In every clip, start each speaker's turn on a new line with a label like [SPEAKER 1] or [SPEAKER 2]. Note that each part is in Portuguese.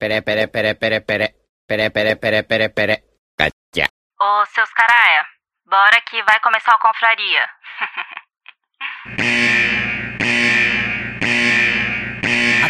[SPEAKER 1] Peré, peré, peré, peré, peré. Peré, peré, peré, peré, peré. Catia.
[SPEAKER 2] Ô, seus caraia, bora que vai começar a confraria.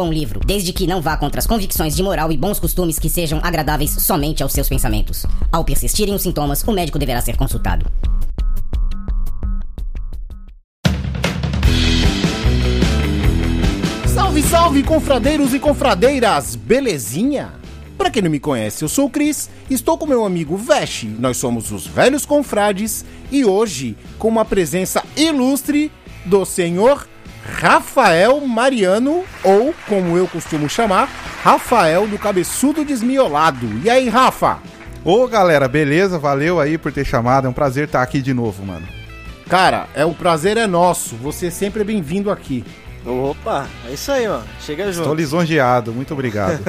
[SPEAKER 3] bom livro, desde que não vá contra as convicções de moral e bons costumes que sejam agradáveis somente aos seus pensamentos. Ao persistirem os sintomas, o médico deverá ser consultado.
[SPEAKER 4] Salve, salve, confradeiros e confradeiras! Belezinha? Pra quem não me conhece, eu sou o Cris, estou com meu amigo Vesh, nós somos os Velhos Confrades e hoje com uma presença ilustre do senhor Rafael Mariano, ou como eu costumo chamar, Rafael do Cabeçudo Desmiolado. E aí, Rafa?
[SPEAKER 5] Ô galera, beleza? Valeu aí por ter chamado. É um prazer estar aqui de novo, mano.
[SPEAKER 4] Cara, é o prazer é nosso, você sempre é bem-vindo aqui.
[SPEAKER 6] Opa, é isso aí, mano. Chega junto.
[SPEAKER 5] Estou lisonjeado, muito obrigado.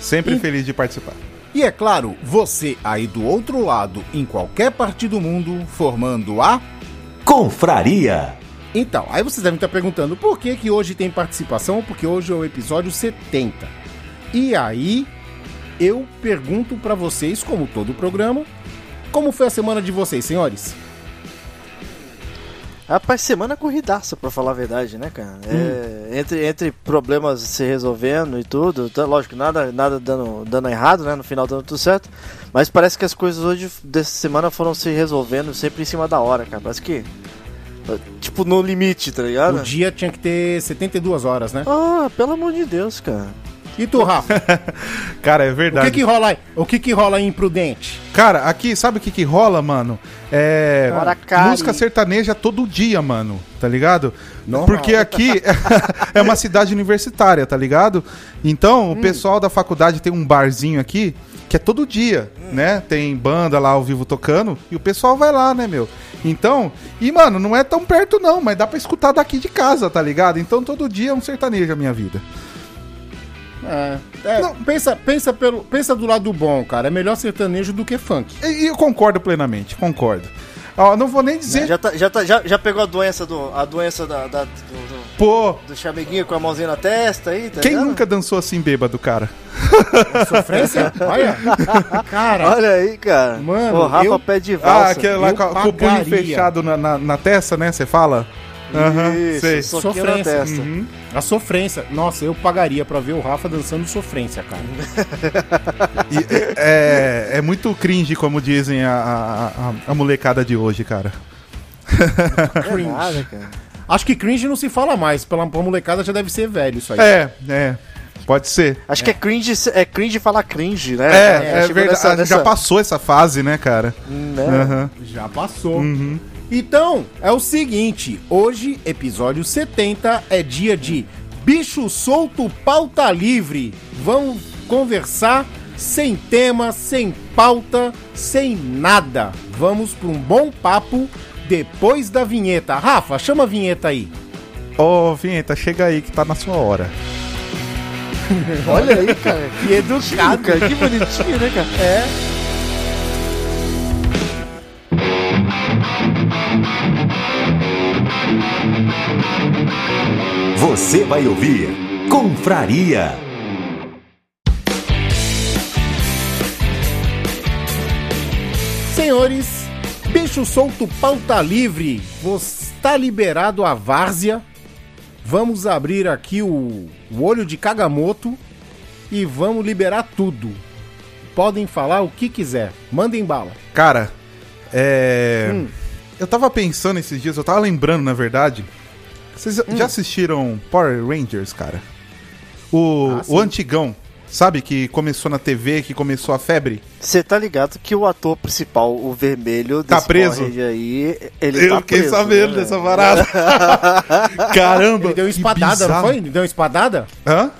[SPEAKER 5] Sempre feliz de participar.
[SPEAKER 4] E é claro, você aí do outro lado, em qualquer parte do mundo, formando a
[SPEAKER 7] Confraria.
[SPEAKER 4] Então, aí vocês devem estar perguntando por que, que hoje tem participação, porque hoje é o episódio 70. E aí, eu pergunto pra vocês, como todo programa, como foi a semana de vocês, senhores?
[SPEAKER 6] Rapaz, semana corridaça, pra falar a verdade, né, cara?
[SPEAKER 5] Hum.
[SPEAKER 6] É, entre, entre problemas se resolvendo e tudo, tá, lógico, nada, nada dando, dando errado, né? No final dando tudo certo. Mas parece que as coisas hoje, dessa semana, foram se resolvendo sempre em cima da hora, cara. Parece que. Tipo, no limite, tá ligado?
[SPEAKER 4] O dia tinha que ter 72 horas, né?
[SPEAKER 6] Ah, pelo amor de Deus, cara.
[SPEAKER 4] E tu, Rafa?
[SPEAKER 5] Cara, é
[SPEAKER 4] o que
[SPEAKER 5] verdade.
[SPEAKER 4] que rola aí? O que que rola aí, imprudente?
[SPEAKER 5] Cara, aqui, sabe o que que rola, mano? É.
[SPEAKER 6] Aracari.
[SPEAKER 5] Música sertaneja todo dia, mano. Tá ligado?
[SPEAKER 4] Normal.
[SPEAKER 5] Porque aqui é uma cidade universitária, tá ligado? Então, o pessoal da faculdade tem um barzinho aqui que é todo dia, né? Tem banda lá ao vivo tocando e o pessoal vai lá, né, meu? Então, e mano, não é tão perto não, mas dá pra escutar daqui de casa, tá ligado? Então, todo dia é um sertanejo a minha vida.
[SPEAKER 4] É, é, pensa, pensa, pelo, pensa do lado bom, cara. É melhor sertanejo do que funk.
[SPEAKER 5] E e eu concordo plenamente, concordo. Ó, não vou nem dizer,
[SPEAKER 6] Já, tá- já, tá- já, já pegou a doença do. A doença da, da- do, do,
[SPEAKER 5] pô,
[SPEAKER 6] do chameguinho com a mãozinha na testa aí, tá
[SPEAKER 5] quem
[SPEAKER 6] ligado?
[SPEAKER 5] nunca dançou assim bêbado, cara?
[SPEAKER 4] Sofrência? Olha. Cara,
[SPEAKER 6] Olha aí, cara.
[SPEAKER 4] Mano,
[SPEAKER 6] o Rafa
[SPEAKER 4] eu-
[SPEAKER 6] pé de
[SPEAKER 5] Ah,
[SPEAKER 6] valsa.
[SPEAKER 5] aquele lá
[SPEAKER 4] eu
[SPEAKER 5] com a- com o punho
[SPEAKER 4] pagaria.
[SPEAKER 5] fechado na, na, na testa, né? Você fala? Aham, sei. Uhum.
[SPEAKER 6] Isso, soquinho na
[SPEAKER 4] Sofrência.
[SPEAKER 6] testa.
[SPEAKER 4] a sofrência. Nossa, eu pagaria pra ver o Rafa dançando sofrência, cara.
[SPEAKER 5] E, é, é muito cringe, como dizem a, a, a- a molecada de hoje, cara.
[SPEAKER 6] É nada, cara.
[SPEAKER 4] Acho que cringe não se fala mais. Pela pra molecada já deve ser velho isso aí.
[SPEAKER 5] É, é. Pode ser.
[SPEAKER 6] Acho que é cringe, é cringe falar cringe, né?
[SPEAKER 5] É,
[SPEAKER 6] Cara,
[SPEAKER 5] é,
[SPEAKER 6] chegou
[SPEAKER 5] verdade.
[SPEAKER 6] nessa- nessa-
[SPEAKER 5] Já passou essa fase, né, cara?
[SPEAKER 6] Né?
[SPEAKER 5] Aham.
[SPEAKER 4] Já passou. Então, é o seguinte: hoje, episódio 70, é dia de bicho solto, pauta livre. Vamos conversar sem tema, sem pauta, sem nada. Vamos para um bom papo depois da vinheta. Rafa, chama a vinheta aí.
[SPEAKER 5] Ô, Vinheta, chega aí que tá na sua hora.
[SPEAKER 6] Olha aí, cara.
[SPEAKER 4] Que educado.
[SPEAKER 6] cara. Que bonitinho, né, cara? É.
[SPEAKER 7] Você vai ouvir Confraria.
[SPEAKER 4] Senhores, bicho solto, pauta livre, você está liberado a várzea. Vamos abrir aqui o, o olho de Kagamoto e vamos liberar tudo. Podem falar o que quiser, mandem bala.
[SPEAKER 5] Cara, é. Eu tava pensando esses dias, eu tava lembrando, na verdade. Vocês já assistiram Power Rangers, cara? O,
[SPEAKER 4] Ah,
[SPEAKER 5] o
[SPEAKER 4] sim.
[SPEAKER 5] antigão, sabe? Que começou na TV, que começou a febre.
[SPEAKER 6] Você tá ligado que o ator principal, o vermelho,
[SPEAKER 5] Tá
[SPEAKER 6] desse
[SPEAKER 5] preso?
[SPEAKER 6] Power Ranger aí, ele tá preso. né, velho?
[SPEAKER 5] parada. Caramba!
[SPEAKER 4] Ele deu
[SPEAKER 5] que
[SPEAKER 4] espadada, não
[SPEAKER 5] bizarro.
[SPEAKER 4] foi? Ele deu espadada?
[SPEAKER 5] Hã?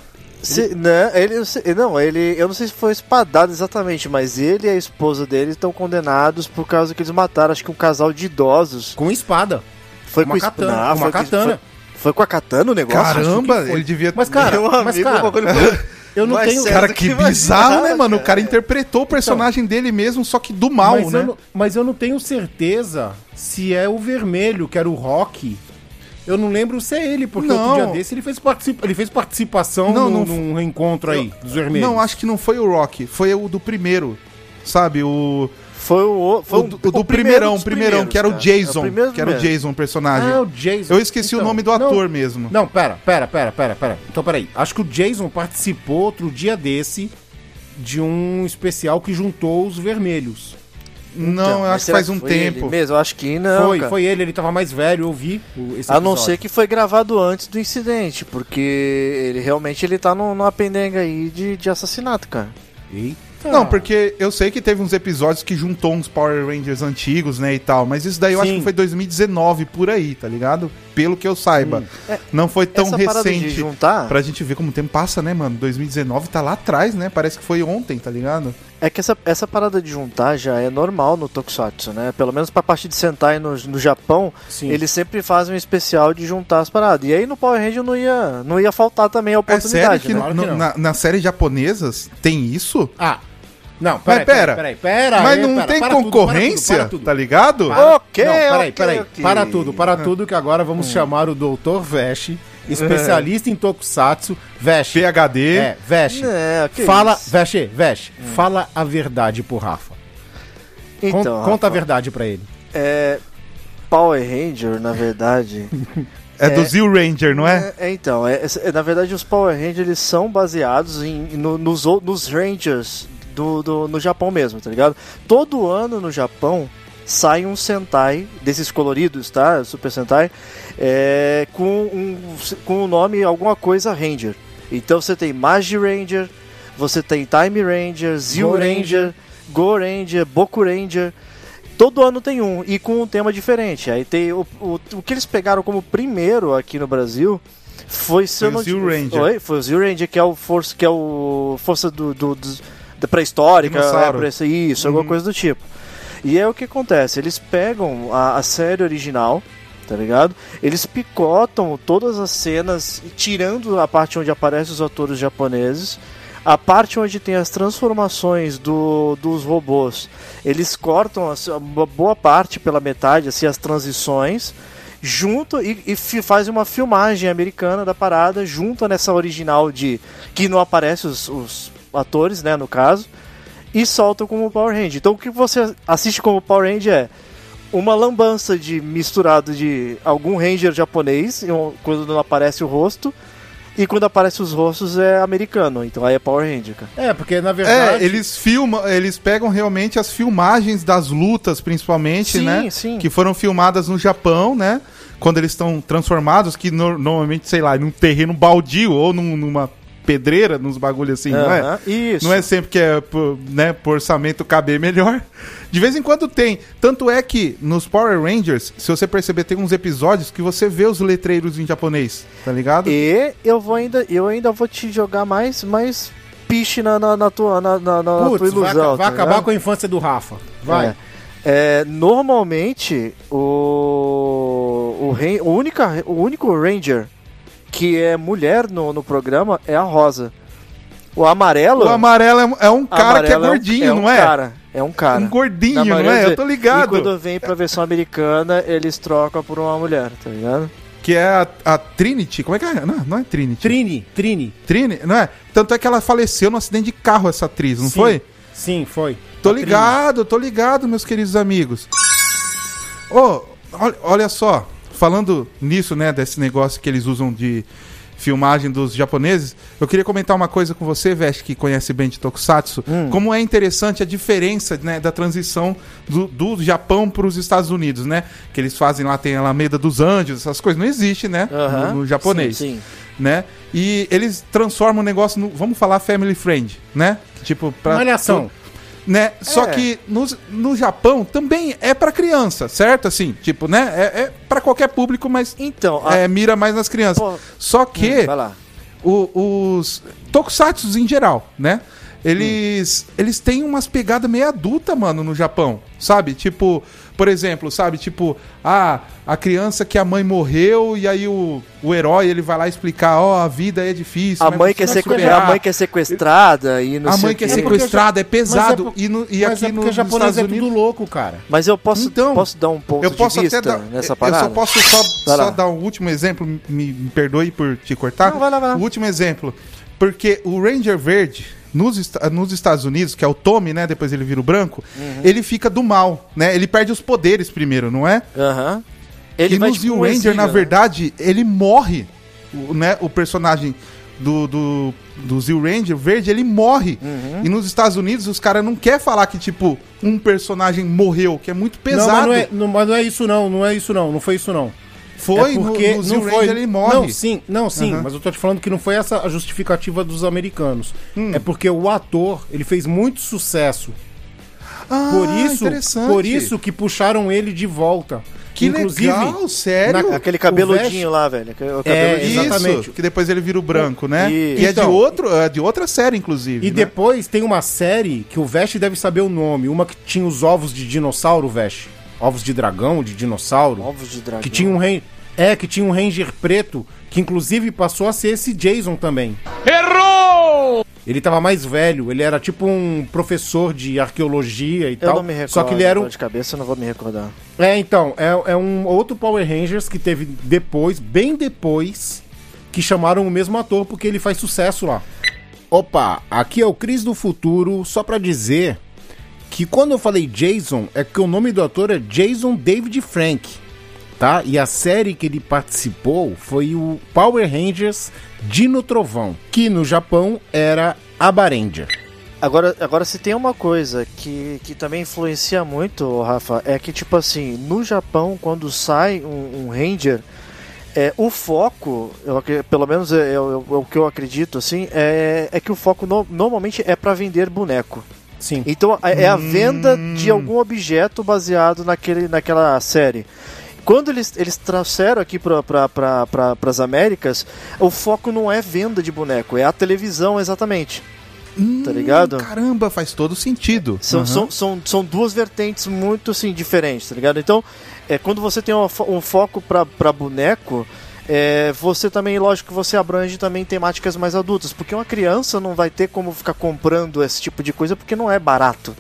[SPEAKER 6] Se, não, ele, se- não, ele. Eu não sei se foi espadado exatamente, mas ele e a esposa dele estão condenados por causa que eles mataram, acho que um casal de idosos.
[SPEAKER 4] Com espada.
[SPEAKER 6] Foi
[SPEAKER 4] Uma
[SPEAKER 6] com es-
[SPEAKER 4] katana,
[SPEAKER 6] não,
[SPEAKER 4] uma
[SPEAKER 6] foi com-
[SPEAKER 4] katana.
[SPEAKER 6] Foi, foi com a katana o negócio?
[SPEAKER 5] Caramba,
[SPEAKER 4] foi.
[SPEAKER 5] ele um devia.
[SPEAKER 4] Mas, cara,
[SPEAKER 6] Meu
[SPEAKER 4] mas,
[SPEAKER 6] amigo,
[SPEAKER 4] cara,
[SPEAKER 6] o bagulho foi-
[SPEAKER 4] eu não
[SPEAKER 6] Mas
[SPEAKER 4] tenho...
[SPEAKER 6] sério,
[SPEAKER 5] Cara,
[SPEAKER 6] Essa
[SPEAKER 5] que
[SPEAKER 6] que vai
[SPEAKER 5] bizarro,
[SPEAKER 6] virar,
[SPEAKER 5] né, mano? O
[SPEAKER 6] cara.
[SPEAKER 5] cara interpretou o personagem dele mesmo, só que do mal,
[SPEAKER 4] mas,
[SPEAKER 5] né?
[SPEAKER 4] eu não, mas eu não tenho certeza se é o vermelho, que era o Rock. Eu não lembro se é ele, porque
[SPEAKER 5] Não.
[SPEAKER 4] outro dia desse ele fez, participa- ele fez participação
[SPEAKER 5] Não,
[SPEAKER 4] num,
[SPEAKER 5] não-
[SPEAKER 4] num reencontro aí dos vermelhos.
[SPEAKER 5] Não, acho que não foi o Rock, foi o do primeiro. Sabe, o.
[SPEAKER 6] Foi o. Foi
[SPEAKER 5] o
[SPEAKER 6] um-
[SPEAKER 5] do, o do
[SPEAKER 6] primeiro
[SPEAKER 5] primeirão,
[SPEAKER 6] dos
[SPEAKER 5] primeirão,
[SPEAKER 6] primeiros,
[SPEAKER 5] que era o
[SPEAKER 6] cara.
[SPEAKER 5] Jason.
[SPEAKER 6] É o primeiro
[SPEAKER 5] que era o
[SPEAKER 6] mesmo.
[SPEAKER 5] Jason, o personagem.
[SPEAKER 4] Ah, o Jason.
[SPEAKER 5] é Eu esqueci o nome do
[SPEAKER 4] não-
[SPEAKER 5] ator mesmo.
[SPEAKER 4] Não, pera, pera, pera, pera, pera. Então, peraí. Acho que o Jason participou outro dia desse de um especial que juntou os vermelhos.
[SPEAKER 5] Não, eu
[SPEAKER 6] Então, mas
[SPEAKER 5] acho que
[SPEAKER 6] será
[SPEAKER 5] faz um
[SPEAKER 6] foi ele
[SPEAKER 5] tempo.
[SPEAKER 6] Mesmo, eu acho que não.
[SPEAKER 4] foi,
[SPEAKER 6] cara.
[SPEAKER 4] foi ele, ele tava mais velho, eu vi o- esse
[SPEAKER 6] A não
[SPEAKER 4] episódio.
[SPEAKER 6] ser que foi gravado antes do incidente, porque ele realmente ele tá num- numa pendenga aí de, de assassinato, cara.
[SPEAKER 4] Eita.
[SPEAKER 5] Não, porque eu sei que teve uns episódios que juntou uns Power Rangers antigos, né, e tal, mas isso daí eu acho
[SPEAKER 4] Sim.
[SPEAKER 5] que foi 2019 por aí, tá ligado? Pelo que eu saiba.
[SPEAKER 6] Hum.
[SPEAKER 5] Não foi tão
[SPEAKER 6] Essa parada de
[SPEAKER 5] recente.
[SPEAKER 6] juntar-
[SPEAKER 5] Pra gente ver como o tempo passa, né, mano? 2019 tá lá atrás, né? Parece que foi ontem, tá ligado?
[SPEAKER 6] É que essa, essa parada de juntar já é normal no Tokusatsu, né? Pelo menos pra parte de Sentai no, no Japão,
[SPEAKER 4] Sim.
[SPEAKER 6] eles sempre fazem um especial de juntar as paradas. E aí no Power Ranger não ia, não ia faltar também a
[SPEAKER 5] É
[SPEAKER 6] oportunidade,
[SPEAKER 5] sério que,
[SPEAKER 6] né?
[SPEAKER 4] Claro que
[SPEAKER 5] no-
[SPEAKER 4] não.
[SPEAKER 5] na, nas séries japonesas tem isso?
[SPEAKER 4] Ah, não,
[SPEAKER 5] Mas
[SPEAKER 4] peraí,
[SPEAKER 5] pera,
[SPEAKER 4] peraí, peraí, peraí,
[SPEAKER 5] mas
[SPEAKER 4] aí,
[SPEAKER 5] não
[SPEAKER 4] pera,
[SPEAKER 5] tem
[SPEAKER 4] para tudo, para tudo,
[SPEAKER 5] concorrência,
[SPEAKER 4] para tudo.
[SPEAKER 5] tá ligado?
[SPEAKER 4] Para.
[SPEAKER 6] Ok,
[SPEAKER 4] não, peraí,
[SPEAKER 6] ok,
[SPEAKER 4] peraí.
[SPEAKER 6] ok.
[SPEAKER 4] Para tudo, para tudo, que agora vamos chamar o Dr. Vesh, especialista em Tokusatsu. Vesh.
[SPEAKER 5] PHD.
[SPEAKER 4] É, Vesh.
[SPEAKER 6] É, que
[SPEAKER 4] fala,
[SPEAKER 6] isso.
[SPEAKER 4] Vesh, Vesh, fala a verdade pro Rafa. Con-
[SPEAKER 6] Então,
[SPEAKER 4] conta a
[SPEAKER 6] Rafa,
[SPEAKER 4] verdade pra ele.
[SPEAKER 6] é, Power Ranger, na verdade,
[SPEAKER 5] É, do Zil Ranger, não é?
[SPEAKER 6] É, então, é- é- na verdade os Power Rangers eles são baseados em, no- nos, ou- nos Rangers do, do- no Japão mesmo, tá ligado? Todo ano no Japão sai um Sentai, desses coloridos, tá? Super Sentai, é, com um- com o nome alguma coisa Ranger. Então você tem Magi Ranger, você tem Time Ranger, Zio
[SPEAKER 4] Go
[SPEAKER 6] Ranger,
[SPEAKER 4] Ranger.
[SPEAKER 6] Go Ranger, Boku Ranger. Todo ano tem um, e com um tema diferente. Aí tem o, o, o que eles pegaram como primeiro aqui no Brasil foi se
[SPEAKER 5] Foi
[SPEAKER 6] eu
[SPEAKER 5] o
[SPEAKER 6] não-
[SPEAKER 5] Zio Ranger.
[SPEAKER 6] Oi? Foi o Zio Ranger, que é o força, que é o força do, do- dos- da pré-histórica, é,
[SPEAKER 5] Dinossauro. Uhum.
[SPEAKER 6] pré- isso, alguma coisa do tipo. E é o que acontece, eles pegam a, a série original, tá ligado? Eles picotam todas as cenas, tirando a parte onde aparecem os atores japoneses, a parte onde tem as transformações do, dos robôs, eles cortam as- uma boa parte pela metade, assim, as transições, junto e, e fi- faz uma filmagem americana da parada, junta nessa original de que não aparece os, os atores, né, no caso, e soltam como Power Ranger. Então o que você assiste como Power Ranger é uma lambança de misturado de algum Ranger japonês, e um- quando não aparece o rosto, e quando aparece os rostos é americano, então aí é Power Ranger, cara.
[SPEAKER 4] É, porque na
[SPEAKER 5] É,
[SPEAKER 4] verdade.
[SPEAKER 5] eles filmam, eles pegam realmente as filmagens das lutas, principalmente,
[SPEAKER 6] Sim,
[SPEAKER 5] né?
[SPEAKER 6] sim.
[SPEAKER 5] Que foram filmadas no Japão, né? Quando eles estão transformados, que no- normalmente, sei lá, num terreno baldio ou num- numa pedreira, nos bagulhos assim, não é?
[SPEAKER 6] Aham, Isso.
[SPEAKER 5] Não é sempre que é por, né, por orçamento caber melhor. De vez em quando tem. Tanto é que nos Power Rangers, se você perceber, tem uns episódios que você vê os letreiros em japonês, tá ligado?
[SPEAKER 6] E eu vou ainda, eu ainda vou te jogar mais, mais piche na, na, na tua, na, na- na
[SPEAKER 4] Putz,
[SPEAKER 6] tua
[SPEAKER 4] vai,
[SPEAKER 6] é ilusão.
[SPEAKER 4] vai
[SPEAKER 6] tá
[SPEAKER 4] acabar
[SPEAKER 6] ligado?
[SPEAKER 4] com a infância do Rafa. Vai.
[SPEAKER 6] É. É, normalmente o o, ran- o, única, o único ranger que é mulher no, no programa é a Rosa. O amarelo.
[SPEAKER 5] O amarelo é um- é, um cara que é
[SPEAKER 6] amarelo um-
[SPEAKER 5] gordinho,
[SPEAKER 6] um
[SPEAKER 5] não é?
[SPEAKER 6] Cara, é um cara.
[SPEAKER 5] Um gordinho,
[SPEAKER 6] Na
[SPEAKER 5] não
[SPEAKER 6] maioria
[SPEAKER 5] é?
[SPEAKER 6] das
[SPEAKER 5] Eu tô
[SPEAKER 6] vezes.
[SPEAKER 5] ligado.
[SPEAKER 6] E quando vem pra versão americana, eles trocam por uma mulher, tá ligado?
[SPEAKER 5] Que é a, a Trinity. Como é que é? Não, não é Trinity.
[SPEAKER 4] Trini, Trini.
[SPEAKER 5] Trini, não é? Tanto é que ela faleceu num acidente de carro, essa atriz, não
[SPEAKER 4] Sim.
[SPEAKER 5] foi?
[SPEAKER 4] Sim, foi.
[SPEAKER 5] Tô
[SPEAKER 4] A Trini.
[SPEAKER 5] ligado, tô ligado, meus queridos amigos. Ô, olha, olha só. Falando nisso, né, desse negócio que eles usam de filmagem dos japoneses, eu queria comentar uma coisa com você, Veste, que conhece bem de Tokusatsu.
[SPEAKER 6] Hum.
[SPEAKER 5] Como é interessante a diferença, né, da transição do, do Japão para os Estados Unidos, né? Que eles fazem lá, tem a Alameda dos Anjos, essas coisas. Não existe, né,
[SPEAKER 6] Aham.
[SPEAKER 5] no, no japonês
[SPEAKER 6] Sim, sim.
[SPEAKER 5] né? E eles transformam o negócio no, vamos falar family friend, né? Tipo pra
[SPEAKER 4] Malhação.
[SPEAKER 5] tu- né?
[SPEAKER 6] É.
[SPEAKER 5] Só que no, no Japão também é pra criança, certo? Assim, tipo, né? É, é para qualquer público, mas
[SPEAKER 6] Então, a-
[SPEAKER 5] é, mira mais nas crianças.
[SPEAKER 6] Pô. Hum,
[SPEAKER 5] Só que
[SPEAKER 6] Vai lá.
[SPEAKER 5] o- os tokusatsu em geral, né? Eles, eles têm umas pegadas meio adulta, mano, no Japão, sabe? Tipo, por exemplo, sabe? Tipo, ah, a criança que a mãe morreu e aí o, o herói ele vai lá explicar, ó, a vida é difícil.
[SPEAKER 6] A
[SPEAKER 5] mas
[SPEAKER 6] mãe,
[SPEAKER 5] você
[SPEAKER 6] que é
[SPEAKER 5] vai
[SPEAKER 6] sequ-
[SPEAKER 5] superar.
[SPEAKER 6] a mãe que é sequestrada e não
[SPEAKER 5] A
[SPEAKER 6] sei
[SPEAKER 5] mãe
[SPEAKER 6] o
[SPEAKER 5] que é
[SPEAKER 6] quê.
[SPEAKER 5] sequestrada, é pesado.
[SPEAKER 4] Mas é por-
[SPEAKER 5] e no, e
[SPEAKER 4] Mas
[SPEAKER 5] aqui
[SPEAKER 4] é
[SPEAKER 5] no,
[SPEAKER 4] porque o
[SPEAKER 5] nos
[SPEAKER 4] japonês
[SPEAKER 5] Estados
[SPEAKER 4] é
[SPEAKER 5] Unidos.
[SPEAKER 4] tudo louco, cara.
[SPEAKER 6] Mas eu posso,
[SPEAKER 5] Então,
[SPEAKER 6] posso dar um ponto
[SPEAKER 5] eu posso
[SPEAKER 6] de vista
[SPEAKER 5] até dar,
[SPEAKER 6] nessa
[SPEAKER 5] eu
[SPEAKER 6] parada?
[SPEAKER 5] só posso só,
[SPEAKER 6] Vai lá.
[SPEAKER 5] só dar um último exemplo, me, me perdoe por te cortar.
[SPEAKER 6] Não, vai lá, vai lá.
[SPEAKER 5] O último exemplo, porque o Ranger Verde nos, esta- nos Estados Unidos, que é o Tommy, né, depois ele vira o branco,
[SPEAKER 6] Uhum.
[SPEAKER 5] ele fica do mal, né? Ele perde os poderes primeiro, não é?
[SPEAKER 6] Aham.
[SPEAKER 5] e no
[SPEAKER 6] tipo,
[SPEAKER 5] Zio
[SPEAKER 6] um
[SPEAKER 5] Ranger,
[SPEAKER 6] exílio,
[SPEAKER 5] na
[SPEAKER 6] né?
[SPEAKER 5] verdade, ele morre. O, né, o personagem do, do, do Zio Ranger verde, ele morre.
[SPEAKER 6] Uhum.
[SPEAKER 5] E nos Estados Unidos, os caras não querem falar que, tipo, um personagem morreu, que é muito pesado.
[SPEAKER 4] Não, mas não, é, não, mas não é isso não, não é isso não, não foi isso não.
[SPEAKER 5] Foi,
[SPEAKER 4] é
[SPEAKER 5] no-
[SPEAKER 4] porque
[SPEAKER 5] no, Zio
[SPEAKER 4] não foi.
[SPEAKER 5] Ranger ele morre.
[SPEAKER 4] Não, sim, não, sim,
[SPEAKER 5] Aham.
[SPEAKER 4] mas eu tô te falando que não foi essa a justificativa dos americanos.
[SPEAKER 5] Hum.
[SPEAKER 4] É porque o ator, ele fez muito sucesso.
[SPEAKER 5] Ah,
[SPEAKER 4] Por isso,
[SPEAKER 5] interessante.
[SPEAKER 4] por isso que puxaram ele de volta.
[SPEAKER 5] Que legal, sério?
[SPEAKER 4] na-
[SPEAKER 6] né? Aquele
[SPEAKER 4] O Vest-
[SPEAKER 6] cabeludinho lá, velho. aquele- O cabeludinho.
[SPEAKER 5] É, Isso,
[SPEAKER 4] exatamente.
[SPEAKER 5] que depois ele vira o branco, né?
[SPEAKER 6] Isso.
[SPEAKER 5] E é de,
[SPEAKER 4] Então-
[SPEAKER 5] outro, é de outra série, inclusive.
[SPEAKER 4] E
[SPEAKER 5] né?
[SPEAKER 4] depois tem uma série que o Vest deve saber o nome, uma que tinha os ovos de dinossauro, Vest. Ovos de dragão, de dinossauro.
[SPEAKER 6] Ovos de dragão.
[SPEAKER 4] Que tinha um rei. É, que tinha um Ranger preto, que inclusive passou a ser esse Jason também. Errou! Ele tava mais velho, ele era tipo um professor de arqueologia e
[SPEAKER 6] Eu
[SPEAKER 4] tal.
[SPEAKER 6] não me recordo.
[SPEAKER 4] só que ele era um.
[SPEAKER 6] agora De cabeça eu não vou me recordar.
[SPEAKER 4] É, então, é, é um outro Power Rangers que teve depois, bem depois, que chamaram o mesmo ator porque ele faz sucesso lá. Opa, aqui é o Cris do Futuro, só pra dizer que quando eu falei Jason, é que o nome do ator é Jason David Frank, tá? E a série que ele participou foi o Power Rangers Dino Trovão, que no Japão era Abaranger.
[SPEAKER 6] Agora, agora se tem uma coisa que, que também influencia muito, ô Rafa, é que, tipo assim, no Japão, quando sai um, um Ranger, é, o foco, eu acre- pelo menos é, é o é o que eu acredito, assim, é, é que o foco no- normalmente é pra vender boneco.
[SPEAKER 4] Sim.
[SPEAKER 6] Então é é a venda de algum objeto baseado naquele, naquela série. Quando eles, eles trouxeram aqui para pra, pra, pra, as Américas, o foco não é venda de boneco, é a televisão exatamente.
[SPEAKER 5] Hum,
[SPEAKER 6] tá ligado?
[SPEAKER 5] Caramba, faz todo sentido.
[SPEAKER 6] São,
[SPEAKER 5] Aham.
[SPEAKER 6] são, são, são duas vertentes muito assim, diferentes, tá ligado? Então, é, quando você tem um, fo- um foco para boneco, é, você também, lógico que você abrange também temáticas mais adultas, porque uma criança não vai ter como ficar comprando esse tipo de coisa porque não é barato.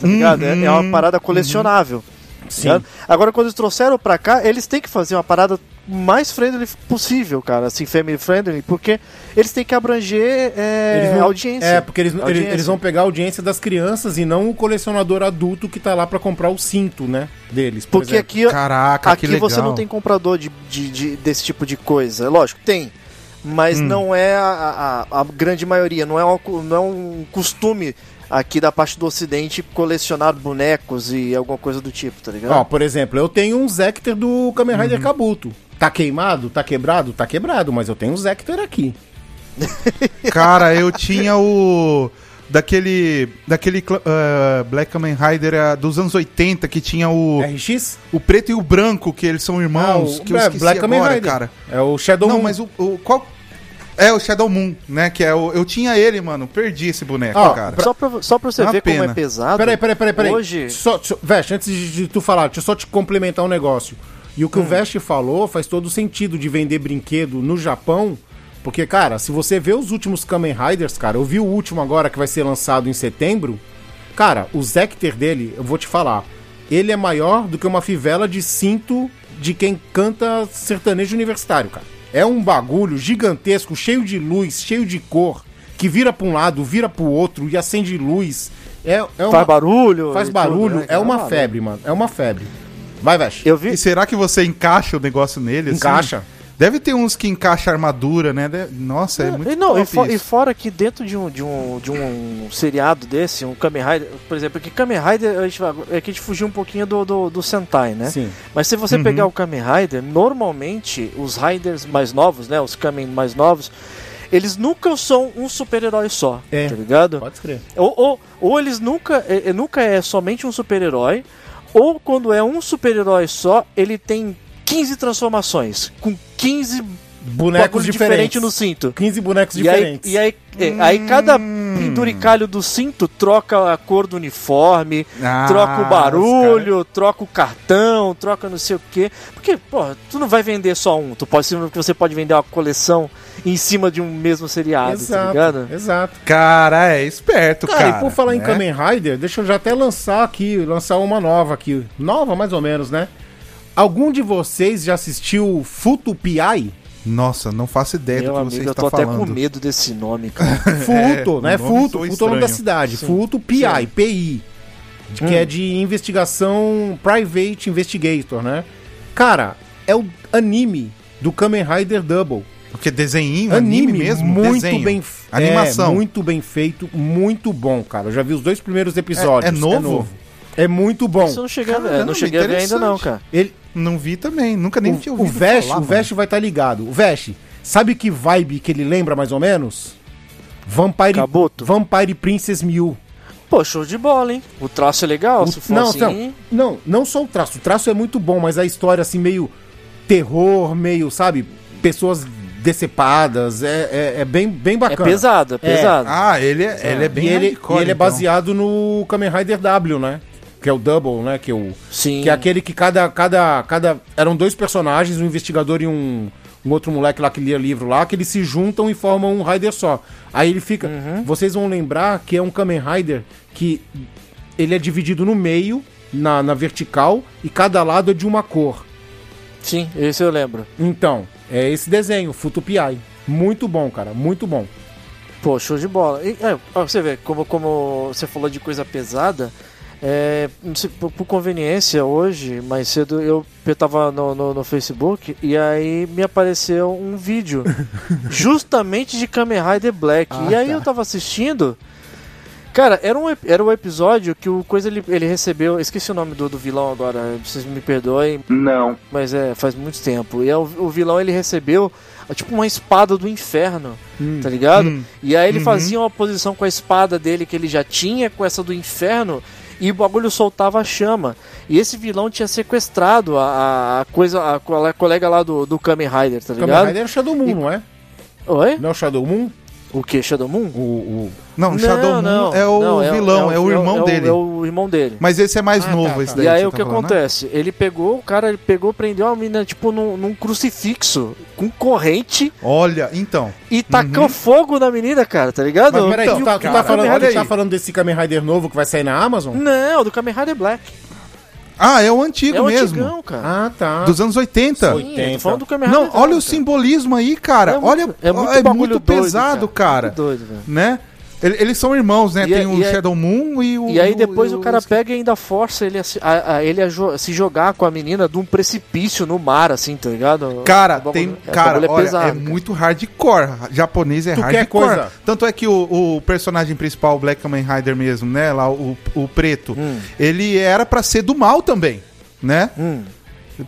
[SPEAKER 6] Tá ligado? É- é uma parada colecionável.
[SPEAKER 4] Uhum. Sim.
[SPEAKER 6] Tá? Agora, quando eles trouxeram pra cá, eles têm que fazer uma parada mais friendly possível, cara, assim, family friendly, porque eles têm que abranger é,
[SPEAKER 4] Eles não-
[SPEAKER 6] audiência.
[SPEAKER 4] É, porque eles, eles,
[SPEAKER 6] Audiência.
[SPEAKER 4] eles vão pegar a audiência das crianças e não o colecionador adulto que tá lá pra comprar o cinto, né? Deles. por
[SPEAKER 6] Porque
[SPEAKER 4] exemplo.
[SPEAKER 6] aqui,
[SPEAKER 4] Ah,
[SPEAKER 5] Caraca,
[SPEAKER 6] aqui
[SPEAKER 5] que legal.
[SPEAKER 6] você não tem comprador de, de- de- desse tipo de coisa. Lógico, tem.
[SPEAKER 4] Hum.
[SPEAKER 6] Mas não é a, a- a grande maioria, não é, uma cu- não é um costume aqui da parte do ocidente colecionar bonecos e alguma coisa do tipo, tá ligado?
[SPEAKER 4] Ó, por exemplo, eu tenho um Zector do Kamen
[SPEAKER 5] Uhum.
[SPEAKER 4] Rider Kabuto. Tá queimado? Tá quebrado? Tá quebrado, mas eu tenho um Zector aqui.
[SPEAKER 5] Cara, eu tinha o. Daquele. Daquele cla- ah, Black Kamen Rider ah, dos anos 80 que tinha o.
[SPEAKER 4] RX?
[SPEAKER 5] O preto e o branco, que eles são irmãos.
[SPEAKER 4] É. Ah, o-
[SPEAKER 5] que eu
[SPEAKER 4] é,
[SPEAKER 5] esqueci
[SPEAKER 4] Black Kamen
[SPEAKER 5] agora,
[SPEAKER 4] Rider.
[SPEAKER 5] cara.
[SPEAKER 4] É o Shadow
[SPEAKER 5] Não,
[SPEAKER 4] Moon.
[SPEAKER 5] mas o, o- Qual. É o Shadow Moon, né? Que é o. Eu tinha ele, mano. Perdi esse boneco,
[SPEAKER 4] Ó,
[SPEAKER 5] cara.
[SPEAKER 6] Só, pra, só pra você
[SPEAKER 5] Uma
[SPEAKER 6] ver como
[SPEAKER 5] pena.
[SPEAKER 6] é pesado.
[SPEAKER 4] Peraí, peraí, peraí, peraí.
[SPEAKER 6] Hoje-
[SPEAKER 4] Só, só- Veste, antes de, de tu falar, deixa eu só te complementar um negócio. E o que o Veste falou faz todo sentido de vender brinquedo no Japão. Porque, cara, se você vê os últimos Kamen Riders, cara, eu vi o último agora que vai ser lançado em setembro. Cara, o Zecter dele, eu vou te falar, ele é maior do que uma fivela de cinto de quem canta sertanejo universitário, cara. É um bagulho gigantesco, cheio de luz, cheio de cor, que vira pra um lado, vira pro outro e acende luz. É, é uma-
[SPEAKER 6] Faz barulho.
[SPEAKER 4] Faz
[SPEAKER 6] e
[SPEAKER 4] barulho,
[SPEAKER 6] tudo, né,
[SPEAKER 4] é
[SPEAKER 6] cara?
[SPEAKER 4] uma febre, mano. É uma febre. Vai, Vesh.
[SPEAKER 6] Eu vi,
[SPEAKER 5] E será que você encaixa o negócio nele? assim?
[SPEAKER 4] Encaixa.
[SPEAKER 5] Deve ter uns que encaixa a armadura, né? Deve- Nossa, é muito
[SPEAKER 6] e, não, e,
[SPEAKER 5] top
[SPEAKER 6] fo-
[SPEAKER 5] isso.
[SPEAKER 6] e fora que dentro de um, de um, de um seriado desse, um Kamen Rider, por exemplo, que Kamen Rider, a gente, vai- é que a gente fugiu um pouquinho do, do, do Sentai, né?
[SPEAKER 4] Sim. Uhum.
[SPEAKER 6] Mas se você pegar o Kamen Rider, normalmente os Riders mais novos, né? Os Kamen mais novos, eles nunca são um super-herói só,
[SPEAKER 4] É.
[SPEAKER 6] tá ligado?
[SPEAKER 4] Pode escrever.
[SPEAKER 6] Ou, ou, ou eles nunca é, é- nunca é somente um super-herói, ou quando é um super-herói só, ele tem 15 transformações, com 15
[SPEAKER 4] bonecos
[SPEAKER 6] bagulho
[SPEAKER 4] diferentes.
[SPEAKER 6] diferente no cinto.
[SPEAKER 4] 15 bonecos
[SPEAKER 6] E aí,
[SPEAKER 4] diferentes.
[SPEAKER 6] e aí, é, aí cada
[SPEAKER 5] Hum.
[SPEAKER 6] penduricalho do cinto troca a cor do uniforme,
[SPEAKER 5] Ah,
[SPEAKER 6] troca o
[SPEAKER 5] os
[SPEAKER 6] barulho, troca o cartão, troca não sei o quê. Porque, pô, tu não vai vender só um. Tu pode, você pode vender uma coleção em cima de um mesmo seriado, tá
[SPEAKER 4] Exato,
[SPEAKER 6] ligado?
[SPEAKER 4] exato.
[SPEAKER 5] Cara, é esperto, cara.
[SPEAKER 4] Cara, e por falar em
[SPEAKER 5] né?
[SPEAKER 4] Kamen Rider, deixa eu já até lançar aqui, lançar uma nova aqui. Nova, mais ou menos, né? Algum de vocês já assistiu Futupiai?
[SPEAKER 5] Nossa, não faço ideia
[SPEAKER 6] Meu
[SPEAKER 5] do que você
[SPEAKER 6] amigo, eu
[SPEAKER 5] está
[SPEAKER 6] tô
[SPEAKER 5] falando.
[SPEAKER 6] até com medo desse nome,
[SPEAKER 5] É,
[SPEAKER 6] cara.
[SPEAKER 4] Futo,
[SPEAKER 5] o
[SPEAKER 4] né?
[SPEAKER 5] nome
[SPEAKER 4] Futo,
[SPEAKER 5] soa
[SPEAKER 4] Futo é o nome da
[SPEAKER 5] um estranho. Hum.
[SPEAKER 4] cidade. Futo PI, PI. de- Que é de investigação Private Investigator, né? Cara, é o anime do Kamen Rider Double.
[SPEAKER 5] Porque
[SPEAKER 4] Anime,
[SPEAKER 5] desenho, Um anime, mesmo,
[SPEAKER 4] muito
[SPEAKER 5] desenho,
[SPEAKER 4] bem f- é,
[SPEAKER 5] animação.
[SPEAKER 4] muito bem feito, muito bom, cara. Eu já vi os dois primeiros episódios.
[SPEAKER 5] É- é novo?
[SPEAKER 4] É muito bom.
[SPEAKER 6] Isso eu não cheguei, a ver,
[SPEAKER 5] Caramba,
[SPEAKER 6] não cheguei a ver ainda não, cara.
[SPEAKER 4] Ele,
[SPEAKER 5] Não vi também, nunca nem tinha
[SPEAKER 4] o, o
[SPEAKER 5] ouvido
[SPEAKER 4] Vesh,
[SPEAKER 5] falar,
[SPEAKER 4] o
[SPEAKER 5] mano.
[SPEAKER 4] Vesh vai estar ligado. O Vesh, sabe que vibe que ele lembra mais ou menos? Vampire,
[SPEAKER 6] Caboto.
[SPEAKER 4] Vampire Princess Mew.
[SPEAKER 6] Pô, show de bola, hein? O traço é legal,
[SPEAKER 4] O-
[SPEAKER 6] se for
[SPEAKER 4] não,
[SPEAKER 6] assim...
[SPEAKER 5] então,
[SPEAKER 4] não, não, não só o traço. O traço é muito bom, mas a história, assim, meio terror, meio, sabe? Pessoas decepadas. É, é, é bem, bem
[SPEAKER 6] É
[SPEAKER 4] bacana.
[SPEAKER 6] pesado, é
[SPEAKER 4] É.
[SPEAKER 6] pesado.
[SPEAKER 5] Ah, ele é, ele é bem
[SPEAKER 4] e ele,
[SPEAKER 5] hardcore,
[SPEAKER 4] e ele é
[SPEAKER 5] então.
[SPEAKER 4] baseado no Kamen Rider W, né? Que é o Double, né? Que, é o,
[SPEAKER 6] Sim.
[SPEAKER 4] que é aquele que cada, cada, cada. Eram dois personagens, um investigador e um, um outro moleque lá que lia livro lá, que eles se juntam e formam um Rider só. Aí ele fica. Vocês vão lembrar que é um Kamen Rider que ele é dividido no meio, na, na vertical, e cada lado é de uma cor.
[SPEAKER 6] Sim, esse eu lembro.
[SPEAKER 4] Então, é esse desenho, Futupiai. Muito bom, cara, muito bom.
[SPEAKER 6] Pô, show de bola. E, é, ó, você vê, como, como você falou de coisa pesada, é, não sei, por, por conveniência, hoje, mais cedo, eu, eu tava no, no, no Facebook e aí me apareceu um vídeo justamente de Kamen Rider Black.
[SPEAKER 4] Ah,
[SPEAKER 6] e
[SPEAKER 4] tá.
[SPEAKER 6] aí eu tava assistindo. Cara, era um, ep- era um episódio que o Coisa ele, ele recebeu. eu Esqueci o nome do, do vilão agora, vocês me perdoem. Não. Mas é, faz muito tempo. E é, o, o vilão ele recebeu é, tipo uma espada do inferno,
[SPEAKER 4] Hum.
[SPEAKER 6] tá ligado? E aí
[SPEAKER 4] Uhum.
[SPEAKER 6] ele fazia uma posição com a espada dele que ele já tinha, com essa do inferno, e o bagulho soltava a chama. E esse vilão tinha sequestrado a, a- a coisa, a, cole- colega lá do, do Kamen Rider, tá ligado?
[SPEAKER 4] Kamen Rider é o Shadow Moon, não é?
[SPEAKER 6] Oi?
[SPEAKER 4] Não é o Shadow Moon?
[SPEAKER 6] O que? Shadow Moon?
[SPEAKER 4] O, o-
[SPEAKER 5] Não, o Shadow Moon
[SPEAKER 6] não,
[SPEAKER 5] é o
[SPEAKER 6] não,
[SPEAKER 5] vilão, é, o irmão
[SPEAKER 6] é
[SPEAKER 5] dele.
[SPEAKER 6] É o irmão dele.
[SPEAKER 5] Mas esse é mais
[SPEAKER 4] Ah,
[SPEAKER 5] novo,
[SPEAKER 4] tá,
[SPEAKER 5] esse
[SPEAKER 4] tá.
[SPEAKER 5] daí.
[SPEAKER 6] E aí
[SPEAKER 5] que
[SPEAKER 6] o
[SPEAKER 5] você
[SPEAKER 6] que
[SPEAKER 5] tá falando, né?
[SPEAKER 6] acontece? Ele pegou, o cara ele pegou, prendeu a menina, tipo, num, num crucifixo com corrente
[SPEAKER 5] Olha, então.
[SPEAKER 6] e tacou fogo na menina, cara, tá ligado?
[SPEAKER 4] Mas peraí,
[SPEAKER 5] então,
[SPEAKER 4] tu, tá, tu tá
[SPEAKER 5] cara,
[SPEAKER 4] falando,
[SPEAKER 5] olha
[SPEAKER 4] tu tá
[SPEAKER 5] aí. Hum.
[SPEAKER 4] falando desse Kamen Rider novo que vai sair na Amazon?
[SPEAKER 6] Não, do Kamen Rider Black.
[SPEAKER 5] Ah, é o antigo
[SPEAKER 6] é o
[SPEAKER 5] mesmo.
[SPEAKER 6] antigão, cara.
[SPEAKER 4] Ah, tá.
[SPEAKER 5] Dos anos 80.
[SPEAKER 4] Sim.
[SPEAKER 6] Sim,
[SPEAKER 4] 80.
[SPEAKER 6] tô falando do Kamen
[SPEAKER 5] Não,
[SPEAKER 6] Rider
[SPEAKER 5] olha o
[SPEAKER 6] Black, cara.
[SPEAKER 5] simbolismo aí, cara.
[SPEAKER 6] É muito-
[SPEAKER 5] olha,
[SPEAKER 6] é
[SPEAKER 5] é
[SPEAKER 6] muito
[SPEAKER 5] muito,
[SPEAKER 6] bagulho doido,
[SPEAKER 5] pesado,
[SPEAKER 6] cara. É
[SPEAKER 5] cara.
[SPEAKER 6] Muito doido, velho.
[SPEAKER 5] né? Ele- Eles são irmãos, né?
[SPEAKER 6] E é-
[SPEAKER 5] Tem o
[SPEAKER 6] e é-
[SPEAKER 5] Shadow Moon e o.
[SPEAKER 6] E aí depois o cara
[SPEAKER 5] pega.
[SPEAKER 6] pega e ainda força ele a, se- a- a- ele a jo- se jogar com a menina de um precipício no mar, assim, tá ligado?
[SPEAKER 5] Cara,
[SPEAKER 6] O bagulho-
[SPEAKER 5] tem.
[SPEAKER 6] o bagulho
[SPEAKER 5] Cara, olha, é
[SPEAKER 6] cara.
[SPEAKER 5] muito hardcore. Japonês é
[SPEAKER 4] Tu quer
[SPEAKER 5] hardcore.
[SPEAKER 4] coisa?
[SPEAKER 5] Tanto é que o, o personagem principal, o Black Kamen Rider mesmo, né? Lá, o, o preto,
[SPEAKER 6] Hum.
[SPEAKER 5] ele era pra ser do mal também, né?
[SPEAKER 6] Hum.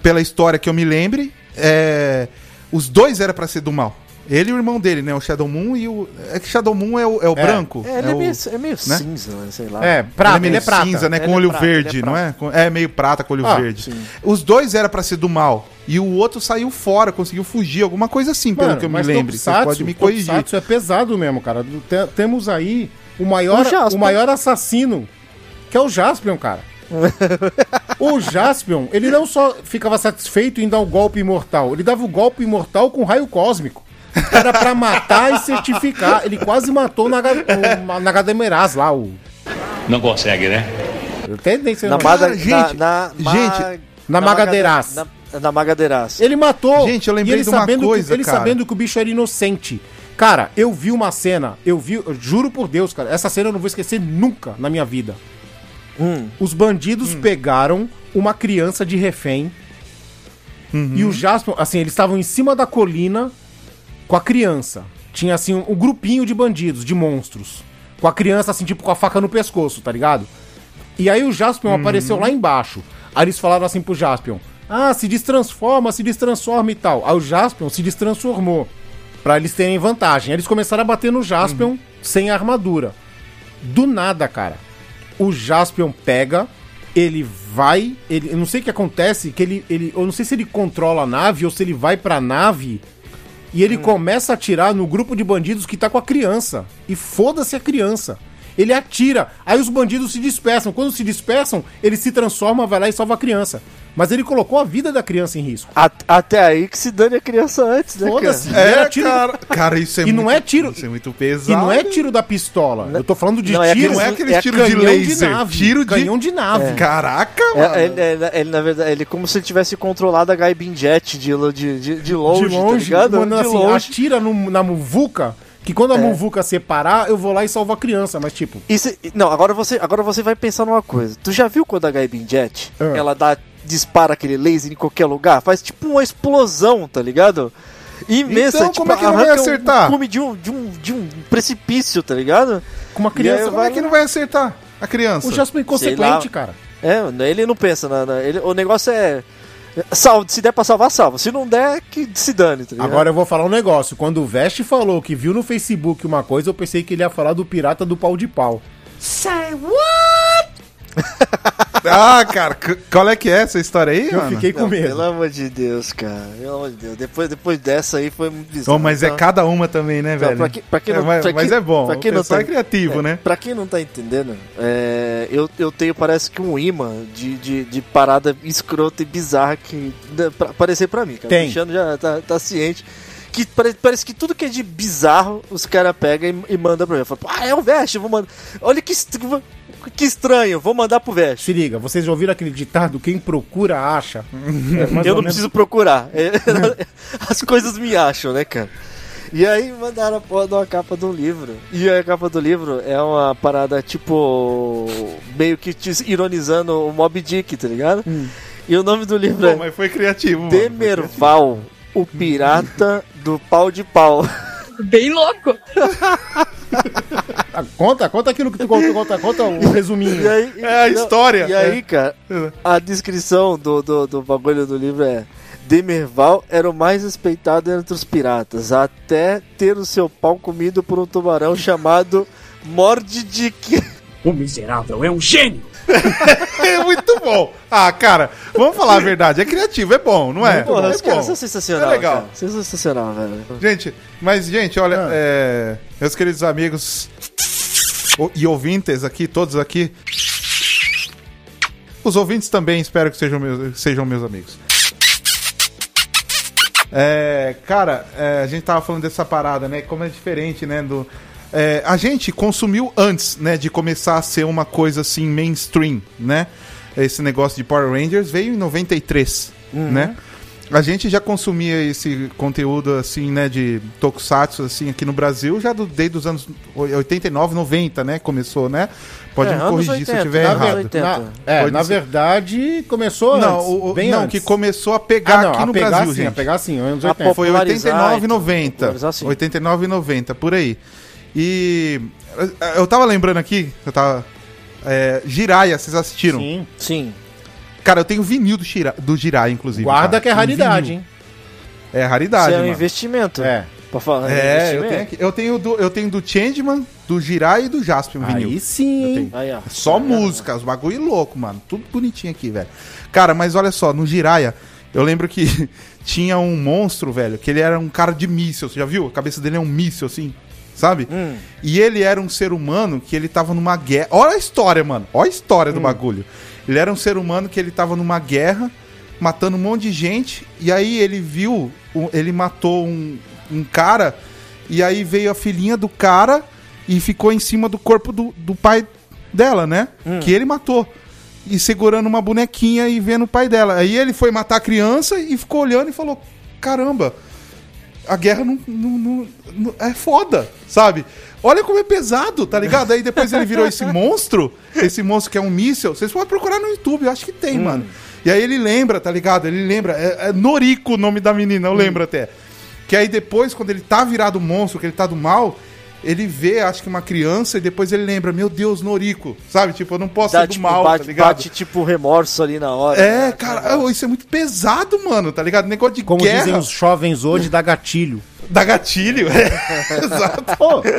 [SPEAKER 5] Pela história que eu me lembre, é, os dois era pra ser do mal. Ele e o irmão dele, né? O Shadow Moon e o. É que Shadow Moon é o, é o
[SPEAKER 4] É.
[SPEAKER 5] branco.
[SPEAKER 6] É, ele é,
[SPEAKER 5] o-
[SPEAKER 6] meio, é meio
[SPEAKER 5] né?
[SPEAKER 6] cinza, né? sei lá.
[SPEAKER 4] É, prata, ele,
[SPEAKER 5] meio
[SPEAKER 4] é prata.
[SPEAKER 5] cinza, né? Com
[SPEAKER 6] Ele é
[SPEAKER 5] olho
[SPEAKER 6] prata,
[SPEAKER 5] verde,
[SPEAKER 6] ele é
[SPEAKER 5] não é? Com- É meio prata com olho
[SPEAKER 4] Ah,
[SPEAKER 5] verde.
[SPEAKER 6] sim.
[SPEAKER 5] Os dois era pra ser do mal. E o outro saiu fora, conseguiu fugir, alguma coisa assim, pelo que eu me
[SPEAKER 4] mas
[SPEAKER 5] lembro. Você
[SPEAKER 4] Tokusatsu-
[SPEAKER 5] pode me corrigir.
[SPEAKER 4] Tokusatsu é pesado mesmo, cara. Te- temos aí o maior,
[SPEAKER 6] O
[SPEAKER 4] o,
[SPEAKER 6] Jaspion.
[SPEAKER 4] maior assassino, que é o Jaspion, cara. o Jaspion, ele não só ficava satisfeito em dar o golpe imortal, ele dava o golpe imortal com raio cósmico. Era pra matar e certificar. Ele quase matou na, na Gadameraz lá, o...
[SPEAKER 8] Não consegue, né?
[SPEAKER 4] Eu até nem sei o
[SPEAKER 6] Na,
[SPEAKER 4] nome.
[SPEAKER 6] Mada-
[SPEAKER 5] Cara,
[SPEAKER 6] na,
[SPEAKER 5] gente,
[SPEAKER 6] na,
[SPEAKER 5] gente,
[SPEAKER 4] na Magadeiras.
[SPEAKER 6] Na, na Magadeiras.
[SPEAKER 4] Ele matou.
[SPEAKER 5] Gente, eu lembrei
[SPEAKER 4] e ele
[SPEAKER 5] de uma
[SPEAKER 4] sabendo que,
[SPEAKER 5] coisa,
[SPEAKER 4] Ele
[SPEAKER 5] cara.
[SPEAKER 4] sabendo que o bicho era inocente. Cara, eu vi uma cena, eu vi, eu juro por Deus, cara, essa cena eu não vou esquecer nunca na minha vida.
[SPEAKER 6] Hum.
[SPEAKER 4] Os bandidos pegaram uma criança de refém.
[SPEAKER 5] Uhum.
[SPEAKER 4] E o Jasper, assim, eles estavam em cima da colina com a criança. Tinha, assim, um, um grupinho de bandidos, de monstros. Com a criança, assim, tipo, com a faca no pescoço, tá ligado? E aí o Jaspion apareceu lá embaixo. Aí eles falaram assim pro Jaspion: Ah, se destransforma, se destransforma e tal. Aí o Jaspion se destransformou. Pra eles terem vantagem. Aí eles começaram a bater no Jaspion sem armadura. Do nada, cara. O Jaspion pega, ele vai. Ele, eu não sei o que acontece, que ele, ele. Eu não sei se ele controla a nave ou se ele vai pra nave. E ele começa a atirar no grupo de bandidos que tá com a criança. E foda-se a criança. Ele atira, aí os bandidos se dispersam. Quando se dispersam, ele se transforma, vai lá e salva a criança. Mas ele colocou a vida da criança em risco.
[SPEAKER 6] At- até aí que se dane a criança antes, né, cara?
[SPEAKER 4] Foda-se. Era tiro-
[SPEAKER 5] É, cara. Cara, isso é
[SPEAKER 4] E não
[SPEAKER 5] muito-
[SPEAKER 4] é tiro-
[SPEAKER 5] Isso é muito
[SPEAKER 4] E
[SPEAKER 5] pesado.
[SPEAKER 4] não é tiro da pistola. Eu tô falando de
[SPEAKER 6] Não, é
[SPEAKER 4] tiro.
[SPEAKER 6] aqueles-
[SPEAKER 5] Não é aquele
[SPEAKER 6] é
[SPEAKER 5] tiro de
[SPEAKER 4] canhão de
[SPEAKER 5] laser.
[SPEAKER 4] nave.
[SPEAKER 5] Tiro de.
[SPEAKER 4] Canhão de nave.
[SPEAKER 5] Caraca,
[SPEAKER 6] É,
[SPEAKER 5] mano.
[SPEAKER 6] ele, ele- ele, na verdade, ele é como se ele tivesse controlado a Gaibin Jet de, lo- de, de, de longe,
[SPEAKER 4] de longe,
[SPEAKER 6] tá ligado?
[SPEAKER 4] mano,
[SPEAKER 6] de
[SPEAKER 4] assim,
[SPEAKER 6] longe. É.
[SPEAKER 4] atira no- na muvuca, que quando a muvuca separar, eu vou lá e salvo a criança, mas tipo,
[SPEAKER 6] E cê- não, agora você, agora você vai pensar numa coisa. Tu já viu quando a Gaibin Jet,
[SPEAKER 4] Ah.
[SPEAKER 6] ela dá, dispara aquele laser em qualquer lugar? Faz tipo uma explosão, tá ligado? Imensa,
[SPEAKER 5] Então,
[SPEAKER 6] tipo,
[SPEAKER 5] como é que não vai
[SPEAKER 6] arranca um-
[SPEAKER 5] acertar?
[SPEAKER 6] Um cume de um, de, um, de um precipício, tá ligado?
[SPEAKER 4] com uma
[SPEAKER 6] E aí
[SPEAKER 4] criança
[SPEAKER 6] eu
[SPEAKER 5] Como é que não vai acertar a criança?
[SPEAKER 4] O Jasper é inconsequente,
[SPEAKER 6] lá.
[SPEAKER 4] cara.
[SPEAKER 6] É, n- ele não pensa na. na- ele, o negócio é. Salve, se der pra salvar, salva. Se não der, que se dane,
[SPEAKER 5] É.
[SPEAKER 6] tá ligado?
[SPEAKER 4] Agora eu vou falar um negócio. Quando o Vest falou que viu no Facebook uma coisa, eu pensei que ele ia falar do pirata do pau de pau.
[SPEAKER 5] Ah, cara, c- qual é que é essa história aí,
[SPEAKER 4] Eu
[SPEAKER 5] mano?
[SPEAKER 4] fiquei com
[SPEAKER 6] Não,
[SPEAKER 4] medo.
[SPEAKER 6] Pelo amor de Deus, cara. Pelo amor de Deus. Depois, depois dessa aí foi muito
[SPEAKER 5] Ô,
[SPEAKER 6] bizarro.
[SPEAKER 5] mas
[SPEAKER 4] Tá.
[SPEAKER 5] é
[SPEAKER 6] Então,
[SPEAKER 5] cada uma também, né,
[SPEAKER 6] então,
[SPEAKER 5] velho?
[SPEAKER 6] pra que- pra quem
[SPEAKER 5] É,
[SPEAKER 6] não-
[SPEAKER 5] mas,
[SPEAKER 6] pra quem-
[SPEAKER 5] mas é bom.
[SPEAKER 6] pra quem
[SPEAKER 5] o
[SPEAKER 6] não
[SPEAKER 5] pessoal é
[SPEAKER 6] tem-
[SPEAKER 5] criativo,
[SPEAKER 6] é,
[SPEAKER 5] né?
[SPEAKER 6] Pra quem não tá entendendo, é, eu, eu tenho, parece que um imã de, de, de parada escrota e bizarra que da- pra- aparecer pra mim, cara.
[SPEAKER 4] Tem.
[SPEAKER 6] O Cristiano já tá, tá ciente. Que pare- parece que tudo que é de bizarro, os caras pegam e, e mandam pra mim. Fala, ah, é o Vest, eu vou mandar. Olha que, est- que estranho, vou mandar pro Vest.
[SPEAKER 4] Se liga, vocês já ouviram aquele ditado, quem procura acha. É,
[SPEAKER 6] eu não preciso procurar. É, As coisas me acham, né, cara? E aí mandaram a porra de uma capa de um livro. E aí a capa do livro é uma parada, tipo. meio que te- ironizando o Mob Dick, tá ligado? E o nome do livro
[SPEAKER 5] Hum. Pô,
[SPEAKER 6] é
[SPEAKER 5] mas foi criativo, mano.
[SPEAKER 6] Demerval, o pirata do pau de pau.
[SPEAKER 9] Bem louco.
[SPEAKER 4] Ah, Conta, conta aquilo que tu conta, conta, conta o
[SPEAKER 6] E
[SPEAKER 4] resuminho.
[SPEAKER 6] aí,
[SPEAKER 5] É a
[SPEAKER 6] não,
[SPEAKER 5] história.
[SPEAKER 6] E aí, cara, a descrição do, do, do bagulho do livro é: Demerval era o mais respeitado entre os piratas, até ter o seu pau comido por um tubarão chamado Mordidick.
[SPEAKER 10] O miserável é um gênio!
[SPEAKER 5] É muito bom. Ah, cara, vamos falar a verdade. É criativo, é bom, não é?
[SPEAKER 6] Porra,
[SPEAKER 5] é
[SPEAKER 6] esse cara
[SPEAKER 5] bom.
[SPEAKER 6] é sensacional.
[SPEAKER 5] É legal.
[SPEAKER 6] cara. Sensacional, velho.
[SPEAKER 5] Gente, mas, gente, olha, é, meus queridos amigos o- e ouvintes aqui, todos aqui. Os ouvintes também espero que sejam meus, sejam meus amigos. É, cara, é, a gente tava falando dessa parada, né? Como é diferente, né? Do, é, a gente consumiu antes, né? De começar a ser uma coisa assim mainstream, né? Esse negócio de Power Rangers veio em 93,
[SPEAKER 6] Uhum.
[SPEAKER 5] né? A gente já consumia esse conteúdo assim, né, de tokusatsu assim aqui no Brasil já do, desde os anos 89, 90, né, começou, né? Pode
[SPEAKER 6] É,
[SPEAKER 5] me
[SPEAKER 6] anos
[SPEAKER 5] corrigir se eu
[SPEAKER 6] 80,
[SPEAKER 5] tiver
[SPEAKER 6] anos
[SPEAKER 5] errado.
[SPEAKER 6] 80.
[SPEAKER 4] Na, é,
[SPEAKER 5] Pode
[SPEAKER 4] na
[SPEAKER 5] ser.
[SPEAKER 4] verdade, começou
[SPEAKER 5] Não,
[SPEAKER 4] antes,
[SPEAKER 5] o, o-
[SPEAKER 4] bem
[SPEAKER 5] não
[SPEAKER 4] antes.
[SPEAKER 5] que começou a
[SPEAKER 4] ah,
[SPEAKER 5] pegar
[SPEAKER 4] não,
[SPEAKER 5] aqui no
[SPEAKER 4] a pegar
[SPEAKER 5] Brasil,
[SPEAKER 4] sim, a
[SPEAKER 5] gente. Ah,
[SPEAKER 4] pegar sim, anos
[SPEAKER 6] A
[SPEAKER 4] 80.
[SPEAKER 5] Foi
[SPEAKER 6] popularizar,
[SPEAKER 5] 89
[SPEAKER 6] então,
[SPEAKER 5] 90.
[SPEAKER 6] popularizar, sim.
[SPEAKER 5] 89 90, por aí. E eh, eu tava lembrando aqui, eu tava é, Jiraya, vocês assistiram?
[SPEAKER 4] Sim.
[SPEAKER 6] Sim.
[SPEAKER 5] Cara, eu tenho vinil do, Shira, do Jiraya, inclusive.
[SPEAKER 4] Guarda
[SPEAKER 5] cara.
[SPEAKER 4] que é
[SPEAKER 5] Um
[SPEAKER 4] raridade,
[SPEAKER 5] vinil.
[SPEAKER 4] hein?
[SPEAKER 5] É raridade,
[SPEAKER 6] Isso é um
[SPEAKER 5] mano.
[SPEAKER 6] investimento.
[SPEAKER 4] É.
[SPEAKER 6] Pra falar.
[SPEAKER 5] É,
[SPEAKER 6] um
[SPEAKER 5] eu
[SPEAKER 6] investimento.
[SPEAKER 5] tenho, aqui- eu tenho do, eu tenho do Changeman, do Jirai e do Jaspion vinil.
[SPEAKER 4] Aí sim,
[SPEAKER 5] Eu
[SPEAKER 4] hein?
[SPEAKER 5] tenho.
[SPEAKER 6] Aí, ó.
[SPEAKER 5] Só música, os bagulho louco, mano. Tudo bonitinho aqui, velho. Cara, mas olha só, no Jiraya, eu lembro que tinha um monstro, velho, que ele era um cara de míssil, você já viu? A cabeça dele é um míssil, assim, sabe? E ele era um ser humano que ele tava numa guerra. Olha a história, mano. Olha a história do bagulho. Ele era um ser humano que ele tava numa guerra, matando um monte de gente, e aí ele viu, o- ele matou um, um cara, e aí veio a filhinha do cara e ficou em cima do corpo do, do pai dela, né? Que ele matou. E segurando uma bonequinha e vendo o pai dela. Aí ele foi matar a criança e ficou olhando e falou: caramba, a guerra não, não- não- não- é foda, sabe? Olha como é pesado, tá ligado? Aí depois ele virou esse monstro, esse monstro que é um míssil. Vocês podem procurar no YouTube, eu acho que
[SPEAKER 6] Hum.
[SPEAKER 5] tem, mano. E aí ele lembra, tá ligado? Ele lembra, é, é Noriko o nome da menina,
[SPEAKER 6] Hum.
[SPEAKER 5] eu lembro até. Que aí depois, quando ele tá virado monstro, que ele tá do mal, ele vê, acho que uma criança, e depois ele lembra, meu Deus, Noriko, sabe? Tipo, eu não posso
[SPEAKER 6] Dá,
[SPEAKER 5] ser do
[SPEAKER 6] tipo,
[SPEAKER 5] mal,
[SPEAKER 6] bate,
[SPEAKER 5] tá ligado?
[SPEAKER 6] bate, tipo remorso ali na hora.
[SPEAKER 5] É,
[SPEAKER 6] né?
[SPEAKER 5] cara, isso é muito pesado, mano, tá ligado? Negócio de
[SPEAKER 4] Como
[SPEAKER 5] guerra.
[SPEAKER 4] dizem os jovens hoje, dá gatilho.
[SPEAKER 5] Dá gatilho, é. Exato.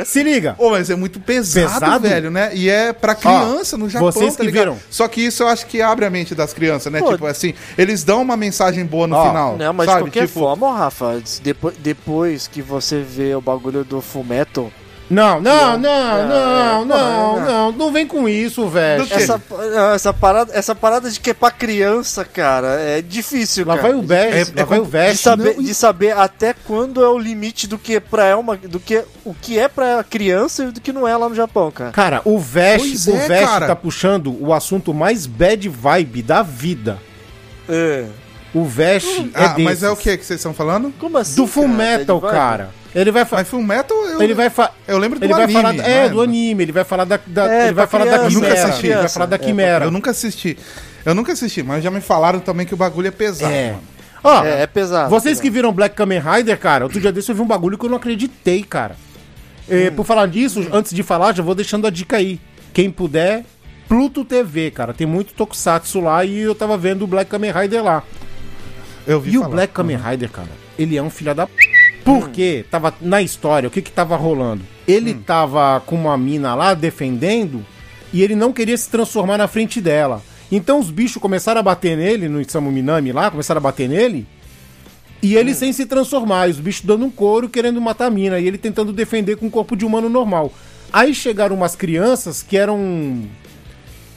[SPEAKER 4] Ô, se liga.
[SPEAKER 5] Ô, mas é muito pesado,
[SPEAKER 4] Pesado?
[SPEAKER 5] velho, né? E é pra criança no Japão, tá
[SPEAKER 4] vocês que viram.
[SPEAKER 5] Só que isso eu acho que abre a mente das crianças, né?
[SPEAKER 6] Pô.
[SPEAKER 5] Tipo assim, eles dão uma mensagem boa no
[SPEAKER 4] Ó,
[SPEAKER 5] final,
[SPEAKER 6] Não, mas
[SPEAKER 5] sabe?
[SPEAKER 6] de qualquer
[SPEAKER 5] tipo,
[SPEAKER 6] forma, ô, Rafa, depois, depois que você vê o bagulho do Fumeto,
[SPEAKER 4] Não,
[SPEAKER 5] Ah,
[SPEAKER 4] não, não,
[SPEAKER 5] é,
[SPEAKER 4] não,
[SPEAKER 6] Não,
[SPEAKER 4] não,
[SPEAKER 6] não,
[SPEAKER 4] não. Não vem com isso, velho.
[SPEAKER 5] Do quê?
[SPEAKER 6] essa, não, essa, parada, essa parada de que é pra criança, cara, é difícil,
[SPEAKER 4] Lá
[SPEAKER 6] cara.
[SPEAKER 4] vai o Vest,
[SPEAKER 5] É-
[SPEAKER 4] lá
[SPEAKER 5] é
[SPEAKER 4] vai o
[SPEAKER 5] com-
[SPEAKER 6] de
[SPEAKER 4] Vest.
[SPEAKER 6] saber, de saber até quando é o limite do que pra é uma, do que o que é pra criança e do que não é lá no Japão, cara.
[SPEAKER 4] Cara, o Vest,
[SPEAKER 5] Pois
[SPEAKER 4] o
[SPEAKER 5] é,
[SPEAKER 4] Vest
[SPEAKER 5] cara.
[SPEAKER 4] tá puxando o assunto mais bad vibe da vida.
[SPEAKER 6] É.
[SPEAKER 4] O Vest é
[SPEAKER 5] Ah,
[SPEAKER 4] desses.
[SPEAKER 5] mas é o que que vocês estão falando?
[SPEAKER 6] Como assim?
[SPEAKER 4] Do Full
[SPEAKER 6] cara?
[SPEAKER 4] Metal,
[SPEAKER 6] Ele vai-
[SPEAKER 4] cara. Ele vai falar.
[SPEAKER 5] Mas é Full Metal, eu,
[SPEAKER 4] Ele vai fa...
[SPEAKER 5] eu lembro do
[SPEAKER 4] Ele vai
[SPEAKER 5] anime.
[SPEAKER 4] falar, é,
[SPEAKER 5] né?
[SPEAKER 4] do anime, ele vai falar da, da-
[SPEAKER 6] É,
[SPEAKER 4] ele vai
[SPEAKER 6] pra
[SPEAKER 4] falar da
[SPEAKER 6] criança,
[SPEAKER 5] pra
[SPEAKER 4] quimera,
[SPEAKER 5] criança.
[SPEAKER 4] ele vai falar da
[SPEAKER 6] É, pra-
[SPEAKER 4] quimera.
[SPEAKER 5] tá, Eu nunca assisti. Eu nunca assisti, mas já me falaram também que o bagulho é pesado.
[SPEAKER 4] É.
[SPEAKER 5] mano.
[SPEAKER 4] Ó,
[SPEAKER 6] É, é pesado.
[SPEAKER 4] vocês
[SPEAKER 6] pesado.
[SPEAKER 4] que viram Black Kamen Rider, cara, outro dia desse eu vi um bagulho que eu não acreditei, cara. É, Por falar disso, antes de falar, já vou deixando a dica aí. Quem puder, Pluto TV, cara. Tem muito tokusatsu lá e eu tava vendo o Black Kamen Rider lá.
[SPEAKER 5] Eu vi
[SPEAKER 4] E o
[SPEAKER 5] falar.
[SPEAKER 4] Black Kamen Rider, cara, ele é um filho da... p. Porque tava na história, o que que tava rolando? Ele tava com uma mina lá defendendo e ele não queria se transformar na frente dela. Então os bichos começaram a bater nele, no Isamu Minami lá, começaram a bater nele. E ele sem se transformar, e os bichos dando um couro querendo matar a mina, e ele tentando defender com o corpo de humano normal. Aí chegaram umas crianças que eram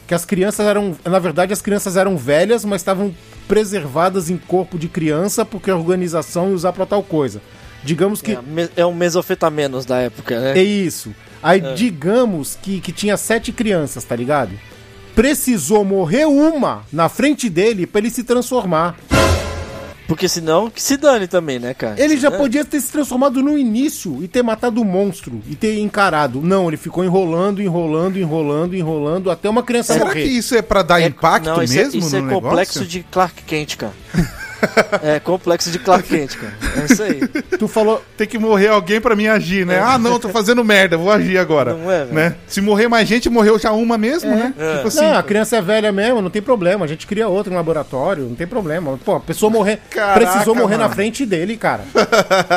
[SPEAKER 4] que as crianças eram, na verdade, as crianças eram velhas, mas estavam preservadas em corpo de criança porque a organização ia usar pra tal coisa. Digamos que
[SPEAKER 6] É, me- é um mesanfetamenos da época, né?
[SPEAKER 4] é isso. Aí digamos que, que tinha sete crianças, tá ligado? Precisou morrer uma na frente dele pra ele se transformar.
[SPEAKER 6] Porque senão que se dane também, né, cara?
[SPEAKER 4] Ele
[SPEAKER 6] Se
[SPEAKER 4] já
[SPEAKER 6] dane.
[SPEAKER 4] podia ter se transformado no início e ter matado o monstro e ter encarado. Não, ele ficou enrolando, enrolando, enrolando, enrolando até uma criança
[SPEAKER 5] Será
[SPEAKER 4] morrer.
[SPEAKER 5] que isso é pra dar
[SPEAKER 6] É-
[SPEAKER 5] impacto
[SPEAKER 6] não, isso é-
[SPEAKER 5] mesmo
[SPEAKER 6] isso é
[SPEAKER 5] no
[SPEAKER 6] complexo
[SPEAKER 5] negócio?
[SPEAKER 6] de Clark Kent, cara. é complexo de Clark Kent, cara. É isso aí.
[SPEAKER 4] Tu falou,
[SPEAKER 5] Tem que morrer alguém pra mim agir, né? Ah, não, tô fazendo merda, vou agir agora.
[SPEAKER 6] Não é, velho?
[SPEAKER 5] né? Se morrer mais gente, morreu já uma mesmo, né?
[SPEAKER 6] É.
[SPEAKER 5] Tipo assim,
[SPEAKER 4] Não, a criança é velha mesmo, não tem problema. A gente cria outra no laboratório, não tem problema. Pô, a pessoa morrer.
[SPEAKER 5] Caraca,
[SPEAKER 4] precisou morrer
[SPEAKER 5] mano.
[SPEAKER 4] na frente dele, cara.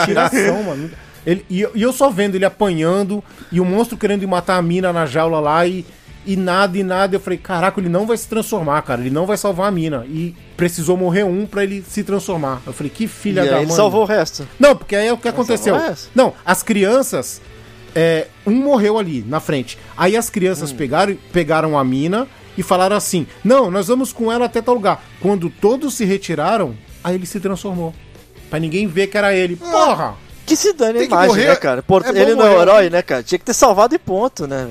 [SPEAKER 4] Tiração, mano. Ele- e, eu- e eu só vendo ele apanhando e o monstro querendo ir matar a mina na jaula lá e, e nada, e nada. Eu falei, caraca, ele não vai se transformar, cara. Ele não vai salvar a mina. E precisou morrer um pra ele se transformar. Eu falei, que
[SPEAKER 6] E
[SPEAKER 4] filha
[SPEAKER 6] aí
[SPEAKER 4] da
[SPEAKER 6] ele
[SPEAKER 4] mãe.
[SPEAKER 6] salvou o resto.
[SPEAKER 4] Não, porque aí é o que aconteceu.
[SPEAKER 6] não é essa.
[SPEAKER 4] Não, as crianças. é, um morreu ali na frente. Aí as crianças
[SPEAKER 6] Hum.
[SPEAKER 4] pegaram, pegaram a mina e falaram assim: Não, nós vamos com ela até tal lugar. Quando todos se retiraram, aí ele se transformou. Pra ninguém ver que era ele.
[SPEAKER 6] Ah,
[SPEAKER 4] Porra!
[SPEAKER 6] Que se dane a
[SPEAKER 5] Tem que
[SPEAKER 6] imagem,
[SPEAKER 5] morrer.
[SPEAKER 6] né, cara? Por-
[SPEAKER 5] É bom
[SPEAKER 6] ele não é
[SPEAKER 5] morrer.
[SPEAKER 6] herói, né, cara? Tinha que ter salvado e ponto, né?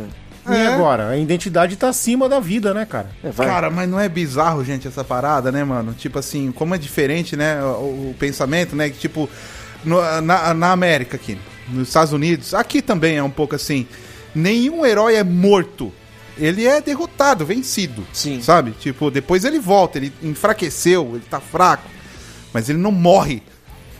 [SPEAKER 4] E
[SPEAKER 6] velho?
[SPEAKER 5] É.
[SPEAKER 4] agora? A identidade tá acima da vida, né, cara?
[SPEAKER 6] É, vai.
[SPEAKER 5] Cara, mas não é bizarro, gente, essa parada, né, mano? Tipo assim, como é diferente, né, o, o pensamento, né? Que, tipo, no- na, na América aqui, nos Estados Unidos, aqui também é um pouco assim. Nenhum herói é morto. Ele é derrotado, vencido.
[SPEAKER 6] Sim.
[SPEAKER 5] Sabe? Tipo, depois ele volta, ele enfraqueceu, ele tá fraco. Mas ele não morre.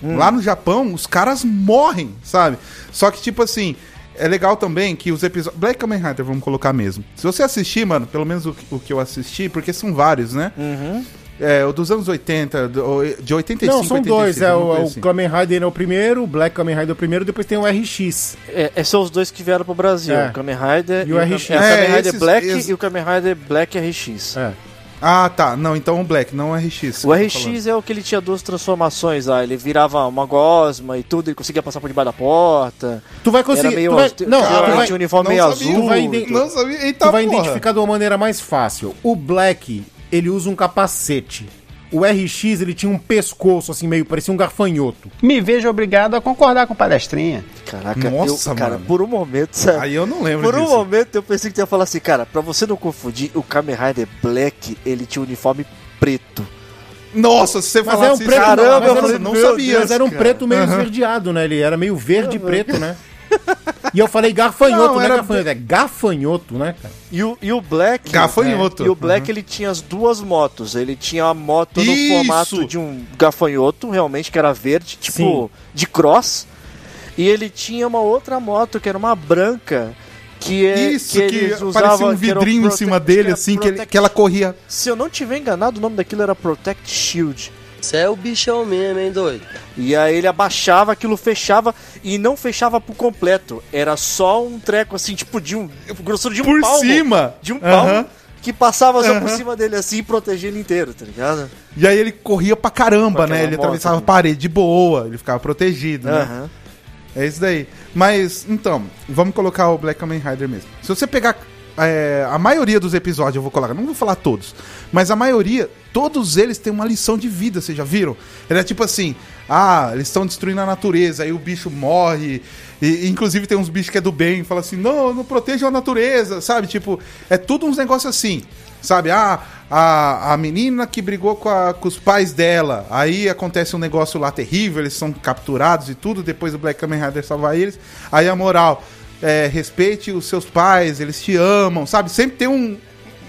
[SPEAKER 6] Hum.
[SPEAKER 5] Lá no Japão, os caras morrem, sabe? Só que, tipo assim, é legal também que os episódios. Black Kamen Rider, vamos colocar mesmo. Se você assistir, mano, pelo menos o que, o que eu assisti, porque são vários, né?
[SPEAKER 6] Uhum.
[SPEAKER 5] É, o dos anos 80, do- de 85
[SPEAKER 4] não, são
[SPEAKER 5] 86,
[SPEAKER 4] dois. É
[SPEAKER 5] alguma
[SPEAKER 4] o,
[SPEAKER 5] coisa
[SPEAKER 4] é o
[SPEAKER 5] assim.
[SPEAKER 4] Kamen Rider é o primeiro, o Black Kamen Rider é o primeiro, depois tem o RX.
[SPEAKER 6] É, é, são os dois que vieram pro Brasil,
[SPEAKER 4] É.
[SPEAKER 6] o Kamen Rider
[SPEAKER 4] E o RX.
[SPEAKER 6] Kam- É, o
[SPEAKER 5] É,
[SPEAKER 6] Kamen Rider
[SPEAKER 5] esses-
[SPEAKER 6] Black
[SPEAKER 5] esses-
[SPEAKER 6] e o Kamen Rider Black RX.
[SPEAKER 4] É.
[SPEAKER 5] Ah, tá. Não, então o Black, não o RX.
[SPEAKER 6] O
[SPEAKER 5] que eu tô falando.
[SPEAKER 6] RX é o que ele tinha duas transformações lá, ele virava uma gosma e tudo, ele conseguia passar por debaixo da porta.
[SPEAKER 4] Tu vai
[SPEAKER 6] Era
[SPEAKER 4] conseguir.
[SPEAKER 6] meio
[SPEAKER 4] tu vai-
[SPEAKER 6] azul-
[SPEAKER 4] não,
[SPEAKER 6] tinha
[SPEAKER 4] tu vai,
[SPEAKER 6] um uniforme
[SPEAKER 5] não
[SPEAKER 6] meio
[SPEAKER 5] sabia,
[SPEAKER 6] azul.
[SPEAKER 4] tu vai ident-
[SPEAKER 5] Não sabia. Eita,
[SPEAKER 4] tu vai
[SPEAKER 5] Tá, porra.
[SPEAKER 4] identificar de uma maneira mais fácil. O Black, ele usa um capacete. O RX, ele tinha um pescoço, assim, meio, parecia um garfanhoto.
[SPEAKER 9] Me vejo obrigado a concordar com palestrinha.
[SPEAKER 6] Caraca,
[SPEAKER 5] Nossa,
[SPEAKER 6] eu, cara,
[SPEAKER 5] mano.
[SPEAKER 6] por um momento, sabe?
[SPEAKER 5] Aí eu não lembro
[SPEAKER 6] Por um
[SPEAKER 5] disso.
[SPEAKER 6] momento eu pensei que tu ia falar assim, cara, pra você não confundir, o Kamen Rider Black, ele tinha um uniforme preto.
[SPEAKER 5] Nossa, se você
[SPEAKER 4] Mas era um
[SPEAKER 5] falasse
[SPEAKER 4] preto,
[SPEAKER 5] isso,
[SPEAKER 6] caramba,
[SPEAKER 4] mas era
[SPEAKER 5] eu
[SPEAKER 4] um-
[SPEAKER 5] não,
[SPEAKER 6] falei,
[SPEAKER 5] não
[SPEAKER 6] meu
[SPEAKER 5] sabia.
[SPEAKER 4] Mas era um
[SPEAKER 5] cara.
[SPEAKER 4] preto meio esverdeado, né? Ele era meio verde e preto, né? E eu falei garfanhoto,
[SPEAKER 5] Não,
[SPEAKER 4] não é
[SPEAKER 5] era-
[SPEAKER 4] garfanhoto, é gafanhoto, né, cara?
[SPEAKER 6] E o, e o Black. né,
[SPEAKER 5] Gafanhoto.
[SPEAKER 6] E o Black ele tinha as duas motos. Ele tinha a moto
[SPEAKER 5] Uhum. Isso!
[SPEAKER 6] no formato de um gafanhoto, realmente, que era verde, tipo
[SPEAKER 4] Sim.
[SPEAKER 6] de cross. E ele tinha uma outra moto que era uma branca. Que é,
[SPEAKER 5] Isso, que,
[SPEAKER 6] eles
[SPEAKER 5] parecia
[SPEAKER 6] usavam-
[SPEAKER 5] um
[SPEAKER 6] que era o
[SPEAKER 5] vidrinho em
[SPEAKER 6] prote-
[SPEAKER 5] cima
[SPEAKER 6] acho que
[SPEAKER 5] dele,
[SPEAKER 6] era
[SPEAKER 5] assim, que, ele-
[SPEAKER 6] protect-
[SPEAKER 5] que ela corria.
[SPEAKER 6] Se eu não tiver enganado, o nome daquilo era Protect Shield.
[SPEAKER 11] Você é o bichão mesmo, hein, doido?
[SPEAKER 6] E aí ele abaixava, aquilo fechava e não fechava por completo. Era só um treco assim, tipo de um. grossura de um
[SPEAKER 5] Por
[SPEAKER 6] palmo.
[SPEAKER 5] cima?
[SPEAKER 6] De um
[SPEAKER 5] Aham.
[SPEAKER 6] palmo. Que passava só por
[SPEAKER 5] Aham.
[SPEAKER 6] cima dele assim e protegia ele inteiro, tá ligado?
[SPEAKER 5] E aí ele corria pra caramba,
[SPEAKER 6] Com aquela
[SPEAKER 5] né? Ele
[SPEAKER 6] moto,
[SPEAKER 5] atravessava a
[SPEAKER 6] né?
[SPEAKER 5] parede de boa, ele ficava protegido, né?
[SPEAKER 6] Aham.
[SPEAKER 5] É isso daí. Mas, então, vamos colocar o Black Kamen Rider mesmo. Se você pegar é, a maioria dos episódios, eu vou colocar, não vou falar todos, mas a maioria, todos eles têm uma lição de vida, vocês já viram? Ele é tipo assim, ah, eles estão destruindo a natureza, aí o bicho morre, e, e, inclusive tem uns bichos que é do bem, fala assim, não, não protejam a natureza, sabe? Tipo, é tudo uns negócios assim, sabe? Ah, a, a menina que brigou com, a- com os pais dela. Aí acontece um negócio lá terrível, eles são capturados e tudo. Depois o Black Kamen Rider salva eles. Aí a moral, é, respeite os seus pais, eles te amam, sabe? Sempre tem um,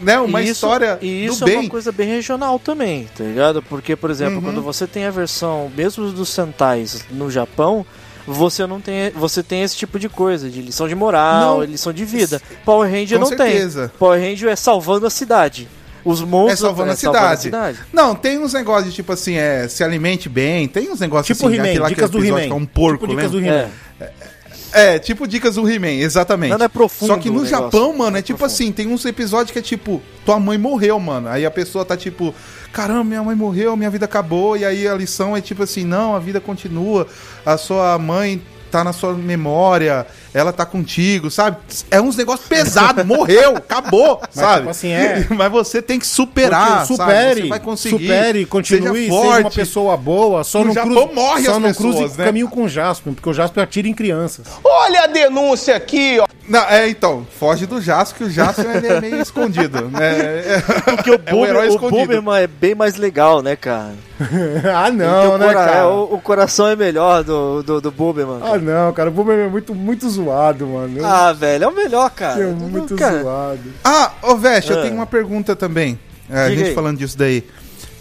[SPEAKER 5] né, uma
[SPEAKER 6] E isso-
[SPEAKER 5] história
[SPEAKER 6] E isso
[SPEAKER 5] do
[SPEAKER 6] é
[SPEAKER 5] bem. Uhum.
[SPEAKER 6] uma coisa bem regional também, tá ligado? Porque, por exemplo, quando você tem a versão mesmo dos Sentais no Japão, você não tem, você tem esse tipo de coisa, de lição de moral,
[SPEAKER 5] Não.
[SPEAKER 6] lição de vida. Power Ranger
[SPEAKER 5] Com
[SPEAKER 6] não
[SPEAKER 5] certeza.
[SPEAKER 6] tem. Power Ranger é salvando a cidade. Os monstros
[SPEAKER 5] É salvando a cidade. Não, tem uns negócios tipo assim, é, se alimente bem, tem uns negócios
[SPEAKER 4] Tipo
[SPEAKER 5] assim,
[SPEAKER 4] He-Man,
[SPEAKER 5] aquele-
[SPEAKER 4] dicas do
[SPEAKER 5] episódio
[SPEAKER 4] He-Man.
[SPEAKER 5] que é um porco,
[SPEAKER 4] Tipo dicas
[SPEAKER 5] lembra?
[SPEAKER 4] do He-Man.
[SPEAKER 6] É.
[SPEAKER 5] É, tipo dicas do He-Man, exatamente.
[SPEAKER 6] Nada é profundo
[SPEAKER 5] Só que
[SPEAKER 6] o
[SPEAKER 5] no
[SPEAKER 6] negócio.
[SPEAKER 5] Japão, mano, é,
[SPEAKER 6] É
[SPEAKER 5] tipo
[SPEAKER 6] profundo.
[SPEAKER 5] assim, tem uns episódios que é tipo, tua mãe morreu, mano. Aí a pessoa tá tipo, caramba, minha mãe morreu, minha vida acabou. E aí a lição é tipo assim, não, a vida continua, a sua mãe tá na sua memória, ela tá contigo, sabe? É uns negócios pesados, morreu, acabou, sabe?
[SPEAKER 4] tipo assim, é.
[SPEAKER 5] Mas você tem que superar,
[SPEAKER 4] Continue,
[SPEAKER 5] sabe?
[SPEAKER 4] supere,
[SPEAKER 5] Você vai conseguir.
[SPEAKER 4] supere,
[SPEAKER 5] seja
[SPEAKER 4] continue, seja, uma
[SPEAKER 5] forte.
[SPEAKER 4] pessoa boa, só
[SPEAKER 5] No
[SPEAKER 4] não
[SPEAKER 5] Japão
[SPEAKER 4] cruze,
[SPEAKER 5] morre
[SPEAKER 4] só
[SPEAKER 5] as
[SPEAKER 4] não
[SPEAKER 5] pessoas,
[SPEAKER 4] cruze
[SPEAKER 5] né?
[SPEAKER 4] caminho com o Jasper, porque o Jasper atira em crianças.
[SPEAKER 9] Olha a denúncia aqui, ó.
[SPEAKER 5] Não, é, então, foge do Jasco, que o Jasco é meio escondido. né? É,
[SPEAKER 6] Porque o,
[SPEAKER 5] é um
[SPEAKER 6] Boomer,
[SPEAKER 5] herói
[SPEAKER 6] o
[SPEAKER 5] escondido.
[SPEAKER 6] Boomerman é bem mais legal, né, cara?
[SPEAKER 4] ah,
[SPEAKER 6] Porque
[SPEAKER 4] não,
[SPEAKER 6] o,
[SPEAKER 4] né,
[SPEAKER 6] cora- é,
[SPEAKER 4] cara?
[SPEAKER 6] o, o coração é melhor do, do, do Boomerman.
[SPEAKER 4] Ah,
[SPEAKER 6] cara.
[SPEAKER 4] não, cara, o Boomerman é muito, muito zoado, mano. Ah,
[SPEAKER 6] Ah, velho, é o melhor, cara.
[SPEAKER 4] é
[SPEAKER 6] Não,
[SPEAKER 4] muito
[SPEAKER 6] cara,
[SPEAKER 4] zoado.
[SPEAKER 5] Ah, ô Veste, eu
[SPEAKER 6] Ah.
[SPEAKER 5] tenho uma pergunta também. É, a
[SPEAKER 6] Diga
[SPEAKER 5] gente
[SPEAKER 6] aí.
[SPEAKER 5] falando disso daí.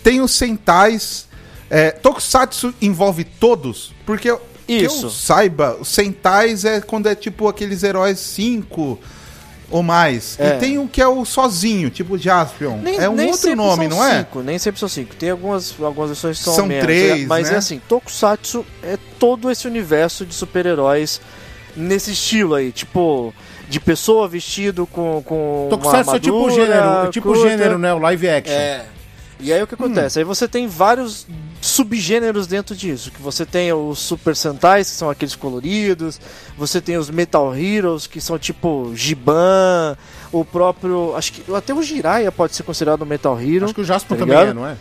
[SPEAKER 5] Tem os Sentais. É, Tokusatsu envolve todos? Porque eu- que eu
[SPEAKER 6] Isso.
[SPEAKER 5] saiba, os Sentais é quando é tipo aqueles heróis 5 ou mais.
[SPEAKER 6] É.
[SPEAKER 5] E tem um que é o sozinho, tipo Jaspion.
[SPEAKER 6] Nem-
[SPEAKER 5] é um
[SPEAKER 6] nem
[SPEAKER 5] outro
[SPEAKER 6] sempre
[SPEAKER 5] nome,
[SPEAKER 6] são
[SPEAKER 5] não é?
[SPEAKER 6] Cinco, nem sempre são cinco. Tem algumas, algumas versões que são,
[SPEAKER 5] São
[SPEAKER 6] menos,
[SPEAKER 5] três,
[SPEAKER 6] é, Mas
[SPEAKER 5] né?
[SPEAKER 6] é assim, Tokusatsu é todo esse universo de super-heróis nesse estilo aí, tipo... De pessoa vestido com, com
[SPEAKER 4] Tokusatsu é tipo gênero, é tipo
[SPEAKER 6] curta.
[SPEAKER 4] gênero, né? O live action.
[SPEAKER 6] É. E aí o que acontece? Aí você tem vários subgêneros dentro disso. Que você tem os Super Sentais, que são aqueles coloridos, você tem os Metal Heroes, que são tipo Giban, o próprio. Acho que até o Jiraiya pode ser considerado um Metal Hero.
[SPEAKER 4] Acho que o Jasper
[SPEAKER 6] Tá
[SPEAKER 4] também
[SPEAKER 6] ligado?
[SPEAKER 4] é, não é?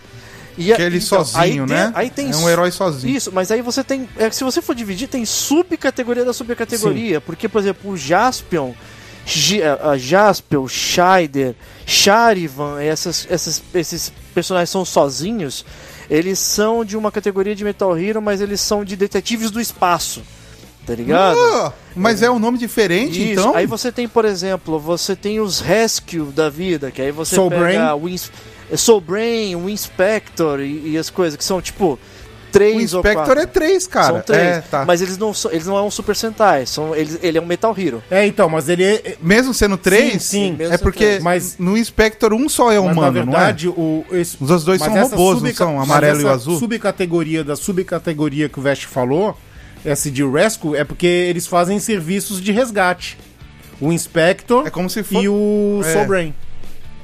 [SPEAKER 6] E a-
[SPEAKER 5] Que ele
[SPEAKER 6] então, aí
[SPEAKER 5] sozinho,
[SPEAKER 6] tem-
[SPEAKER 5] né?
[SPEAKER 6] Aí tem
[SPEAKER 5] é um herói sozinho.
[SPEAKER 6] isso, mas aí você tem. é que se você for dividir, tem subcategoria da subcategoria. Porque, por exemplo, o Jaspion, G, é, a Jaspion, Scheider, Charivan, essas, essas- esses personagens são sozinhos. Eles são de uma categoria de Metal Hero, mas eles são de detetives do espaço. Tá ligado?
[SPEAKER 5] Ah, mas é um nome diferente,
[SPEAKER 6] Isso.
[SPEAKER 5] então?
[SPEAKER 6] Aí você tem, por exemplo, você tem os Rescue da vida, que aí você
[SPEAKER 4] Soul
[SPEAKER 6] pega o Ins- Soul Brain, o Inspector e, e as coisas que são tipo três
[SPEAKER 5] O
[SPEAKER 6] ou
[SPEAKER 5] Inspector
[SPEAKER 6] quatro.
[SPEAKER 5] é três, cara.
[SPEAKER 6] São três.
[SPEAKER 5] É, tá.
[SPEAKER 6] Mas eles não são, eles não é um Super Sentai, são, eles, ele é um Metal Hero.
[SPEAKER 4] É, então, mas ele é.
[SPEAKER 5] Mesmo sendo três,
[SPEAKER 4] Sim, sim.
[SPEAKER 5] é porque
[SPEAKER 4] Mas-
[SPEAKER 5] no Inspector um só é
[SPEAKER 4] mas,
[SPEAKER 5] humano,
[SPEAKER 4] na verdade, o. Esse,
[SPEAKER 5] Os outros dois
[SPEAKER 4] mas
[SPEAKER 5] são
[SPEAKER 4] essa
[SPEAKER 5] robôs, não
[SPEAKER 4] subca-
[SPEAKER 5] são?
[SPEAKER 4] mas
[SPEAKER 5] Amarelo e o
[SPEAKER 4] essa
[SPEAKER 5] azul?
[SPEAKER 4] Subcategoria da subcategoria que o Vest falou, essa de Rescue, é porque eles fazem serviços de resgate. O Inspector
[SPEAKER 5] É como se fo-
[SPEAKER 4] e o
[SPEAKER 5] É.
[SPEAKER 4] Soul Brain.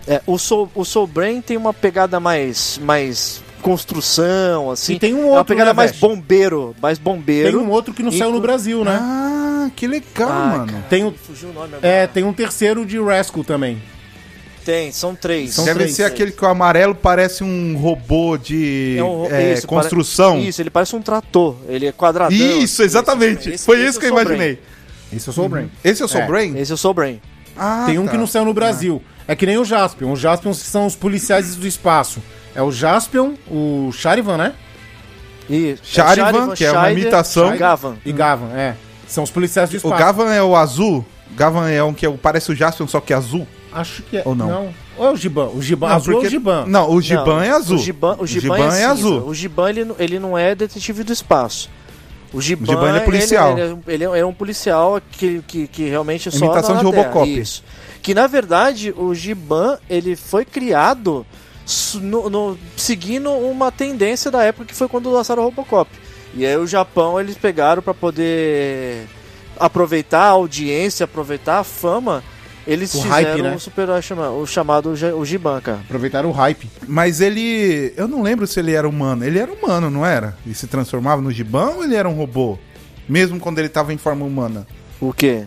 [SPEAKER 6] É, o Soul, o Soul Brain tem uma pegada mais mais construção assim.
[SPEAKER 4] E tem um
[SPEAKER 6] é uma
[SPEAKER 4] outro,
[SPEAKER 6] pegada
[SPEAKER 4] né,
[SPEAKER 6] mais
[SPEAKER 4] Vest?
[SPEAKER 6] bombeiro, mais
[SPEAKER 4] Tem
[SPEAKER 6] bombeiro.
[SPEAKER 4] um outro que não
[SPEAKER 6] E
[SPEAKER 4] saiu no
[SPEAKER 6] com-
[SPEAKER 4] Brasil,
[SPEAKER 5] não é?
[SPEAKER 4] né?
[SPEAKER 5] Ah, que legal,
[SPEAKER 6] Ah,
[SPEAKER 5] mano.
[SPEAKER 4] Tem o,
[SPEAKER 6] Fugiu o nome agora.
[SPEAKER 4] é, tem um terceiro de Rescue também.
[SPEAKER 6] Tem, são três.
[SPEAKER 4] São
[SPEAKER 5] Então Deve
[SPEAKER 4] três.
[SPEAKER 5] ser aquele que o amarelo parece um robô de
[SPEAKER 6] É um ro-
[SPEAKER 5] é,
[SPEAKER 6] isso,
[SPEAKER 5] construção.
[SPEAKER 6] pare- Isso, ele parece um trator. Ele é quadradão.
[SPEAKER 5] Isso,
[SPEAKER 6] assim,
[SPEAKER 5] exatamente.
[SPEAKER 6] esse-
[SPEAKER 5] Foi
[SPEAKER 6] esse é
[SPEAKER 5] isso que eu
[SPEAKER 6] sou
[SPEAKER 5] imaginei.
[SPEAKER 4] Esse é o Soul Brain.
[SPEAKER 5] Esse eu sou
[SPEAKER 4] É.
[SPEAKER 5] Brain?
[SPEAKER 6] Brain. Esse eu sou o Brain.
[SPEAKER 5] Uhum. Ah,
[SPEAKER 4] Tem um
[SPEAKER 5] tá.
[SPEAKER 4] que não saiu no Brasil. É que nem o Jaspion. Os Jaspions são os policiais do espaço. É o Jaspion, o Charivan, né?
[SPEAKER 6] E
[SPEAKER 5] Charivan, que é uma
[SPEAKER 6] Scheider,
[SPEAKER 5] imitação.
[SPEAKER 6] Gavan.
[SPEAKER 4] E Gavan, é. São os policiais do
[SPEAKER 5] Uhum. O
[SPEAKER 4] espaço.
[SPEAKER 5] Gavan é o azul? Gavan é um que é o- parece o Jaspion, só que é azul?
[SPEAKER 4] Acho que é.
[SPEAKER 5] Ou não?
[SPEAKER 4] Ou é o Giban. O Giban.
[SPEAKER 5] Não,
[SPEAKER 4] Azul é
[SPEAKER 5] porque-
[SPEAKER 4] o Giban.
[SPEAKER 5] Não, o Giban
[SPEAKER 6] Não,
[SPEAKER 5] é azul.
[SPEAKER 6] O Giban, o Giban, é, cinza.
[SPEAKER 5] azul.
[SPEAKER 6] O Giban, ele, não- ele não é detetive do espaço. O Giban,
[SPEAKER 5] Giban, ele é policial.
[SPEAKER 6] Ele, ele é, ele é um policial que, que, que realmente é só
[SPEAKER 5] Imitação
[SPEAKER 6] anda
[SPEAKER 5] de
[SPEAKER 6] na Terra,
[SPEAKER 5] Robocop.
[SPEAKER 6] Isso. Que, na verdade, o Giban, ele foi criado s- no- no- seguindo uma tendência da época que foi quando lançaram o Robocop. E aí o Japão eles pegaram para poder aproveitar a audiência, aproveitar a fama. Eles
[SPEAKER 4] O hype,
[SPEAKER 6] fizeram
[SPEAKER 4] né?
[SPEAKER 6] o super chama- o chamado ja- o Giban, cara.
[SPEAKER 4] Aproveitaram o hype.
[SPEAKER 5] Mas ele. Eu não lembro se ele era humano. Ele era humano, não era? Ele se transformava no gibão ou ele era um robô? Mesmo quando ele tava em forma humana.
[SPEAKER 6] O quê?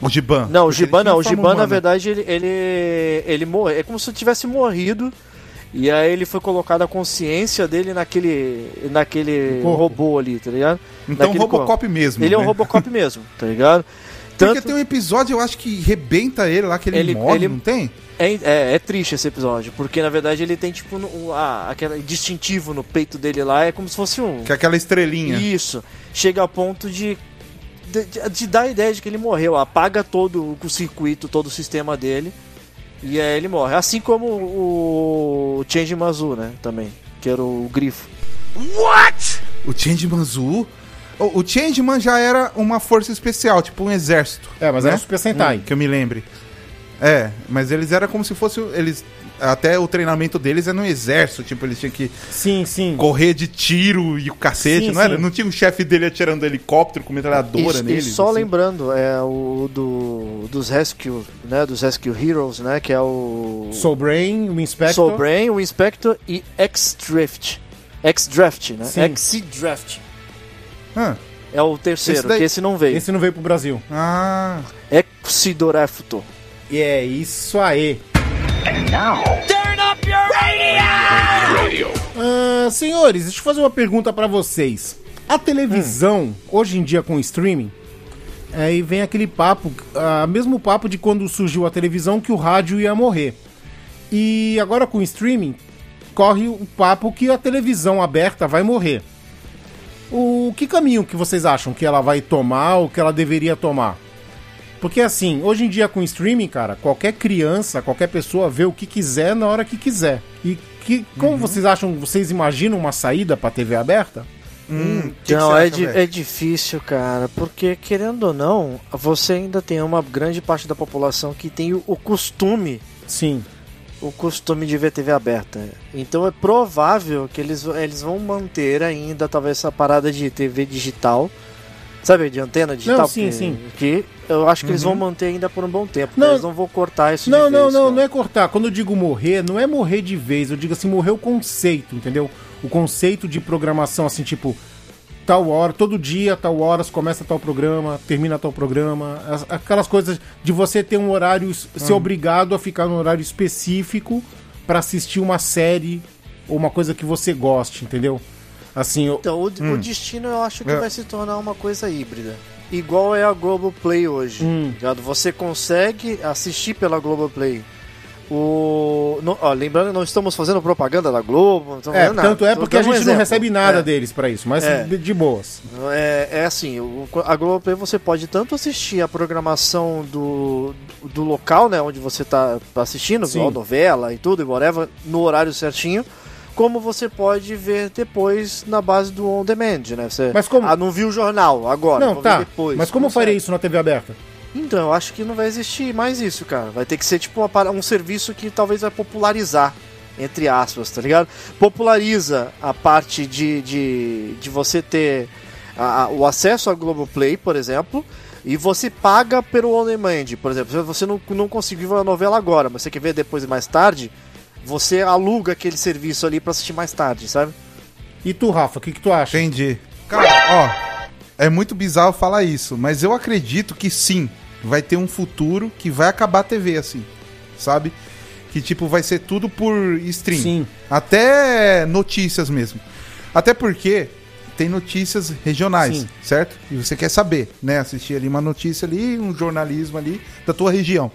[SPEAKER 5] O gibão.
[SPEAKER 6] Não, o
[SPEAKER 5] Porque ele
[SPEAKER 6] Giban
[SPEAKER 5] tinha
[SPEAKER 6] não. O
[SPEAKER 5] forma
[SPEAKER 6] Giban, na
[SPEAKER 5] humana.
[SPEAKER 6] verdade, ele, ele, ele morre. É como se tivesse morrido. E aí ele foi colocado a consciência dele naquele, naquele
[SPEAKER 4] corpo.
[SPEAKER 6] robô ali, tá ligado?
[SPEAKER 5] Um Então,
[SPEAKER 6] Naquele
[SPEAKER 5] Robocop
[SPEAKER 6] corpo.
[SPEAKER 5] mesmo.
[SPEAKER 6] Ele é um
[SPEAKER 5] né?
[SPEAKER 6] Robocop mesmo, tá ligado?
[SPEAKER 5] Porque
[SPEAKER 6] Tanto
[SPEAKER 5] tem um episódio, eu acho que rebenta ele lá, que ele,
[SPEAKER 6] Ele-
[SPEAKER 5] morre,
[SPEAKER 6] ele-
[SPEAKER 5] não tem?
[SPEAKER 6] é, é, é triste esse episódio, porque na verdade ele tem tipo um, um- ah, aquele distintivo no peito dele lá, é como se fosse um.
[SPEAKER 5] Que é aquela estrelinha.
[SPEAKER 6] Isso. Chega a ponto de, de, de- de dar a ideia de que ele morreu. Apaga todo o circuito, todo o sistema dele. E aí ele morre. Assim como o Change Mazu, né? Também. Que era o grifo.
[SPEAKER 5] O Changeman Zuu... O o Changeman já era uma força especial, tipo um exército.
[SPEAKER 4] É, mas
[SPEAKER 5] né?
[SPEAKER 4] era o Super
[SPEAKER 6] Tá.
[SPEAKER 4] Sentai.
[SPEAKER 5] Que eu me lembre. É, mas eles eram como se fosse... Eles... Até o treinamento deles era no exército, tipo, eles tinham que
[SPEAKER 4] Sim, sim.
[SPEAKER 5] correr de tiro e o cacete,
[SPEAKER 4] Sim,
[SPEAKER 5] não era?
[SPEAKER 4] sim.
[SPEAKER 5] Não tinha um chefe dele atirando helicóptero com metralhadora
[SPEAKER 6] e,
[SPEAKER 5] nele?
[SPEAKER 6] e só
[SPEAKER 5] assim?
[SPEAKER 6] lembrando, é o do, dos Rescue, né? Dos Rescue Heroes, né? Que é o.
[SPEAKER 4] Soul Brain, o Inspector.
[SPEAKER 6] Soul Brain, o Inspector e X-Drift. X-Draft, né?
[SPEAKER 4] Sim.
[SPEAKER 6] X-Draft.
[SPEAKER 5] Ah,
[SPEAKER 6] É o terceiro,
[SPEAKER 5] Esse daí-
[SPEAKER 6] que esse não veio.
[SPEAKER 4] Esse não veio pro Brasil.
[SPEAKER 5] ah,
[SPEAKER 6] Exidorefto.
[SPEAKER 4] E é isso aí. Ah, senhores, deixa eu fazer uma pergunta pra vocês. A televisão, hoje em dia com o streaming, aí vem aquele papo, ah, mesmo papo de quando surgiu a televisão que o rádio ia morrer. E agora com o streaming, corre o papo que a televisão aberta vai morrer. O que caminho que vocês acham que ela vai tomar ou que ela deveria tomar? Porque assim, hoje em dia com streaming, cara, qualquer criança, qualquer pessoa vê o que quiser na hora que quiser. E que, como vocês acham, vocês imaginam uma saída pra TV aberta?
[SPEAKER 5] hum, que que
[SPEAKER 6] Não,
[SPEAKER 5] você
[SPEAKER 6] é,
[SPEAKER 5] acha,
[SPEAKER 6] di-
[SPEAKER 5] velho?
[SPEAKER 6] é difícil, cara, porque querendo ou não, você ainda tem uma grande parte da população que tem o, o costume,
[SPEAKER 4] Sim.
[SPEAKER 6] o costume de ver TV aberta. Então é provável que eles, eles vão manter ainda talvez essa parada de TV digital, sabe, de antena digital.
[SPEAKER 4] sim,
[SPEAKER 6] que,
[SPEAKER 4] sim. Uhum.
[SPEAKER 6] Que eu acho que eles vão manter ainda por um bom tempo.
[SPEAKER 4] Não.
[SPEAKER 6] eles não vão cortar isso. de
[SPEAKER 4] Não, não,
[SPEAKER 6] vez,
[SPEAKER 4] não,
[SPEAKER 6] cara.
[SPEAKER 4] não é cortar. Quando eu digo morrer, não é morrer de vez. Eu digo assim, morrer o conceito, entendeu? O conceito de programação, assim, tipo, tal hora, todo dia, tal horas, começa tal programa, termina tal programa. As- Aquelas coisas de você ter um horário, s-
[SPEAKER 6] Hum.
[SPEAKER 4] ser obrigado a ficar num horário específico pra assistir uma série ou uma coisa que você goste, entendeu? Assim, eu-
[SPEAKER 6] Então, o, o destino eu acho que
[SPEAKER 5] É.
[SPEAKER 6] vai se tornar uma coisa híbrida. Igual é a Globoplay hoje.
[SPEAKER 4] Hum.
[SPEAKER 6] ligado? Você consegue assistir pela Globoplay. O... no- ó, lembrando, não estamos fazendo propaganda da Globo. Não estamos
[SPEAKER 4] é,
[SPEAKER 6] fazendo nada.
[SPEAKER 4] tanto é porque a
[SPEAKER 6] Estamos
[SPEAKER 4] gente
[SPEAKER 6] Então, dando um
[SPEAKER 4] não
[SPEAKER 6] exemplo.
[SPEAKER 4] recebe nada
[SPEAKER 6] É.
[SPEAKER 4] deles pra isso, mas
[SPEAKER 6] É.
[SPEAKER 4] de, de boas.
[SPEAKER 6] É, é assim, o- a Globoplay você pode tanto assistir a programação do, do local, né, onde você tá assistindo,
[SPEAKER 4] Sim.
[SPEAKER 6] igual novela e tudo, e whatever, no horário certinho, como você pode ver depois na base do on demand, né? Você,
[SPEAKER 4] Mas como-
[SPEAKER 6] Ah, não viu o jornal agora,
[SPEAKER 4] não,
[SPEAKER 6] vou
[SPEAKER 4] tá.
[SPEAKER 6] ver depois.
[SPEAKER 4] mas como eu
[SPEAKER 6] Consegue.
[SPEAKER 4] faria isso na TV aberta?
[SPEAKER 6] Então, eu acho que não vai existir mais isso, cara. Vai ter que ser tipo uma para- um serviço que talvez vai popularizar, entre aspas, tá ligado? Populariza a parte de, de, de você ter a- a- o acesso à Globoplay, por exemplo, e você paga pelo On Demand, por exemplo. Se você não, não conseguiu ver a novela agora, mas você quer ver depois e mais tarde, você aluga aquele serviço ali pra assistir mais tarde, sabe?
[SPEAKER 4] E tu, Rafa, o que, que tu acha?
[SPEAKER 5] Entendi. Cara, ó, é muito bizarro falar isso, mas eu acredito que sim, vai ter um futuro que vai acabar a TV assim, sabe? Que tipo, vai ser tudo por stream.
[SPEAKER 4] Sim.
[SPEAKER 5] Até notícias mesmo. Até porque tem notícias regionais,
[SPEAKER 4] Sim.
[SPEAKER 5] certo? E você quer saber, né? Assistir ali uma notícia ali, um jornalismo ali da tua região.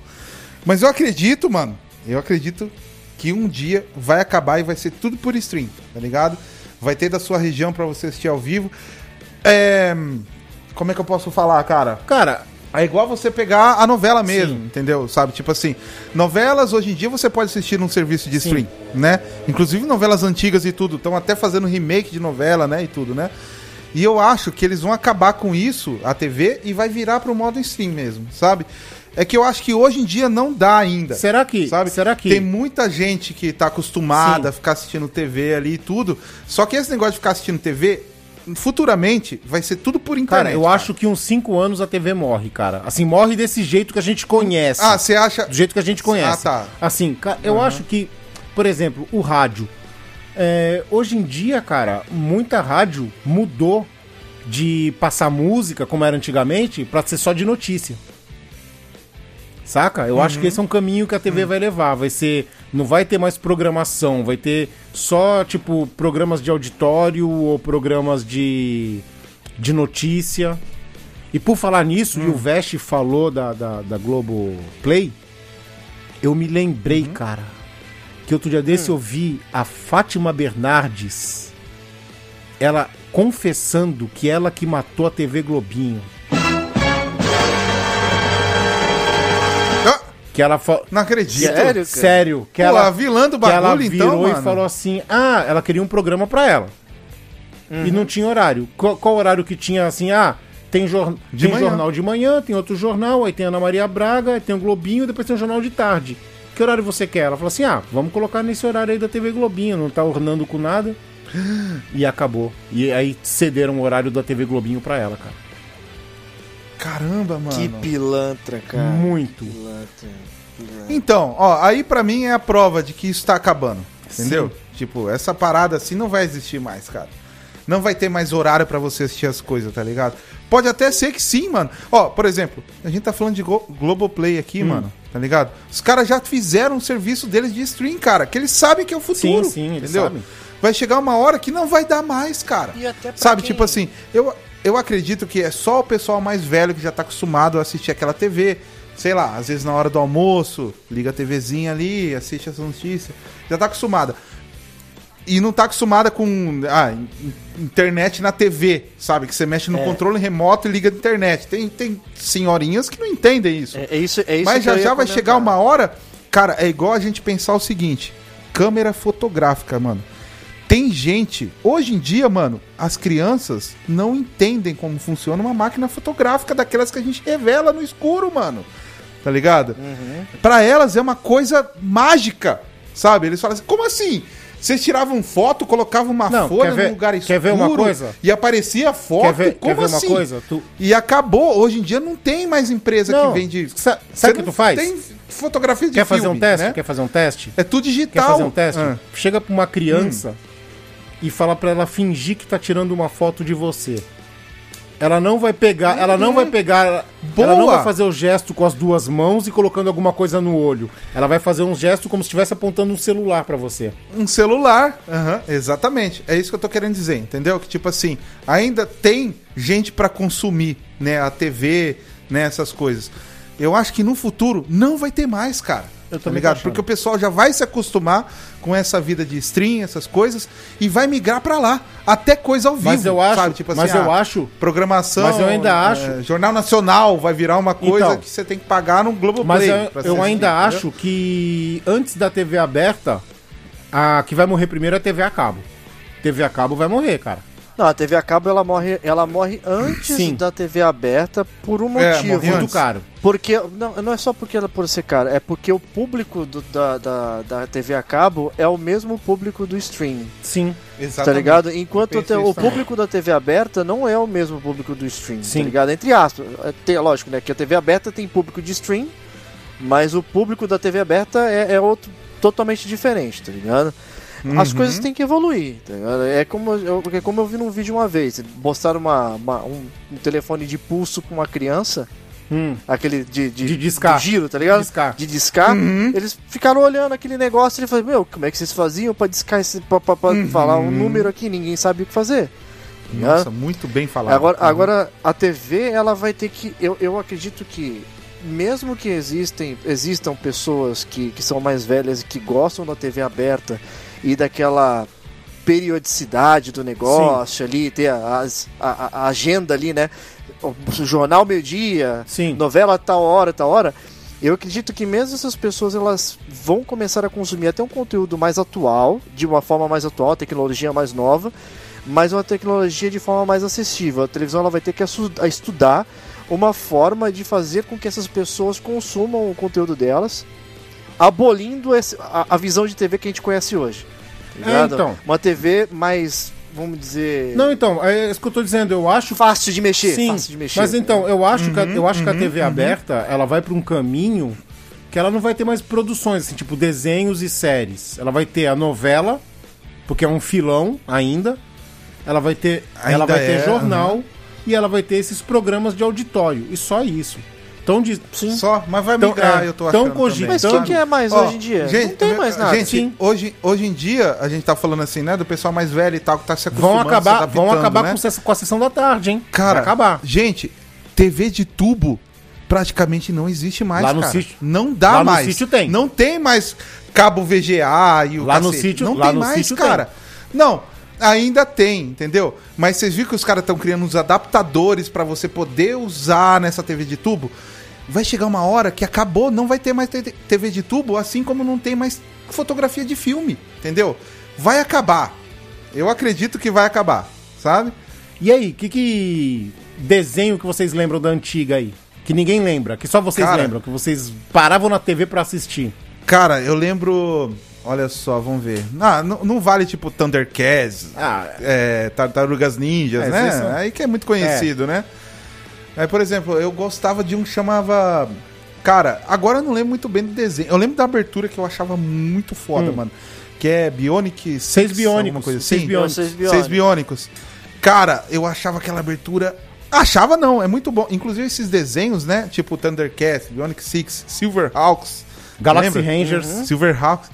[SPEAKER 5] Mas eu acredito, mano. Eu acredito que um dia vai acabar e vai ser tudo por stream, tá ligado? Vai ter da sua região pra você assistir ao vivo. É, Como é que eu posso falar, cara?
[SPEAKER 4] Cara,
[SPEAKER 5] É igual você pegar a novela mesmo, entendeu? Sabe? Tipo assim, novelas hoje em dia você pode assistir num serviço de stream, né? Inclusive novelas antigas e tudo, estão até fazendo remake de novela, né? E tudo, né? E eu acho que eles vão acabar com isso, a TV, e vai virar pro modo stream mesmo, sabe? É que eu acho que hoje em dia não dá ainda.
[SPEAKER 4] Será que-
[SPEAKER 5] É. Sabe?
[SPEAKER 4] será que-
[SPEAKER 5] Tem muita gente que tá acostumada a ficar assistindo TV ali e tudo. Só que esse negócio de ficar assistindo TV, futuramente, vai ser tudo por
[SPEAKER 4] Cara,
[SPEAKER 5] internet.
[SPEAKER 4] eu acho que uns 5 anos a TV morre, cara. Assim, morre desse jeito que a gente conhece.
[SPEAKER 5] Ah, você acha.
[SPEAKER 4] do jeito que a gente conhece.
[SPEAKER 5] Ah, tá.
[SPEAKER 4] Assim, cara, eu acho que, por exemplo, o rádio. É, hoje em dia, cara, muita rádio mudou de passar música, como era antigamente, pra ser só de notícia. Saca? Eu acho
[SPEAKER 5] Uhum.
[SPEAKER 4] que esse é um caminho que a
[SPEAKER 5] Hum.
[SPEAKER 4] TV vai levar. Vai ser. Não vai ter mais programação, vai ter só, tipo, programas de auditório ou programas de, de notícia. E por falar nisso,
[SPEAKER 5] Hum.
[SPEAKER 4] e o Vest falou da, da, da Globo Play, eu me lembrei,
[SPEAKER 5] Uhum.
[SPEAKER 4] cara, que outro dia
[SPEAKER 5] Hum.
[SPEAKER 4] desse eu vi a Fátima Bernardes, ela confessando que ela que matou a TV Globinho.
[SPEAKER 5] Ah,
[SPEAKER 4] Que ela falou.
[SPEAKER 5] não acredito.
[SPEAKER 6] Sério, cara?
[SPEAKER 4] Sério, que
[SPEAKER 5] Pô,
[SPEAKER 4] ela
[SPEAKER 5] a vilã do
[SPEAKER 4] que ela
[SPEAKER 5] bagulho, então,
[SPEAKER 4] virou
[SPEAKER 5] mano.
[SPEAKER 4] e falou assim: "Ah, ela queria um programa pra ela".
[SPEAKER 5] Uhum.
[SPEAKER 4] E não tinha horário. Qual, qual horário que tinha assim? Ah, tem, jor
[SPEAKER 5] De
[SPEAKER 4] tem
[SPEAKER 5] manhã.
[SPEAKER 4] jornal de manhã, tem outro jornal, aí tem Ana Maria Braga, aí tem o Globinho, depois tem o jornal de tarde. Que horário você quer? Ela falou assim: "Ah, vamos colocar nesse horário aí da TV Globinho, não tá ornando com nada". E acabou. E aí cederam o horário da TV Globinho pra ela, cara.
[SPEAKER 5] Caramba, mano. Hum.
[SPEAKER 6] Que pilantra, cara.
[SPEAKER 4] Muito.
[SPEAKER 6] Pilantra. pilantra.
[SPEAKER 5] Então, ó, aí pra mim é a prova de que isso tá acabando. Entendeu? Tipo, essa parada assim não vai existir mais, cara. Não vai ter mais horário pra você assistir as coisas, tá ligado? Pode até ser que sim, mano. Ó, por exemplo, a gente tá falando de Glo Globoplay aqui,
[SPEAKER 4] Hum.
[SPEAKER 5] mano, tá ligado? Os caras já fizeram um serviço deles de stream, cara, que eles sabem que é o futuro.
[SPEAKER 4] Sim, sim, eles sabem.
[SPEAKER 5] Vai chegar uma hora que não vai dar mais, cara.
[SPEAKER 6] E até pra
[SPEAKER 5] Sabe,
[SPEAKER 6] quem-
[SPEAKER 5] tipo assim, eu, eu acredito que é só o pessoal mais velho que já tá acostumado a assistir aquela TV. Sei lá, às vezes na hora do almoço, liga a TVzinha ali, assiste essa notícia. Já tá acostumada. E não tá acostumada com ah, in- internet na TV, sabe? Que você mexe
[SPEAKER 4] É.
[SPEAKER 5] no controle remoto e liga na internet. Tem, tem senhorinhas que não entendem isso.
[SPEAKER 6] É, é isso, é isso
[SPEAKER 5] Mas
[SPEAKER 6] que
[SPEAKER 5] já
[SPEAKER 6] eu ia
[SPEAKER 5] já vai
[SPEAKER 6] comentar.
[SPEAKER 5] chegar uma hora. Cara, é igual a gente pensar o seguinte: câmera fotográfica, mano. Tem gente. Hoje em dia, mano, as crianças não entendem como funciona uma máquina fotográfica daquelas que a gente revela no escuro, mano. Tá ligado?
[SPEAKER 4] Uhum.
[SPEAKER 5] Pra elas é uma coisa mágica, sabe? Eles falam assim: como assim? Vocês tiravam foto, colocavam uma
[SPEAKER 4] Não,
[SPEAKER 5] folha
[SPEAKER 4] quer ver-
[SPEAKER 5] num lugar escuro
[SPEAKER 4] quer ver uma coisa?
[SPEAKER 5] e aparecia a foto.
[SPEAKER 4] Quer ver-
[SPEAKER 5] como
[SPEAKER 4] quer ver uma
[SPEAKER 5] assim?
[SPEAKER 4] coisa? Tu-
[SPEAKER 5] E acabou. Hoje em dia não tem mais empresa
[SPEAKER 4] Não,
[SPEAKER 5] que vende.
[SPEAKER 4] sa-
[SPEAKER 5] Você
[SPEAKER 4] sabe o que
[SPEAKER 5] não
[SPEAKER 4] tu faz?
[SPEAKER 5] Tem fotografia de
[SPEAKER 4] Quer
[SPEAKER 5] filme,
[SPEAKER 4] fazer um teste?
[SPEAKER 5] né?
[SPEAKER 4] Quer fazer um teste?
[SPEAKER 5] É tudo digital.
[SPEAKER 4] Quer fazer um teste?
[SPEAKER 5] Ah. Hum.
[SPEAKER 4] Chega pra uma criança e fala pra ela fingir que tá tirando uma foto de você. Ela não vai pegar, ela não vai pegar, ela não
[SPEAKER 5] Boa!
[SPEAKER 4] vai fazer o gesto com as duas mãos e colocando alguma coisa no olho. Ela vai fazer um gesto como se estivesse apontando um celular pra você.
[SPEAKER 5] Um celular. Aham, exatamente. É isso que eu tô querendo dizer, entendeu? Que tipo assim, ainda tem gente pra consumir, né? A TV, né? Essas coisas. Eu acho que no futuro não vai ter mais, cara.
[SPEAKER 4] Eu
[SPEAKER 5] tá
[SPEAKER 4] também
[SPEAKER 5] ligado?
[SPEAKER 4] tô achando.
[SPEAKER 5] Porque o pessoal já vai se acostumar com essa vida de stream, essas coisas, e vai migrar pra lá. Até coisa ao vivo.
[SPEAKER 4] Mas eu acho,
[SPEAKER 5] sabe? Tipo assim,
[SPEAKER 4] mas eu
[SPEAKER 5] ah,
[SPEAKER 4] acho,
[SPEAKER 5] programação. é,
[SPEAKER 4] Mas eu ainda acho-
[SPEAKER 5] Jornal Nacional vai virar uma coisa
[SPEAKER 4] Então.
[SPEAKER 5] que você tem que pagar no Globoplay.
[SPEAKER 4] mas eu,
[SPEAKER 5] pra
[SPEAKER 4] eu
[SPEAKER 5] assistir,
[SPEAKER 4] ainda
[SPEAKER 5] entendeu?
[SPEAKER 4] acho que antes da TV aberta, a que vai morrer primeiro é a TV a cabo. TV a cabo vai morrer, cara.
[SPEAKER 6] Não, a TV a cabo ela morre, ela morre antes
[SPEAKER 4] Sim.
[SPEAKER 6] da TV aberta por um
[SPEAKER 5] É,
[SPEAKER 6] motivo.
[SPEAKER 5] morre
[SPEAKER 4] Muito
[SPEAKER 5] antes.
[SPEAKER 4] caro.
[SPEAKER 6] Porque não, não é só porque ela por ser cara, é porque o público do- da, da, da TV a cabo é o mesmo público do stream,
[SPEAKER 4] Sim.
[SPEAKER 5] Exatamente.
[SPEAKER 6] tá ligado? Enquanto
[SPEAKER 5] Eu
[SPEAKER 6] te-
[SPEAKER 5] penso
[SPEAKER 6] o
[SPEAKER 5] isso também.
[SPEAKER 6] público da TV aberta não é o mesmo público do stream,
[SPEAKER 4] Sim.
[SPEAKER 6] tá ligado? Entre aspas, É, tem, lógico, né? Que a TV aberta tem público de stream, mas o público da TV aberta é, é outro totalmente diferente, tá ligado? As
[SPEAKER 5] Uhum.
[SPEAKER 6] coisas têm que evoluir, tá ligado? É como eu, é como eu vi num vídeo uma vez, mostraram uma, uma- um, um telefone de pulso pra uma criança,
[SPEAKER 4] Hum.
[SPEAKER 6] aquele de, de,
[SPEAKER 4] De discar.
[SPEAKER 6] do giro, tá ligado?
[SPEAKER 4] Discar.
[SPEAKER 6] De discar. Eles ficaram olhando aquele negócio e ele falou, meu, como é que vocês faziam pra discar esse. pra, pra- pra falar um número aqui, ninguém sabe o que fazer.
[SPEAKER 5] Nossa, muito bem falado. Tá
[SPEAKER 6] Agora, agora a TV ela vai ter que. Eu, eu acredito que mesmo que existem, existam pessoas que, que são mais velhas e que gostam da TV aberta e daquela periodicidade do negócio ali, ter a, as- a- a- a agenda ali, né? O jornal meio-dia,
[SPEAKER 4] Sim.
[SPEAKER 6] novela tal hora, tal hora. Eu acredito que mesmo essas pessoas elas vão começar a consumir até um conteúdo mais atual, de uma forma mais atual, tecnologia mais nova, mas uma tecnologia de forma mais acessível. A televisão ela vai ter que assu- a estudar uma forma de fazer com que essas pessoas consumam o conteúdo delas, abolindo esse- a, a visão de TV que a gente conhece hoje. tá
[SPEAKER 4] É,
[SPEAKER 6] ligado?
[SPEAKER 4] então.
[SPEAKER 6] Uma TV mais, vamos dizer.
[SPEAKER 4] Não, então, é isso que eu tô dizendo, eu acho
[SPEAKER 6] Fácil de mexer,
[SPEAKER 4] Sim,
[SPEAKER 6] fácil de mexer.
[SPEAKER 4] Mas então, eu acho que a, eu acho que a
[SPEAKER 5] Uhum,
[SPEAKER 4] TV aberta, ela vai pra um caminho que ela não vai ter mais produções, assim, tipo desenhos e séries. Ela vai ter a novela, porque é um filão ainda. Ela vai ter, ela
[SPEAKER 5] Ainda
[SPEAKER 4] vai
[SPEAKER 5] é,
[SPEAKER 4] ter jornal e ela vai ter esses programas de auditório e só isso. Então de
[SPEAKER 5] Só, mas vai
[SPEAKER 4] Então,
[SPEAKER 5] migrar,
[SPEAKER 4] é,
[SPEAKER 5] eu tô
[SPEAKER 4] tão
[SPEAKER 5] achando
[SPEAKER 4] cogitando-
[SPEAKER 5] também.
[SPEAKER 6] Mas o que, que é mais
[SPEAKER 5] Ó,
[SPEAKER 6] hoje em dia? não tem mais nada.
[SPEAKER 5] Gente,
[SPEAKER 4] Sim.
[SPEAKER 5] hoje, hoje em dia, a gente tá falando assim, né? Do pessoal mais velho e tal, que tá se acostumando
[SPEAKER 4] vão
[SPEAKER 5] se
[SPEAKER 4] acabar,
[SPEAKER 5] adaptando,
[SPEAKER 4] vão acabar
[SPEAKER 5] né?
[SPEAKER 4] com, se- com a sessão da tarde, hein?
[SPEAKER 5] Cara,
[SPEAKER 4] vai acabar.
[SPEAKER 5] gente, TV de tubo praticamente não existe mais,
[SPEAKER 4] Lá no
[SPEAKER 5] cara.
[SPEAKER 4] sítio-
[SPEAKER 5] Não dá
[SPEAKER 4] lá no
[SPEAKER 5] mais.
[SPEAKER 4] sítio tem.
[SPEAKER 5] Não tem mais cabo VGA e o
[SPEAKER 4] Lá no
[SPEAKER 5] cacete.
[SPEAKER 4] sítio-
[SPEAKER 5] Não
[SPEAKER 4] lá
[SPEAKER 5] tem
[SPEAKER 4] no
[SPEAKER 5] mais,
[SPEAKER 4] sítio
[SPEAKER 5] cara. Não, ainda tem, entendeu? Mas vocês viram que os caras estão criando uns adaptadores pra você poder usar nessa TV de tubo? Vai chegar uma hora que acabou, não vai ter mais te- TV de tubo, assim como não tem mais fotografia de filme, entendeu? Vai acabar. Eu acredito que vai acabar, sabe?
[SPEAKER 4] E aí, que que desenho que vocês lembram da antiga aí? Que ninguém lembra, que só vocês
[SPEAKER 5] Cara.
[SPEAKER 4] lembram, que vocês paravam na TV pra assistir.
[SPEAKER 5] Cara, eu lembro. Olha só, vamos ver. Ah, não, não vale tipo Thundercats,
[SPEAKER 4] Ah,
[SPEAKER 5] é, Tartarugas Ninjas,
[SPEAKER 4] É,
[SPEAKER 5] né?
[SPEAKER 4] esses são-
[SPEAKER 5] Aí que é muito conhecido, né? Aí, por exemplo, eu gostava de um que chamava. Cara, agora eu não lembro muito bem do desenho. Eu lembro da abertura que eu achava muito foda, mano. Que é Bionic.
[SPEAKER 4] Hum. Seis
[SPEAKER 5] é alguma
[SPEAKER 4] biônicos.
[SPEAKER 5] coisa
[SPEAKER 4] seis
[SPEAKER 5] assim.
[SPEAKER 4] biônicos.
[SPEAKER 6] Vocês viram?
[SPEAKER 5] Seis Bionicos. Cara, eu achava aquela abertura. Achava não, é muito bom. Inclusive esses desenhos, né? Tipo Thundercats, Bionic Six, Silverhawks.
[SPEAKER 4] Galaxy
[SPEAKER 5] Lembra?
[SPEAKER 4] Rangers.
[SPEAKER 5] Silverhawks.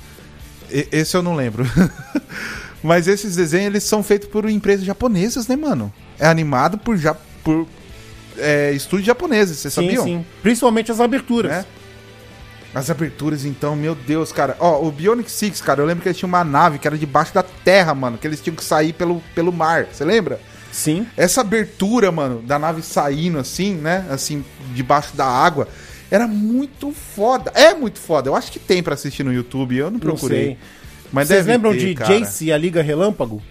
[SPEAKER 5] E- Esse eu não lembro. Mas esses desenhos, eles são feitos por empresas japonesas, né, mano? É animado por, ja por é, estúdios japoneses, vocês
[SPEAKER 4] Sim,
[SPEAKER 5] sabiam?
[SPEAKER 4] sim. Principalmente as aberturas.
[SPEAKER 5] né? As aberturas, então, meu Deus, cara. Ó, o Bionic Six, cara, eu lembro que ele tinha uma nave que era debaixo da terra, mano, que eles tinham que sair pelo, pelo mar, você lembra?
[SPEAKER 4] Sim.
[SPEAKER 5] Essa abertura, mano, da nave saindo assim, né? Assim, debaixo da água, era muito foda. É muito foda. Eu acho que tem pra assistir no YouTube, eu não procurei.
[SPEAKER 4] sei.
[SPEAKER 5] Mas
[SPEAKER 4] Vocês
[SPEAKER 5] deve
[SPEAKER 4] lembram
[SPEAKER 5] ter,
[SPEAKER 4] de
[SPEAKER 5] cara.
[SPEAKER 4] Jace e a Liga Relâmpago?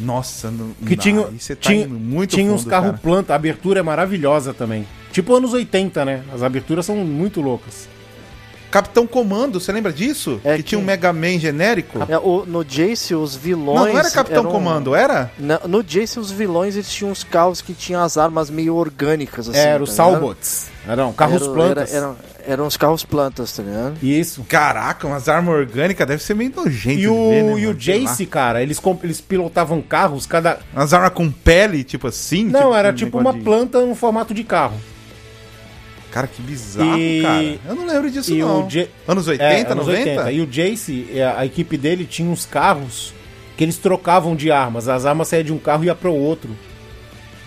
[SPEAKER 5] Nossa, não,
[SPEAKER 4] Que
[SPEAKER 5] não,
[SPEAKER 4] tinha, um-
[SPEAKER 5] aí você tá
[SPEAKER 4] tinha,
[SPEAKER 5] indo muito
[SPEAKER 4] tinha uns
[SPEAKER 5] fundo,
[SPEAKER 4] carros
[SPEAKER 5] cara.
[SPEAKER 4] planta, a abertura é maravilhosa também. Tipo anos 80, né? As aberturas são muito loucas.
[SPEAKER 5] Capitão Comando, você lembra disso?
[SPEAKER 6] É
[SPEAKER 5] que, tinha um
[SPEAKER 6] que-
[SPEAKER 5] Mega Man genérico?
[SPEAKER 6] É, o- no Jace, os vilões.
[SPEAKER 5] Não, não era Capitão
[SPEAKER 4] um
[SPEAKER 6] eram-
[SPEAKER 5] Comando, era?
[SPEAKER 6] Na- no Jace, os vilões eles tinham uns carros que tinham as armas meio orgânicas, assim.
[SPEAKER 4] era o
[SPEAKER 6] tá
[SPEAKER 4] Salbots. Eram
[SPEAKER 6] ligado?
[SPEAKER 4] carros
[SPEAKER 6] Era-
[SPEAKER 4] plantas.
[SPEAKER 6] era- um eram, eram os carros plantas, tá ligado?
[SPEAKER 4] Isso.
[SPEAKER 5] Caraca, umas armas orgânicas deve ser meio nojento.
[SPEAKER 4] E
[SPEAKER 5] de
[SPEAKER 4] o,
[SPEAKER 5] ver, né,
[SPEAKER 4] e o
[SPEAKER 5] mano? Sei lá.
[SPEAKER 4] Jace, cara, eles, comp- eles pilotavam carros, cada.
[SPEAKER 5] Umas armas com pele, tipo assim?
[SPEAKER 4] Não, era
[SPEAKER 5] um
[SPEAKER 4] tipo uma
[SPEAKER 5] negócio de-
[SPEAKER 4] planta no formato de carro.
[SPEAKER 5] Cara, que bizarro,
[SPEAKER 4] E-
[SPEAKER 5] cara. Eu não lembro disso,
[SPEAKER 4] e
[SPEAKER 5] não.
[SPEAKER 4] o Ja-
[SPEAKER 5] Anos 80,
[SPEAKER 4] É, anos
[SPEAKER 5] 90?
[SPEAKER 4] 80. E o Jace, é, a equipe dele tinha uns carros que eles trocavam de armas. As armas saíam de um carro e ia pro outro.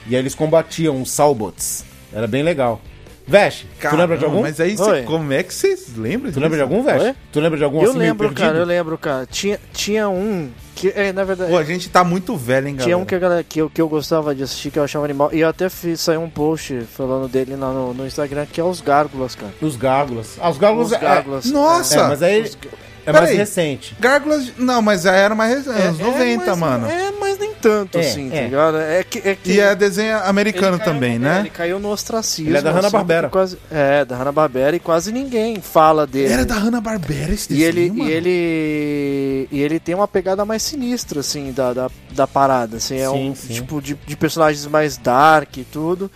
[SPEAKER 4] E aí eles combatiam os Salbots. Era bem legal. Vesh, tu
[SPEAKER 5] Caramba,
[SPEAKER 4] lembra de algum?
[SPEAKER 5] Mas aí, cê-
[SPEAKER 6] Oi.
[SPEAKER 5] como é que vocês lembram
[SPEAKER 4] Tu lembra de algum,
[SPEAKER 6] Oi?
[SPEAKER 4] Vesh? Tu lembra de algum
[SPEAKER 6] eu
[SPEAKER 4] assim meio
[SPEAKER 6] lembro,
[SPEAKER 4] perdido?
[SPEAKER 6] cara, eu lembro, cara. Tinha, tinha um que, é, na verdade,
[SPEAKER 5] Pô, a gente tá muito velho, hein, galera?
[SPEAKER 6] tinha um que, a galera- que, eu, que eu gostava de assistir, que eu achava animal. E eu até fiz, saiu um post falando dele lá no, no Instagram, que é os Gárgulas, cara.
[SPEAKER 4] Os Gárgulas. Ah, os Gárgulas...
[SPEAKER 6] Os Gárgulas.
[SPEAKER 4] É,
[SPEAKER 5] Nossa!
[SPEAKER 4] é, mas aí
[SPEAKER 6] Os-
[SPEAKER 4] é mais
[SPEAKER 5] Peraí.
[SPEAKER 4] recente.
[SPEAKER 5] Gárgulas... Não, mas já era mais... rec- anos
[SPEAKER 6] É,
[SPEAKER 5] 90,
[SPEAKER 6] mas-
[SPEAKER 5] mano.
[SPEAKER 6] É, mas nem tanto,
[SPEAKER 4] É,
[SPEAKER 6] assim,
[SPEAKER 4] é.
[SPEAKER 6] tá ligado? É que, é que
[SPEAKER 5] E é desenho americano
[SPEAKER 6] Ele caiu
[SPEAKER 5] também,
[SPEAKER 6] no-
[SPEAKER 5] né?
[SPEAKER 6] Ele caiu no ostracismo.
[SPEAKER 4] Ele é da
[SPEAKER 6] assim,
[SPEAKER 4] Hanna-Barbera.
[SPEAKER 6] que quase- é, da Hanna-Barbera e quase ninguém fala dele.
[SPEAKER 5] Era da Hanna-Barbera esse
[SPEAKER 6] e
[SPEAKER 5] desenho,
[SPEAKER 6] ele,
[SPEAKER 5] mano.
[SPEAKER 6] e ele e ele tem uma pegada mais sinistra assim da, da, da parada assim é
[SPEAKER 4] Sim,
[SPEAKER 6] um
[SPEAKER 4] sim.
[SPEAKER 6] tipo de, de personagens mais dark e tudo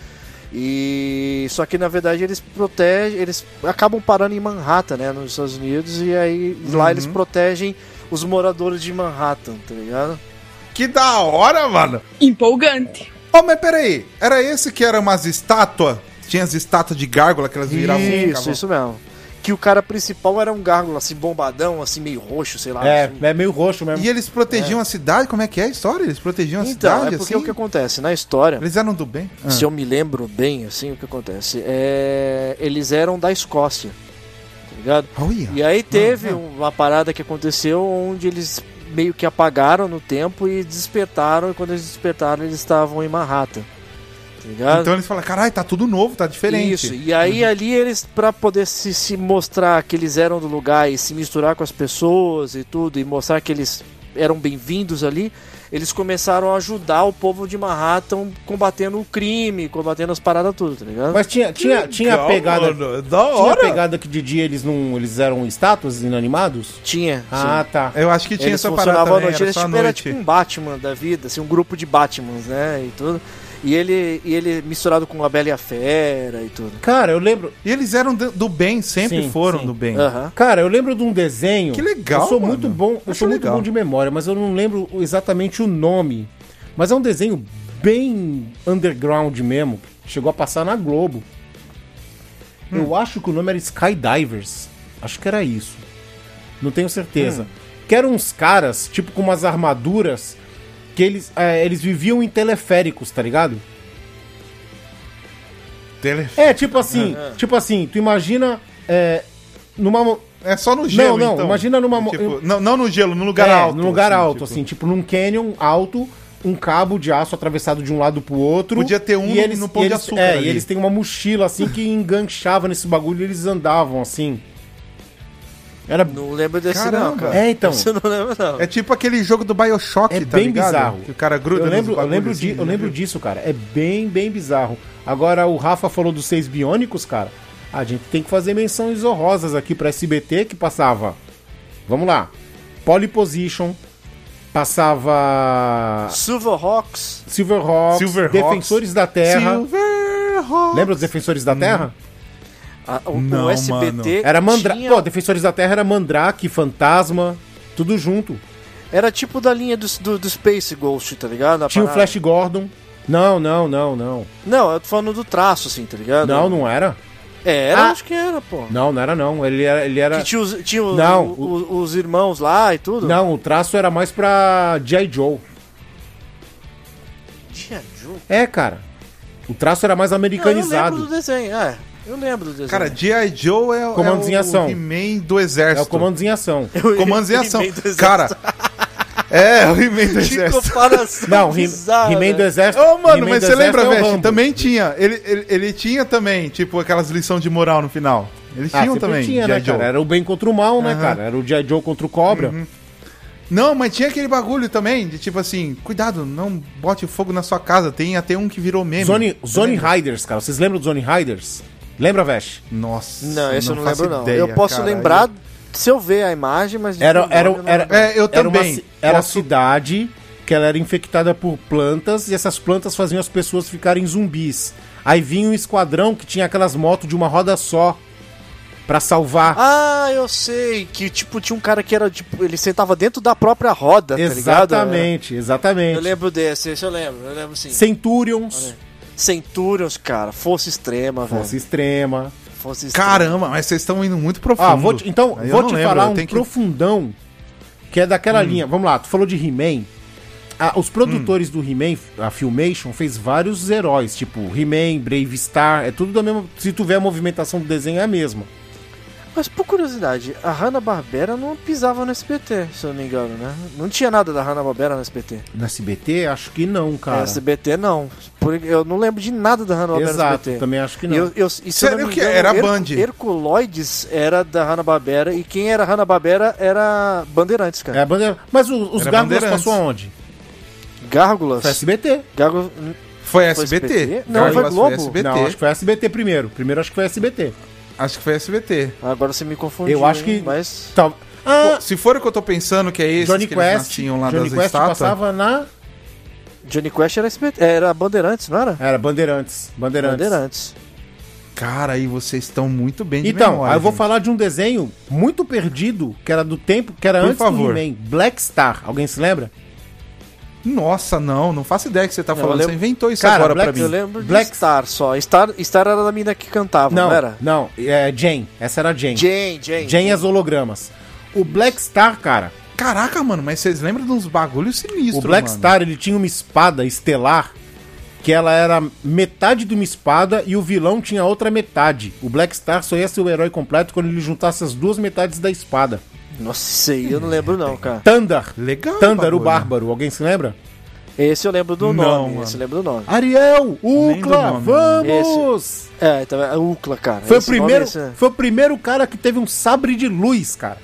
[SPEAKER 6] e só que na verdade eles protegem eles acabam parando em Manhattan né nos Estados Unidos e aí lá
[SPEAKER 5] Uhum.
[SPEAKER 6] eles protegem os moradores de Manhattan tá ligado
[SPEAKER 5] Que da hora, mano!
[SPEAKER 12] Empolgante.
[SPEAKER 5] Ô, mas peraí. Era esse que era umas estátuas? Tinha as estátuas de gárgula que elas viravam...
[SPEAKER 6] isso
[SPEAKER 5] ficavam-
[SPEAKER 6] isso mesmo que o cara principal era um gárgula assim bombadão assim meio roxo sei lá
[SPEAKER 4] É,
[SPEAKER 6] assim.
[SPEAKER 4] é meio roxo mesmo.
[SPEAKER 5] E eles protegiam a cidade? Como é que é a história? Eles protegiam a
[SPEAKER 6] então é
[SPEAKER 5] cidade,
[SPEAKER 6] porque
[SPEAKER 5] assim?
[SPEAKER 6] o que acontece na história
[SPEAKER 5] Eles eram do bem? Ah.
[SPEAKER 6] se eu me lembro bem, assim, o que acontece? É... Eles eram da Escócia, tá ligado?
[SPEAKER 5] Ah. Olha.
[SPEAKER 6] E aí teve
[SPEAKER 5] é.
[SPEAKER 6] uma parada que aconteceu onde eles meio que apagaram no tempo e despertaram, e quando eles despertaram, eles estavam em Manhattan, tá ligado?
[SPEAKER 5] Então eles falam, caralho, tá tudo novo, tá diferente. Uhum.
[SPEAKER 6] Isso, e aí ali eles, pra poder se, se mostrar que eles eram do lugar e se misturar com as pessoas e tudo, e mostrar que eles eram bem-vindos ali, eles começaram a ajudar o povo de Manhattan combatendo o crime, combatendo as paradas tudo, tá ligado?
[SPEAKER 4] Mas tinha, tinha, tinha a
[SPEAKER 5] legal,
[SPEAKER 4] pegada.
[SPEAKER 5] mano. Da
[SPEAKER 4] Tinha a
[SPEAKER 5] hora.
[SPEAKER 4] pegada que de dia eles não. Eles eram estátuas inanimados?
[SPEAKER 6] Tinha.
[SPEAKER 4] Ah,
[SPEAKER 6] sim.
[SPEAKER 4] tá.
[SPEAKER 5] Eu acho que tinha
[SPEAKER 6] eles
[SPEAKER 5] essa parada
[SPEAKER 6] funcionavam à
[SPEAKER 5] também,
[SPEAKER 6] noite,
[SPEAKER 5] era
[SPEAKER 6] eles
[SPEAKER 5] só à
[SPEAKER 6] tipo, era tipo
[SPEAKER 5] noite.
[SPEAKER 6] um Batman da vida, assim, um grupo de Batmans, né, e tudo. E ele, e ele misturado com a Bela e a Fera e tudo.
[SPEAKER 4] Cara, eu lembro.
[SPEAKER 5] E eles eram do do bem, sempre
[SPEAKER 4] Sim,
[SPEAKER 5] foram
[SPEAKER 4] sim. Ah.
[SPEAKER 5] do bem.
[SPEAKER 6] Aham.
[SPEAKER 4] Cara, eu lembro de um desenho.
[SPEAKER 5] Que legal,
[SPEAKER 4] Eu sou
[SPEAKER 5] mano.
[SPEAKER 4] muito bom. Eu
[SPEAKER 5] Acho
[SPEAKER 4] sou muito
[SPEAKER 5] legal.
[SPEAKER 4] bom de memória, mas eu não lembro exatamente o nome. Mas é um desenho bem underground mesmo. Chegou a passar na Globo.
[SPEAKER 5] Hum.
[SPEAKER 4] Eu acho que o nome era Skydivers. Acho que era isso. Não tenho certeza.
[SPEAKER 5] Hum.
[SPEAKER 4] Que eram uns caras, tipo, com umas armaduras. Que eles, é, eles viviam em teleféricos, tá ligado?
[SPEAKER 5] Tele-
[SPEAKER 4] É, tipo assim,
[SPEAKER 5] Hum,
[SPEAKER 4] tipo assim, tu imagina. É, numa, mo-
[SPEAKER 5] É só no gelo,
[SPEAKER 4] não,
[SPEAKER 5] então.
[SPEAKER 4] imagina numa mo-
[SPEAKER 5] Tipo, não, não no gelo, num lugar
[SPEAKER 4] É,
[SPEAKER 5] alto.
[SPEAKER 4] Num lugar
[SPEAKER 5] assim,
[SPEAKER 4] alto,
[SPEAKER 5] tipo.
[SPEAKER 4] assim, tipo num canyon alto, um cabo de aço atravessado de um lado pro outro.
[SPEAKER 5] Podia ter um
[SPEAKER 4] e
[SPEAKER 5] no-
[SPEAKER 4] eles,
[SPEAKER 5] no Pão
[SPEAKER 4] e
[SPEAKER 5] de
[SPEAKER 4] eles-
[SPEAKER 5] Açúcar
[SPEAKER 4] É,
[SPEAKER 5] ali.
[SPEAKER 4] e eles têm uma mochila assim que enganchava nesse bagulho e eles andavam assim. Era.
[SPEAKER 6] Não lembro desse não,
[SPEAKER 5] Caramba.
[SPEAKER 6] cara.
[SPEAKER 4] É, então.
[SPEAKER 6] Você não lembra não.
[SPEAKER 5] É tipo aquele jogo do Bioshock,
[SPEAKER 4] É
[SPEAKER 5] tá
[SPEAKER 4] bem
[SPEAKER 5] ligado?
[SPEAKER 4] bizarro.
[SPEAKER 5] Que o cara gruda
[SPEAKER 4] Eu
[SPEAKER 5] nos
[SPEAKER 4] lembro, eu
[SPEAKER 5] bagulhos,
[SPEAKER 4] lembro,
[SPEAKER 5] assim,
[SPEAKER 4] di- eu lembro
[SPEAKER 5] né?
[SPEAKER 4] disso, cara. É bem, bem bizarro. Agora, o Rafa falou dos seis biônicos, cara. A gente tem que fazer menções horrorosas aqui pra SBT que passava. Vamos lá. Polyposition. Passava.
[SPEAKER 6] Silver Hawks.
[SPEAKER 4] Silverhawks,
[SPEAKER 5] Silverhawks.
[SPEAKER 4] Defensores da Terra.
[SPEAKER 5] Silverhawk.
[SPEAKER 4] Lembra dos Defensores
[SPEAKER 5] Hum.
[SPEAKER 4] da Terra?
[SPEAKER 6] a- o,
[SPEAKER 5] Não,
[SPEAKER 6] o SBT.
[SPEAKER 5] mano.
[SPEAKER 4] Era Mandrake.
[SPEAKER 6] tinha-
[SPEAKER 4] Pô, Defensores da Terra era Mandrake, Fantasma, tudo junto.
[SPEAKER 6] Era tipo da linha do, do, do Space Ghost, tá ligado? A
[SPEAKER 4] Tinha o
[SPEAKER 6] parada.
[SPEAKER 4] Flash Gordon. Não, não, não, não.
[SPEAKER 6] Não, eu tô falando do traço, assim, tá ligado?
[SPEAKER 4] Não, não era.
[SPEAKER 6] É, era,
[SPEAKER 4] Ah.
[SPEAKER 6] acho que era, pô.
[SPEAKER 4] Não, não era não. Ele era. Ele era...
[SPEAKER 6] Que tinha os, tinha o-
[SPEAKER 4] Não,
[SPEAKER 6] o- o- os irmãos lá e tudo.
[SPEAKER 4] Não, o traço era mais pra G.I. Joe.
[SPEAKER 6] Tinha Ju.
[SPEAKER 4] É, cara. O traço era mais
[SPEAKER 6] Não, eu lembro do
[SPEAKER 4] americanizado.
[SPEAKER 6] desenho, é. Eu lembro do desenho.
[SPEAKER 5] Cara, G.I. Joe é,
[SPEAKER 4] Comandos
[SPEAKER 5] é
[SPEAKER 4] em ação.
[SPEAKER 5] o He-Man do exército.
[SPEAKER 4] É o Comandos em Ação.
[SPEAKER 5] Comandos em ação.
[SPEAKER 6] He-Man do exército.
[SPEAKER 5] Cara, é o He-Man do exército.
[SPEAKER 6] comparação
[SPEAKER 4] Não, He-
[SPEAKER 6] bizarra, né?
[SPEAKER 4] He-Man do
[SPEAKER 6] velho.
[SPEAKER 4] Exército.
[SPEAKER 5] Ô, mano,
[SPEAKER 4] He-Man
[SPEAKER 5] mas
[SPEAKER 4] do
[SPEAKER 5] você
[SPEAKER 4] Exército é
[SPEAKER 5] lembra,
[SPEAKER 4] o
[SPEAKER 5] Vest?
[SPEAKER 4] Rambo.
[SPEAKER 5] Também tinha. Ele, ele, ele tinha também, tipo, aquelas lições de moral no final. Eles
[SPEAKER 4] Ah,
[SPEAKER 5] tinham
[SPEAKER 4] sempre
[SPEAKER 5] também.
[SPEAKER 4] tinha,
[SPEAKER 5] G.I.
[SPEAKER 4] né,
[SPEAKER 5] Joe.
[SPEAKER 4] cara? Era o bem contra o mal, né,
[SPEAKER 5] Aham.
[SPEAKER 4] cara? Era o G.I. Joe contra o Cobra.
[SPEAKER 5] Não, mas tinha aquele bagulho também, de tipo assim, cuidado, não bote fogo na sua casa. Tem até um que virou meme.
[SPEAKER 4] Zone,
[SPEAKER 5] Você
[SPEAKER 4] Zone
[SPEAKER 5] lembra?
[SPEAKER 4] Riders, cara. Vocês lembram do Zone Riders? Lembra, Vesh?
[SPEAKER 5] Nossa.
[SPEAKER 6] Não, esse eu não
[SPEAKER 5] faço
[SPEAKER 6] lembro, não.
[SPEAKER 5] ideia,
[SPEAKER 6] eu posso
[SPEAKER 5] cara.
[SPEAKER 6] lembrar se eu ver a imagem, mas. de
[SPEAKER 4] Era,
[SPEAKER 6] nome
[SPEAKER 4] era,
[SPEAKER 6] eu não
[SPEAKER 4] era,
[SPEAKER 6] lembro.
[SPEAKER 5] É, eu
[SPEAKER 4] era uma
[SPEAKER 5] também.
[SPEAKER 4] ci- era
[SPEAKER 5] Posso-
[SPEAKER 4] a cidade que ela era infectada por plantas e essas plantas faziam as pessoas ficarem zumbis. Aí vinha um esquadrão que tinha aquelas motos de uma roda só pra salvar.
[SPEAKER 6] Ah, eu sei. Que tipo, tinha um cara que era, tipo, ele sentava dentro da própria roda, tá ligado? Era-
[SPEAKER 4] exatamente, exatamente.
[SPEAKER 6] Eu lembro desse, esse eu lembro, eu lembro sim.
[SPEAKER 4] Centurions,
[SPEAKER 6] Centurions, cara, força extrema, velho.
[SPEAKER 4] força extrema.
[SPEAKER 6] Força extrema.
[SPEAKER 5] Caramba, mas vocês estão indo muito profundo.
[SPEAKER 4] Ah, vou te- então,
[SPEAKER 5] Aí eu
[SPEAKER 4] vou
[SPEAKER 5] não
[SPEAKER 4] te
[SPEAKER 5] lembro,
[SPEAKER 4] falar
[SPEAKER 5] eu
[SPEAKER 4] um
[SPEAKER 5] tenho que- Hum.
[SPEAKER 4] profundão que é daquela linha. Vamos lá, tu falou de He-Man. Ah, os produtores
[SPEAKER 5] Hum.
[SPEAKER 4] do He-Man, a Filmation, fez vários heróis, tipo He-Man, Brave Star, é tudo da mesma. Se tu vê a movimentação do desenho, é a mesma.
[SPEAKER 6] Mas por curiosidade, a Hanna-Barbera não pisava no SBT, se eu não me engano, né? Não tinha nada da Hanna-Barbera no SBT.
[SPEAKER 4] Na SBT, acho que não,
[SPEAKER 6] No
[SPEAKER 4] cara.
[SPEAKER 6] SBT não. Por- Eu não lembro de nada da Hanna-Barbera no
[SPEAKER 4] Exato,
[SPEAKER 6] SBT.
[SPEAKER 4] também acho que não. é
[SPEAKER 6] Eu, eu, e se eu
[SPEAKER 5] Sério
[SPEAKER 6] não me
[SPEAKER 5] que
[SPEAKER 6] engano,
[SPEAKER 5] era a
[SPEAKER 6] Her-
[SPEAKER 5] Band?
[SPEAKER 6] Herculoides era da Hanna-Barbera e quem era Hanna-Barbera era Bandeirantes,
[SPEAKER 4] É
[SPEAKER 6] cara.
[SPEAKER 4] a bandeira. Mas o- os
[SPEAKER 5] Era
[SPEAKER 4] Gárgulas
[SPEAKER 5] Bandeirantes.
[SPEAKER 4] passou aonde? É.
[SPEAKER 6] Gárgulas.
[SPEAKER 4] Foi SBT.
[SPEAKER 6] Gárgulas. hum,
[SPEAKER 5] Foi um
[SPEAKER 6] Foi
[SPEAKER 5] SBT.
[SPEAKER 6] SBT? Não,
[SPEAKER 5] Carlos
[SPEAKER 6] foi
[SPEAKER 5] Vasco,
[SPEAKER 6] Globo.
[SPEAKER 5] SBT.
[SPEAKER 4] Não, acho que foi SBT primeiro. Primeiro acho que foi SBT.
[SPEAKER 5] acho que foi SBT.
[SPEAKER 6] Agora você me confundiu.
[SPEAKER 4] Eu acho que-
[SPEAKER 6] hein, Mas.
[SPEAKER 4] Tal... Ah,
[SPEAKER 5] Se for o que eu tô pensando que é esse
[SPEAKER 4] Johnny
[SPEAKER 5] que eles
[SPEAKER 4] Quest.
[SPEAKER 5] nasciam lá
[SPEAKER 4] Johnny
[SPEAKER 5] das
[SPEAKER 4] Quest
[SPEAKER 5] estátuas.
[SPEAKER 4] passava na.
[SPEAKER 6] Johnny Quest era SBT. Era Bandeirantes, não era?
[SPEAKER 4] Era Bandeirantes. Bandeirantes.
[SPEAKER 6] Bandeirantes.
[SPEAKER 5] Cara, aí vocês estão muito bem de
[SPEAKER 4] Então,
[SPEAKER 5] memória,
[SPEAKER 4] aí eu vou
[SPEAKER 5] gente.
[SPEAKER 4] falar de um desenho muito perdido, que era do tempo, que era
[SPEAKER 5] Por
[SPEAKER 4] antes
[SPEAKER 5] favor.
[SPEAKER 4] do He-Man, Black Star. Alguém se lembra?
[SPEAKER 5] Nossa, não, não faço ideia que você tá
[SPEAKER 6] Não,
[SPEAKER 5] falando.
[SPEAKER 6] eu lembro-
[SPEAKER 5] Você inventou isso
[SPEAKER 4] Cara,
[SPEAKER 5] agora
[SPEAKER 4] Black-
[SPEAKER 5] pra
[SPEAKER 6] Eu
[SPEAKER 5] mim.
[SPEAKER 6] lembro de
[SPEAKER 4] Black-
[SPEAKER 6] Star só. Star, Star era da mina que cantava, não,
[SPEAKER 4] Não,
[SPEAKER 6] era?
[SPEAKER 4] não, é Jane, essa era a Jane. Jane,
[SPEAKER 6] Jane, Jane.
[SPEAKER 4] e as hologramas. O Black Star, cara,
[SPEAKER 5] Caraca, mano, mas vocês lembram de uns bagulhos sinistros,
[SPEAKER 4] o Black
[SPEAKER 5] mano.
[SPEAKER 4] Star, ele tinha uma espada estelar, que ela era metade de uma espada e o vilão tinha outra metade. O Black Star só ia ser o herói completo quando ele juntasse as duas metades da espada.
[SPEAKER 6] Nossa, isso aí eu não lembro não, cara.
[SPEAKER 4] Thunder.
[SPEAKER 5] Legal
[SPEAKER 4] Thunder, o
[SPEAKER 5] bagulho.
[SPEAKER 4] Bárbaro. Alguém se lembra?
[SPEAKER 6] Esse eu lembro
[SPEAKER 5] Não,
[SPEAKER 6] do nome,
[SPEAKER 5] mano.
[SPEAKER 6] esse eu lembro do nome.
[SPEAKER 4] Ariel,
[SPEAKER 5] Nem do
[SPEAKER 4] Ucla,
[SPEAKER 5] nome. né?
[SPEAKER 4] vamos!
[SPEAKER 6] É, então, é Ucla, cara.
[SPEAKER 4] Foi o,
[SPEAKER 6] Esse é. nome,
[SPEAKER 4] primeiro,
[SPEAKER 6] esse-
[SPEAKER 4] foi o primeiro cara que teve um sabre de luz, cara.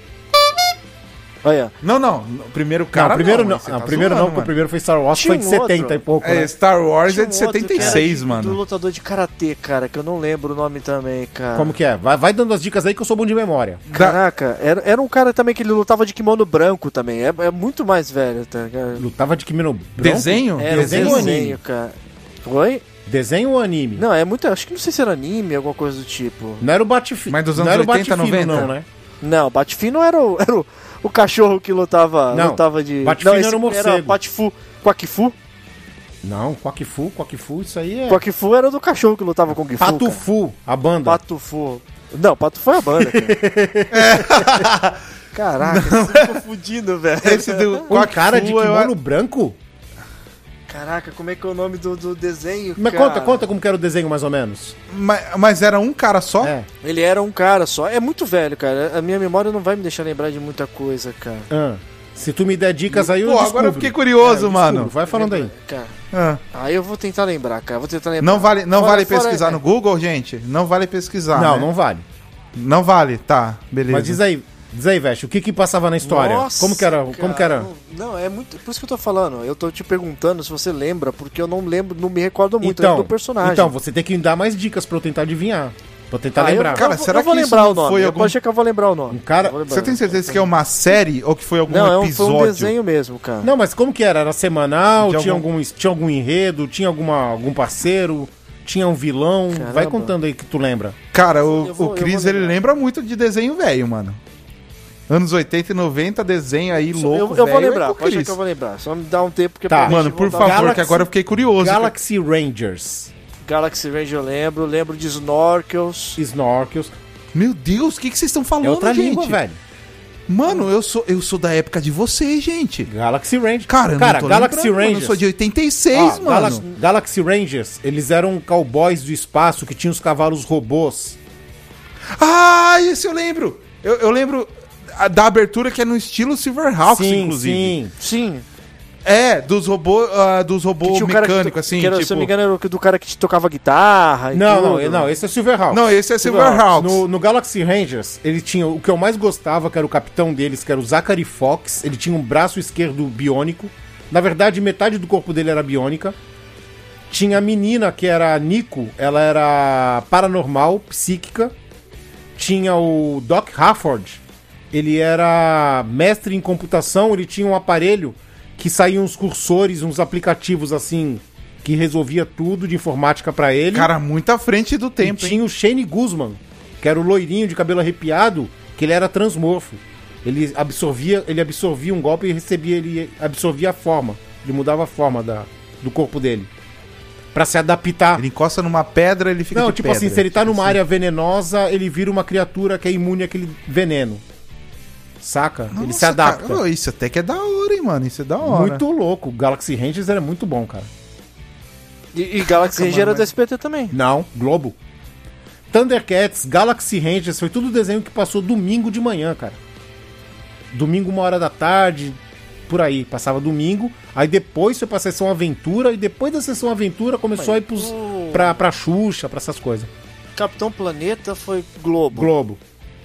[SPEAKER 6] Olha.
[SPEAKER 5] Não, não. no Primeiro cara.
[SPEAKER 4] não, primeiro não.
[SPEAKER 5] mano, você
[SPEAKER 4] não,
[SPEAKER 5] tá
[SPEAKER 4] primeiro não,
[SPEAKER 5] zoando,
[SPEAKER 4] porque o
[SPEAKER 5] mano.
[SPEAKER 4] primeiro foi Star Wars,
[SPEAKER 6] Tinha
[SPEAKER 4] foi de
[SPEAKER 6] um
[SPEAKER 4] 70
[SPEAKER 6] outro.
[SPEAKER 4] e pouco.
[SPEAKER 5] É,
[SPEAKER 4] né?
[SPEAKER 5] Star Wars
[SPEAKER 6] Tinha
[SPEAKER 5] é
[SPEAKER 6] um
[SPEAKER 5] de
[SPEAKER 6] outro que era
[SPEAKER 5] 76,
[SPEAKER 6] de- Do
[SPEAKER 5] mano.
[SPEAKER 6] lutador de karatê, cara, que eu não lembro o nome também, cara.
[SPEAKER 4] Como que é? Vai, vai dando as dicas aí que eu sou bom de memória.
[SPEAKER 6] Caraca, era, era um cara também que ele lutava de kimono branco também. É, é muito mais velho, tá ligado?
[SPEAKER 4] Lutava de kimono branco?
[SPEAKER 5] Desenho?
[SPEAKER 6] Era um
[SPEAKER 4] desenho ou anime?
[SPEAKER 6] cara. Oi?
[SPEAKER 4] Desenho ou anime?
[SPEAKER 6] Não, é muito. Acho que não sei se era anime, alguma coisa do tipo.
[SPEAKER 4] Não era o Batfi.
[SPEAKER 5] Mas dos
[SPEAKER 4] não
[SPEAKER 5] anos
[SPEAKER 4] era o
[SPEAKER 5] 80,
[SPEAKER 4] Bate Fino,
[SPEAKER 5] 90?
[SPEAKER 4] não, né?
[SPEAKER 6] Não, Batifino era o, era o, o cachorro que lutava,
[SPEAKER 4] Não,
[SPEAKER 6] lutava de.
[SPEAKER 4] Batifino
[SPEAKER 6] não,
[SPEAKER 4] era o morcego.
[SPEAKER 6] Era Patifu. Quakifu?
[SPEAKER 4] Não, Quackfu, Quackfu, isso aí é.
[SPEAKER 6] Quakifu era do cachorro que lutava com o Kung Fu. cara.
[SPEAKER 4] Patufu, a banda.
[SPEAKER 6] Patufu. Não, Patufu é a banda, cara. Caraca, você me confundindo, velho.
[SPEAKER 5] Esse do
[SPEAKER 4] Um cara de
[SPEAKER 5] Quack
[SPEAKER 6] é
[SPEAKER 5] Fu, eu-
[SPEAKER 4] kimono branco?
[SPEAKER 6] Caraca, como é que é o nome do, do desenho,
[SPEAKER 4] Mas
[SPEAKER 6] cara?
[SPEAKER 4] conta, conta como que era o desenho, mais ou menos.
[SPEAKER 5] Mas, mas era um cara só?
[SPEAKER 4] É.
[SPEAKER 6] Ele era um cara só. É muito velho, cara. A minha memória não vai me deixar lembrar de muita coisa, cara.
[SPEAKER 4] Ah, se tu me der dicas aí, eu
[SPEAKER 5] Pô,
[SPEAKER 4] descubro.
[SPEAKER 5] agora eu fiquei curioso,
[SPEAKER 4] É, eu
[SPEAKER 5] mano.
[SPEAKER 4] descubro. Vai falando aí.
[SPEAKER 6] Cara,
[SPEAKER 5] Ah.
[SPEAKER 6] aí eu vou tentar lembrar, cara. Vou tentar lembrar.
[SPEAKER 5] Não vale, não
[SPEAKER 6] É, Fora- né?
[SPEAKER 5] vale
[SPEAKER 6] fora- é,
[SPEAKER 5] pesquisar no Google, gente? Não vale pesquisar.
[SPEAKER 4] não,
[SPEAKER 5] né?
[SPEAKER 4] não vale.
[SPEAKER 5] Não vale, tá, beleza.
[SPEAKER 4] Mas diz aí, diz aí, Veste, o que que passava na história?
[SPEAKER 6] Nossa,
[SPEAKER 4] como que era? como
[SPEAKER 6] cara,
[SPEAKER 4] que era?
[SPEAKER 6] Não, não, é muito. Por isso que eu tô falando. Eu tô te perguntando se você lembra, porque eu não lembro, não me recordo muito
[SPEAKER 4] Então,
[SPEAKER 6] do personagem.
[SPEAKER 4] então, você tem que me dar mais dicas pra eu tentar adivinhar. Pra eu tentar
[SPEAKER 6] Ah, eu-
[SPEAKER 4] lembrar.
[SPEAKER 6] eu
[SPEAKER 5] Cara,
[SPEAKER 6] vou-
[SPEAKER 5] será
[SPEAKER 6] eu vou
[SPEAKER 5] que isso
[SPEAKER 6] lembrar
[SPEAKER 5] não
[SPEAKER 6] o nome?
[SPEAKER 5] foi
[SPEAKER 6] Eu
[SPEAKER 5] algum-
[SPEAKER 6] Pode achar que eu vou lembrar o nome.
[SPEAKER 4] Um cara-
[SPEAKER 6] Eu vou lembrar.
[SPEAKER 5] Você tem certeza que é uma série ou que foi algum
[SPEAKER 6] Não, é um-
[SPEAKER 5] episódio?
[SPEAKER 6] foi um desenho mesmo, cara.
[SPEAKER 4] Não, mas como que era? Era semanal?
[SPEAKER 5] De
[SPEAKER 4] Tinha
[SPEAKER 5] algum-
[SPEAKER 4] algum... tinha algum enredo? Tinha alguma, algum parceiro? Tinha um vilão?
[SPEAKER 6] Caramba.
[SPEAKER 4] Vai contando aí que tu lembra.
[SPEAKER 5] Cara, o,
[SPEAKER 6] Eu vou-
[SPEAKER 5] o
[SPEAKER 6] eu
[SPEAKER 5] Cris,
[SPEAKER 6] vou
[SPEAKER 5] ele lembra muito de desenho velho, mano. Anos 80 e 90, desenho aí
[SPEAKER 6] Isso-
[SPEAKER 5] louco,
[SPEAKER 6] eu, eu
[SPEAKER 5] velho,
[SPEAKER 6] vou
[SPEAKER 5] é
[SPEAKER 6] lembrar,
[SPEAKER 5] com o
[SPEAKER 6] pode achar
[SPEAKER 5] Cris.
[SPEAKER 6] que eu vou lembrar. Só me dá um tempo que
[SPEAKER 4] Tá.
[SPEAKER 6] pra gente
[SPEAKER 5] Mano, por
[SPEAKER 6] voltar.
[SPEAKER 5] favor, que
[SPEAKER 4] Galaxy-
[SPEAKER 5] agora eu fiquei curioso.
[SPEAKER 4] Galaxy Rangers.
[SPEAKER 6] Galaxy Range eu lembro, lembro de Snorkels.
[SPEAKER 4] Snorkels.
[SPEAKER 5] Meu Deus, o que, que vocês estão falando,
[SPEAKER 4] É outra
[SPEAKER 5] gente?
[SPEAKER 4] língua, velho.
[SPEAKER 5] Mano, eu sou, eu sou da época de vocês, gente.
[SPEAKER 4] Galaxy Rangers.
[SPEAKER 5] Cara, eu
[SPEAKER 4] Cara,
[SPEAKER 5] não tô
[SPEAKER 4] Galaxy
[SPEAKER 5] lembrando, mano,
[SPEAKER 4] Rangers.
[SPEAKER 5] Eu sou de 86,
[SPEAKER 4] Ó,
[SPEAKER 5] mano.
[SPEAKER 4] Ah, Galax- Galaxy Rangers, eles eram cowboys do espaço que tinham os cavalos robôs.
[SPEAKER 5] Ah, esse eu lembro. Eu, eu lembro a- da abertura que é no estilo Silverhawks, inclusive.
[SPEAKER 4] sim.
[SPEAKER 6] Sim.
[SPEAKER 5] É, dos robôs dos robô
[SPEAKER 6] tinha um cara que
[SPEAKER 5] mecânicos,
[SPEAKER 6] to-
[SPEAKER 5] assim,
[SPEAKER 6] que era, Se eu
[SPEAKER 5] tipo...
[SPEAKER 6] não me engano, era o que- do cara que te tocava guitarra e
[SPEAKER 4] Não,
[SPEAKER 6] tudo.
[SPEAKER 4] não, não, esse é Silverhawks.
[SPEAKER 5] Não, esse é Silverhawks.
[SPEAKER 4] No, no Galaxy Rangers, ele tinha o que eu mais gostava, que era o capitão deles, que era o Zachary Fox. Ele tinha um braço esquerdo biônico. Na verdade, metade do corpo dele era biônica. Tinha a menina, que era a Nico, ela era paranormal, psíquica. Tinha o Doc Harford, ele era mestre em computação, ele tinha um aparelho que saía uns cursores, uns aplicativos assim, que resolvia tudo de informática pra ele.
[SPEAKER 5] Cara, muito à frente do
[SPEAKER 4] E
[SPEAKER 5] tempo, hein?
[SPEAKER 4] tinha o Shane Guzman, que era o loirinho de cabelo arrepiado, que ele era transmorfo. Ele absorvia, ele absorvia um golpe e recebia, ele absorvia a forma. Ele mudava a forma da, do corpo dele. Pra se adaptar.
[SPEAKER 5] Ele encosta numa pedra, ele fica
[SPEAKER 4] Não,
[SPEAKER 5] de
[SPEAKER 4] tipo
[SPEAKER 5] pedra.
[SPEAKER 4] assim, se ele tá numa área venenosa, ele vira uma criatura que é imune àquele veneno. Saca? ele se
[SPEAKER 5] Nossa,
[SPEAKER 4] adapta.
[SPEAKER 5] cara, isso até que é da hora, hein, mano? Isso é da hora.
[SPEAKER 4] muito louco. Galaxy Rangers era muito bom, cara.
[SPEAKER 6] E, e Galaxy Range era do SPT também.
[SPEAKER 4] Não, Globo. Thundercats, Galaxy Rangers, foi tudo desenho que passou domingo de manhã, cara. Domingo, uma hora da tarde, por aí. Passava domingo, aí depois foi pra sessão aventura, e depois da sessão aventura começou a ir pros,
[SPEAKER 6] o-
[SPEAKER 4] pra, pra Xuxa, pra essas coisas.
[SPEAKER 6] Capitão Planeta foi Globo.
[SPEAKER 4] Globo.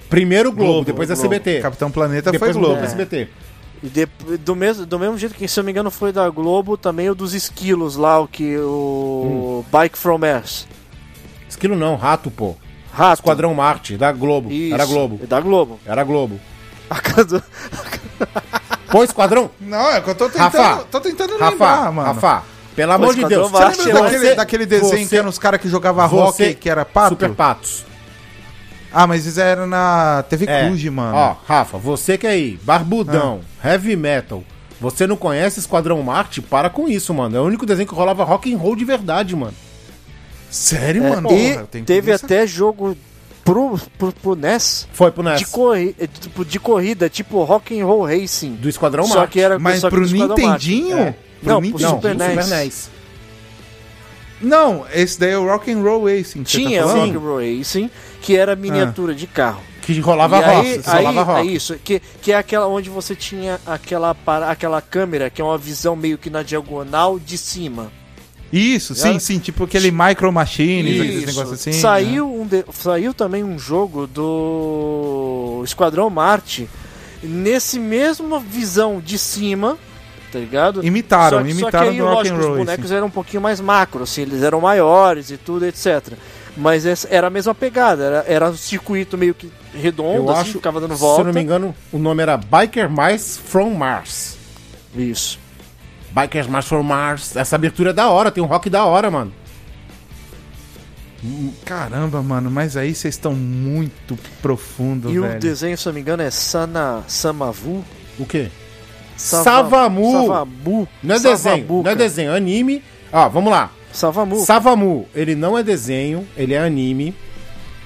[SPEAKER 4] Primeiro Globo,
[SPEAKER 5] Globo,
[SPEAKER 4] depois
[SPEAKER 5] Globo.
[SPEAKER 4] a CBT.
[SPEAKER 5] Capitão Planeta
[SPEAKER 4] depois É.
[SPEAKER 5] foi Globo. É.
[SPEAKER 4] mudou pra SBT.
[SPEAKER 6] E de- do, mesmo, do mesmo jeito que, se eu não me engano, foi da Globo, também o dos esquilos lá, o que o Bike From Mars.
[SPEAKER 4] Esquilo não, Rato, pô.
[SPEAKER 6] Rato.
[SPEAKER 4] Esquadrão Marte, da Globo.
[SPEAKER 6] Isso. É
[SPEAKER 4] Era Globo.
[SPEAKER 6] Da Globo.
[SPEAKER 4] Era Globo.
[SPEAKER 6] A cara do-
[SPEAKER 4] Pô, Esquadrão,
[SPEAKER 5] Não, é que eu tô tentando,
[SPEAKER 4] Rafa,
[SPEAKER 5] tô tentando
[SPEAKER 4] Rafa,
[SPEAKER 5] lembrar, mano.
[SPEAKER 4] Rafa, pelo amor de
[SPEAKER 6] Esquadrão
[SPEAKER 4] Deus.
[SPEAKER 6] Vasco,
[SPEAKER 5] Você
[SPEAKER 6] é
[SPEAKER 5] lembra daquele,
[SPEAKER 4] Tá Você-
[SPEAKER 5] daquele desenho
[SPEAKER 4] você-
[SPEAKER 5] que eram os caras que jogavam
[SPEAKER 4] Você-
[SPEAKER 5] rock, que era pato?
[SPEAKER 4] Super Patos.
[SPEAKER 5] Ah, mas isso era na TV
[SPEAKER 4] É.
[SPEAKER 5] Cruz, mano.
[SPEAKER 4] Ó, Rafa, você que é aí, barbudão,
[SPEAKER 6] Ah.
[SPEAKER 4] heavy metal, você não conhece Esquadrão Marte? Para com isso, mano. É o único desenho que rolava rock and roll de verdade, mano.
[SPEAKER 5] Sério,
[SPEAKER 6] É,
[SPEAKER 5] mano?
[SPEAKER 6] e
[SPEAKER 5] Porra, tem que
[SPEAKER 6] teve
[SPEAKER 5] pensar.
[SPEAKER 6] até jogo pro, pro, pro NES
[SPEAKER 4] Foi pro
[SPEAKER 6] de,
[SPEAKER 4] NES.
[SPEAKER 6] corri, eh, tipo, de corrida, tipo Rock and Roll Racing.
[SPEAKER 4] Do Esquadrão
[SPEAKER 6] Só
[SPEAKER 4] Marte.
[SPEAKER 6] que era
[SPEAKER 5] Mas
[SPEAKER 6] só que
[SPEAKER 5] pro
[SPEAKER 6] do Esquadrão Marte.
[SPEAKER 5] Nintendinho?
[SPEAKER 4] É.
[SPEAKER 5] Pro
[SPEAKER 6] Não, pro
[SPEAKER 5] Nintendinho?
[SPEAKER 4] Não,
[SPEAKER 6] Super
[SPEAKER 4] do
[SPEAKER 6] NES.
[SPEAKER 4] Super NES.
[SPEAKER 5] Não, esse daí é o Rock and Roll Racing. que você
[SPEAKER 6] Tinha
[SPEAKER 5] tá
[SPEAKER 6] o
[SPEAKER 5] falando.
[SPEAKER 6] Rock and Roll Racing, que era miniatura de carro.
[SPEAKER 4] Que rolava
[SPEAKER 6] e
[SPEAKER 4] rock.
[SPEAKER 6] aí,
[SPEAKER 4] só
[SPEAKER 6] aí,
[SPEAKER 4] rolava rock.
[SPEAKER 6] é isso, que, que é aquela onde você tinha aquela, para- aquela câmera, que é uma visão meio que na diagonal de cima.
[SPEAKER 5] Isso, sim, sim. Tipo aquele Micro Machines, aqueles
[SPEAKER 6] Isso.
[SPEAKER 5] negócios assim. né?
[SPEAKER 6] Saiu, um de- saiu também um jogo do Esquadrão Marte nesse mesmo visão de cima, tá ligado?
[SPEAKER 5] Imitaram,
[SPEAKER 6] Só que-
[SPEAKER 5] imitaram
[SPEAKER 6] só que aí,
[SPEAKER 5] do rock
[SPEAKER 6] lógico,
[SPEAKER 5] and roll,
[SPEAKER 6] Os bonecos
[SPEAKER 5] assim.
[SPEAKER 6] eram um pouquinho mais macro, assim, eles eram maiores e tudo, etc. Mas essa- era a mesma pegada, era, era um circuito meio que redondo,
[SPEAKER 4] Eu
[SPEAKER 6] assim,
[SPEAKER 4] acho,
[SPEAKER 6] ficava dando
[SPEAKER 4] se
[SPEAKER 6] volta.
[SPEAKER 4] eu não me engano, o nome era Biker Mice from Mars.
[SPEAKER 6] Isso.
[SPEAKER 4] Bikers Mars from é Mars. Essa abertura é da hora, tem um rock da hora, mano.
[SPEAKER 5] Hum, Caramba, mano, mas aí vocês estão muito profundo,
[SPEAKER 6] E
[SPEAKER 5] velho.
[SPEAKER 6] o desenho, se eu não me engano, é Sana Samavu.
[SPEAKER 4] O quê?
[SPEAKER 6] Sava-
[SPEAKER 4] Savamu.
[SPEAKER 6] Savamu.
[SPEAKER 4] Não é desenho,
[SPEAKER 6] Savabu,
[SPEAKER 4] não é
[SPEAKER 6] cara.
[SPEAKER 4] desenho, é anime. Ó, vamos lá.
[SPEAKER 6] Savamu.
[SPEAKER 4] Savamu, ele não é desenho, ele é anime.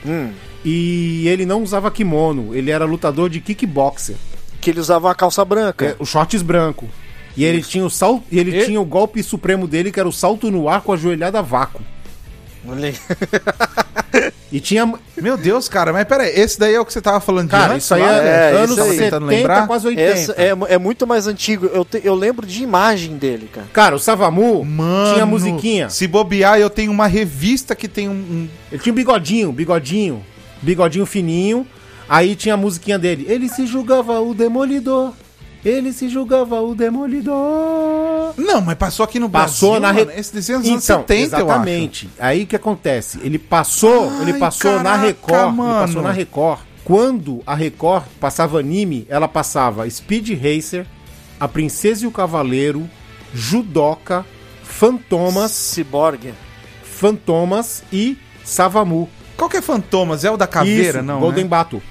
[SPEAKER 6] Hum.
[SPEAKER 4] E ele não usava kimono, ele era lutador de kickboxer.
[SPEAKER 6] Que ele usava uma calça branca.
[SPEAKER 4] É, os shorts branco. E ele tinha o salto, e ele
[SPEAKER 6] E-
[SPEAKER 4] tinha o golpe supremo dele, que era o salto no ar com a joelhada a vácuo.
[SPEAKER 6] Olha aí.
[SPEAKER 4] E tinha.
[SPEAKER 5] Meu Deus, cara, mas pera aí, esse daí é o que você tava falando de
[SPEAKER 4] Cara,
[SPEAKER 5] antes
[SPEAKER 4] isso aí
[SPEAKER 5] lá?
[SPEAKER 4] é,
[SPEAKER 6] é,
[SPEAKER 4] anos
[SPEAKER 6] isso aí.
[SPEAKER 4] 70,
[SPEAKER 5] Tentando lembrar?
[SPEAKER 4] quase 80.
[SPEAKER 6] Essa é, é muito mais antigo. Eu, te- eu lembro de imagem dele, cara.
[SPEAKER 4] Cara, o Savamu
[SPEAKER 5] Mano,
[SPEAKER 4] tinha musiquinha.
[SPEAKER 5] Se bobear, eu tenho uma revista que tem um. um-
[SPEAKER 4] Ele tinha um bigodinho, bigodinho, bigodinho fininho. Aí tinha a musiquinha dele. Ele se julgava o demolidor. Ele se julgava o demolidor.
[SPEAKER 5] Não, mas passou aqui no
[SPEAKER 4] Passou
[SPEAKER 5] Brasil.
[SPEAKER 4] na
[SPEAKER 5] mano,
[SPEAKER 4] Re-
[SPEAKER 5] Esse desenho é dos anos
[SPEAKER 4] Então,
[SPEAKER 5] 70,
[SPEAKER 4] exatamente. Aí o que acontece? Ele passou, ele
[SPEAKER 5] Ai,
[SPEAKER 4] passou na
[SPEAKER 5] caraca,
[SPEAKER 4] Record, ele
[SPEAKER 5] mano.
[SPEAKER 4] passou na Record. Quando a Record passava anime, ela passava Speed Racer, A Princesa e o Cavaleiro, Judoca, Fantomas,
[SPEAKER 6] Cyborg.
[SPEAKER 4] Fantomas e Savamu.
[SPEAKER 5] eu acho. Qual que é Fantomas? É o da caveira,
[SPEAKER 4] Isso,
[SPEAKER 5] não?
[SPEAKER 4] Golden
[SPEAKER 5] né?
[SPEAKER 4] Bato.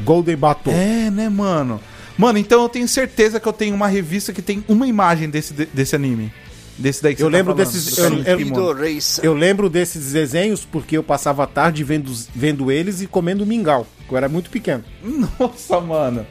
[SPEAKER 4] Golden Bato.
[SPEAKER 5] É, né, mano? Mano, então eu tenho certeza que eu tenho uma revista que tem uma imagem desse, desse anime. Desse daí que
[SPEAKER 4] Eu
[SPEAKER 5] você tá
[SPEAKER 4] lembro
[SPEAKER 5] falando,
[SPEAKER 4] desses-
[SPEAKER 5] desse
[SPEAKER 4] eu-
[SPEAKER 5] anime de
[SPEAKER 4] eu-
[SPEAKER 5] Kimono.
[SPEAKER 6] Do Racer.
[SPEAKER 4] Eu lembro desses desenhos porque eu passava a tarde vendo, os- vendo eles e comendo mingau. Eu era muito pequeno.
[SPEAKER 5] Nossa, mano.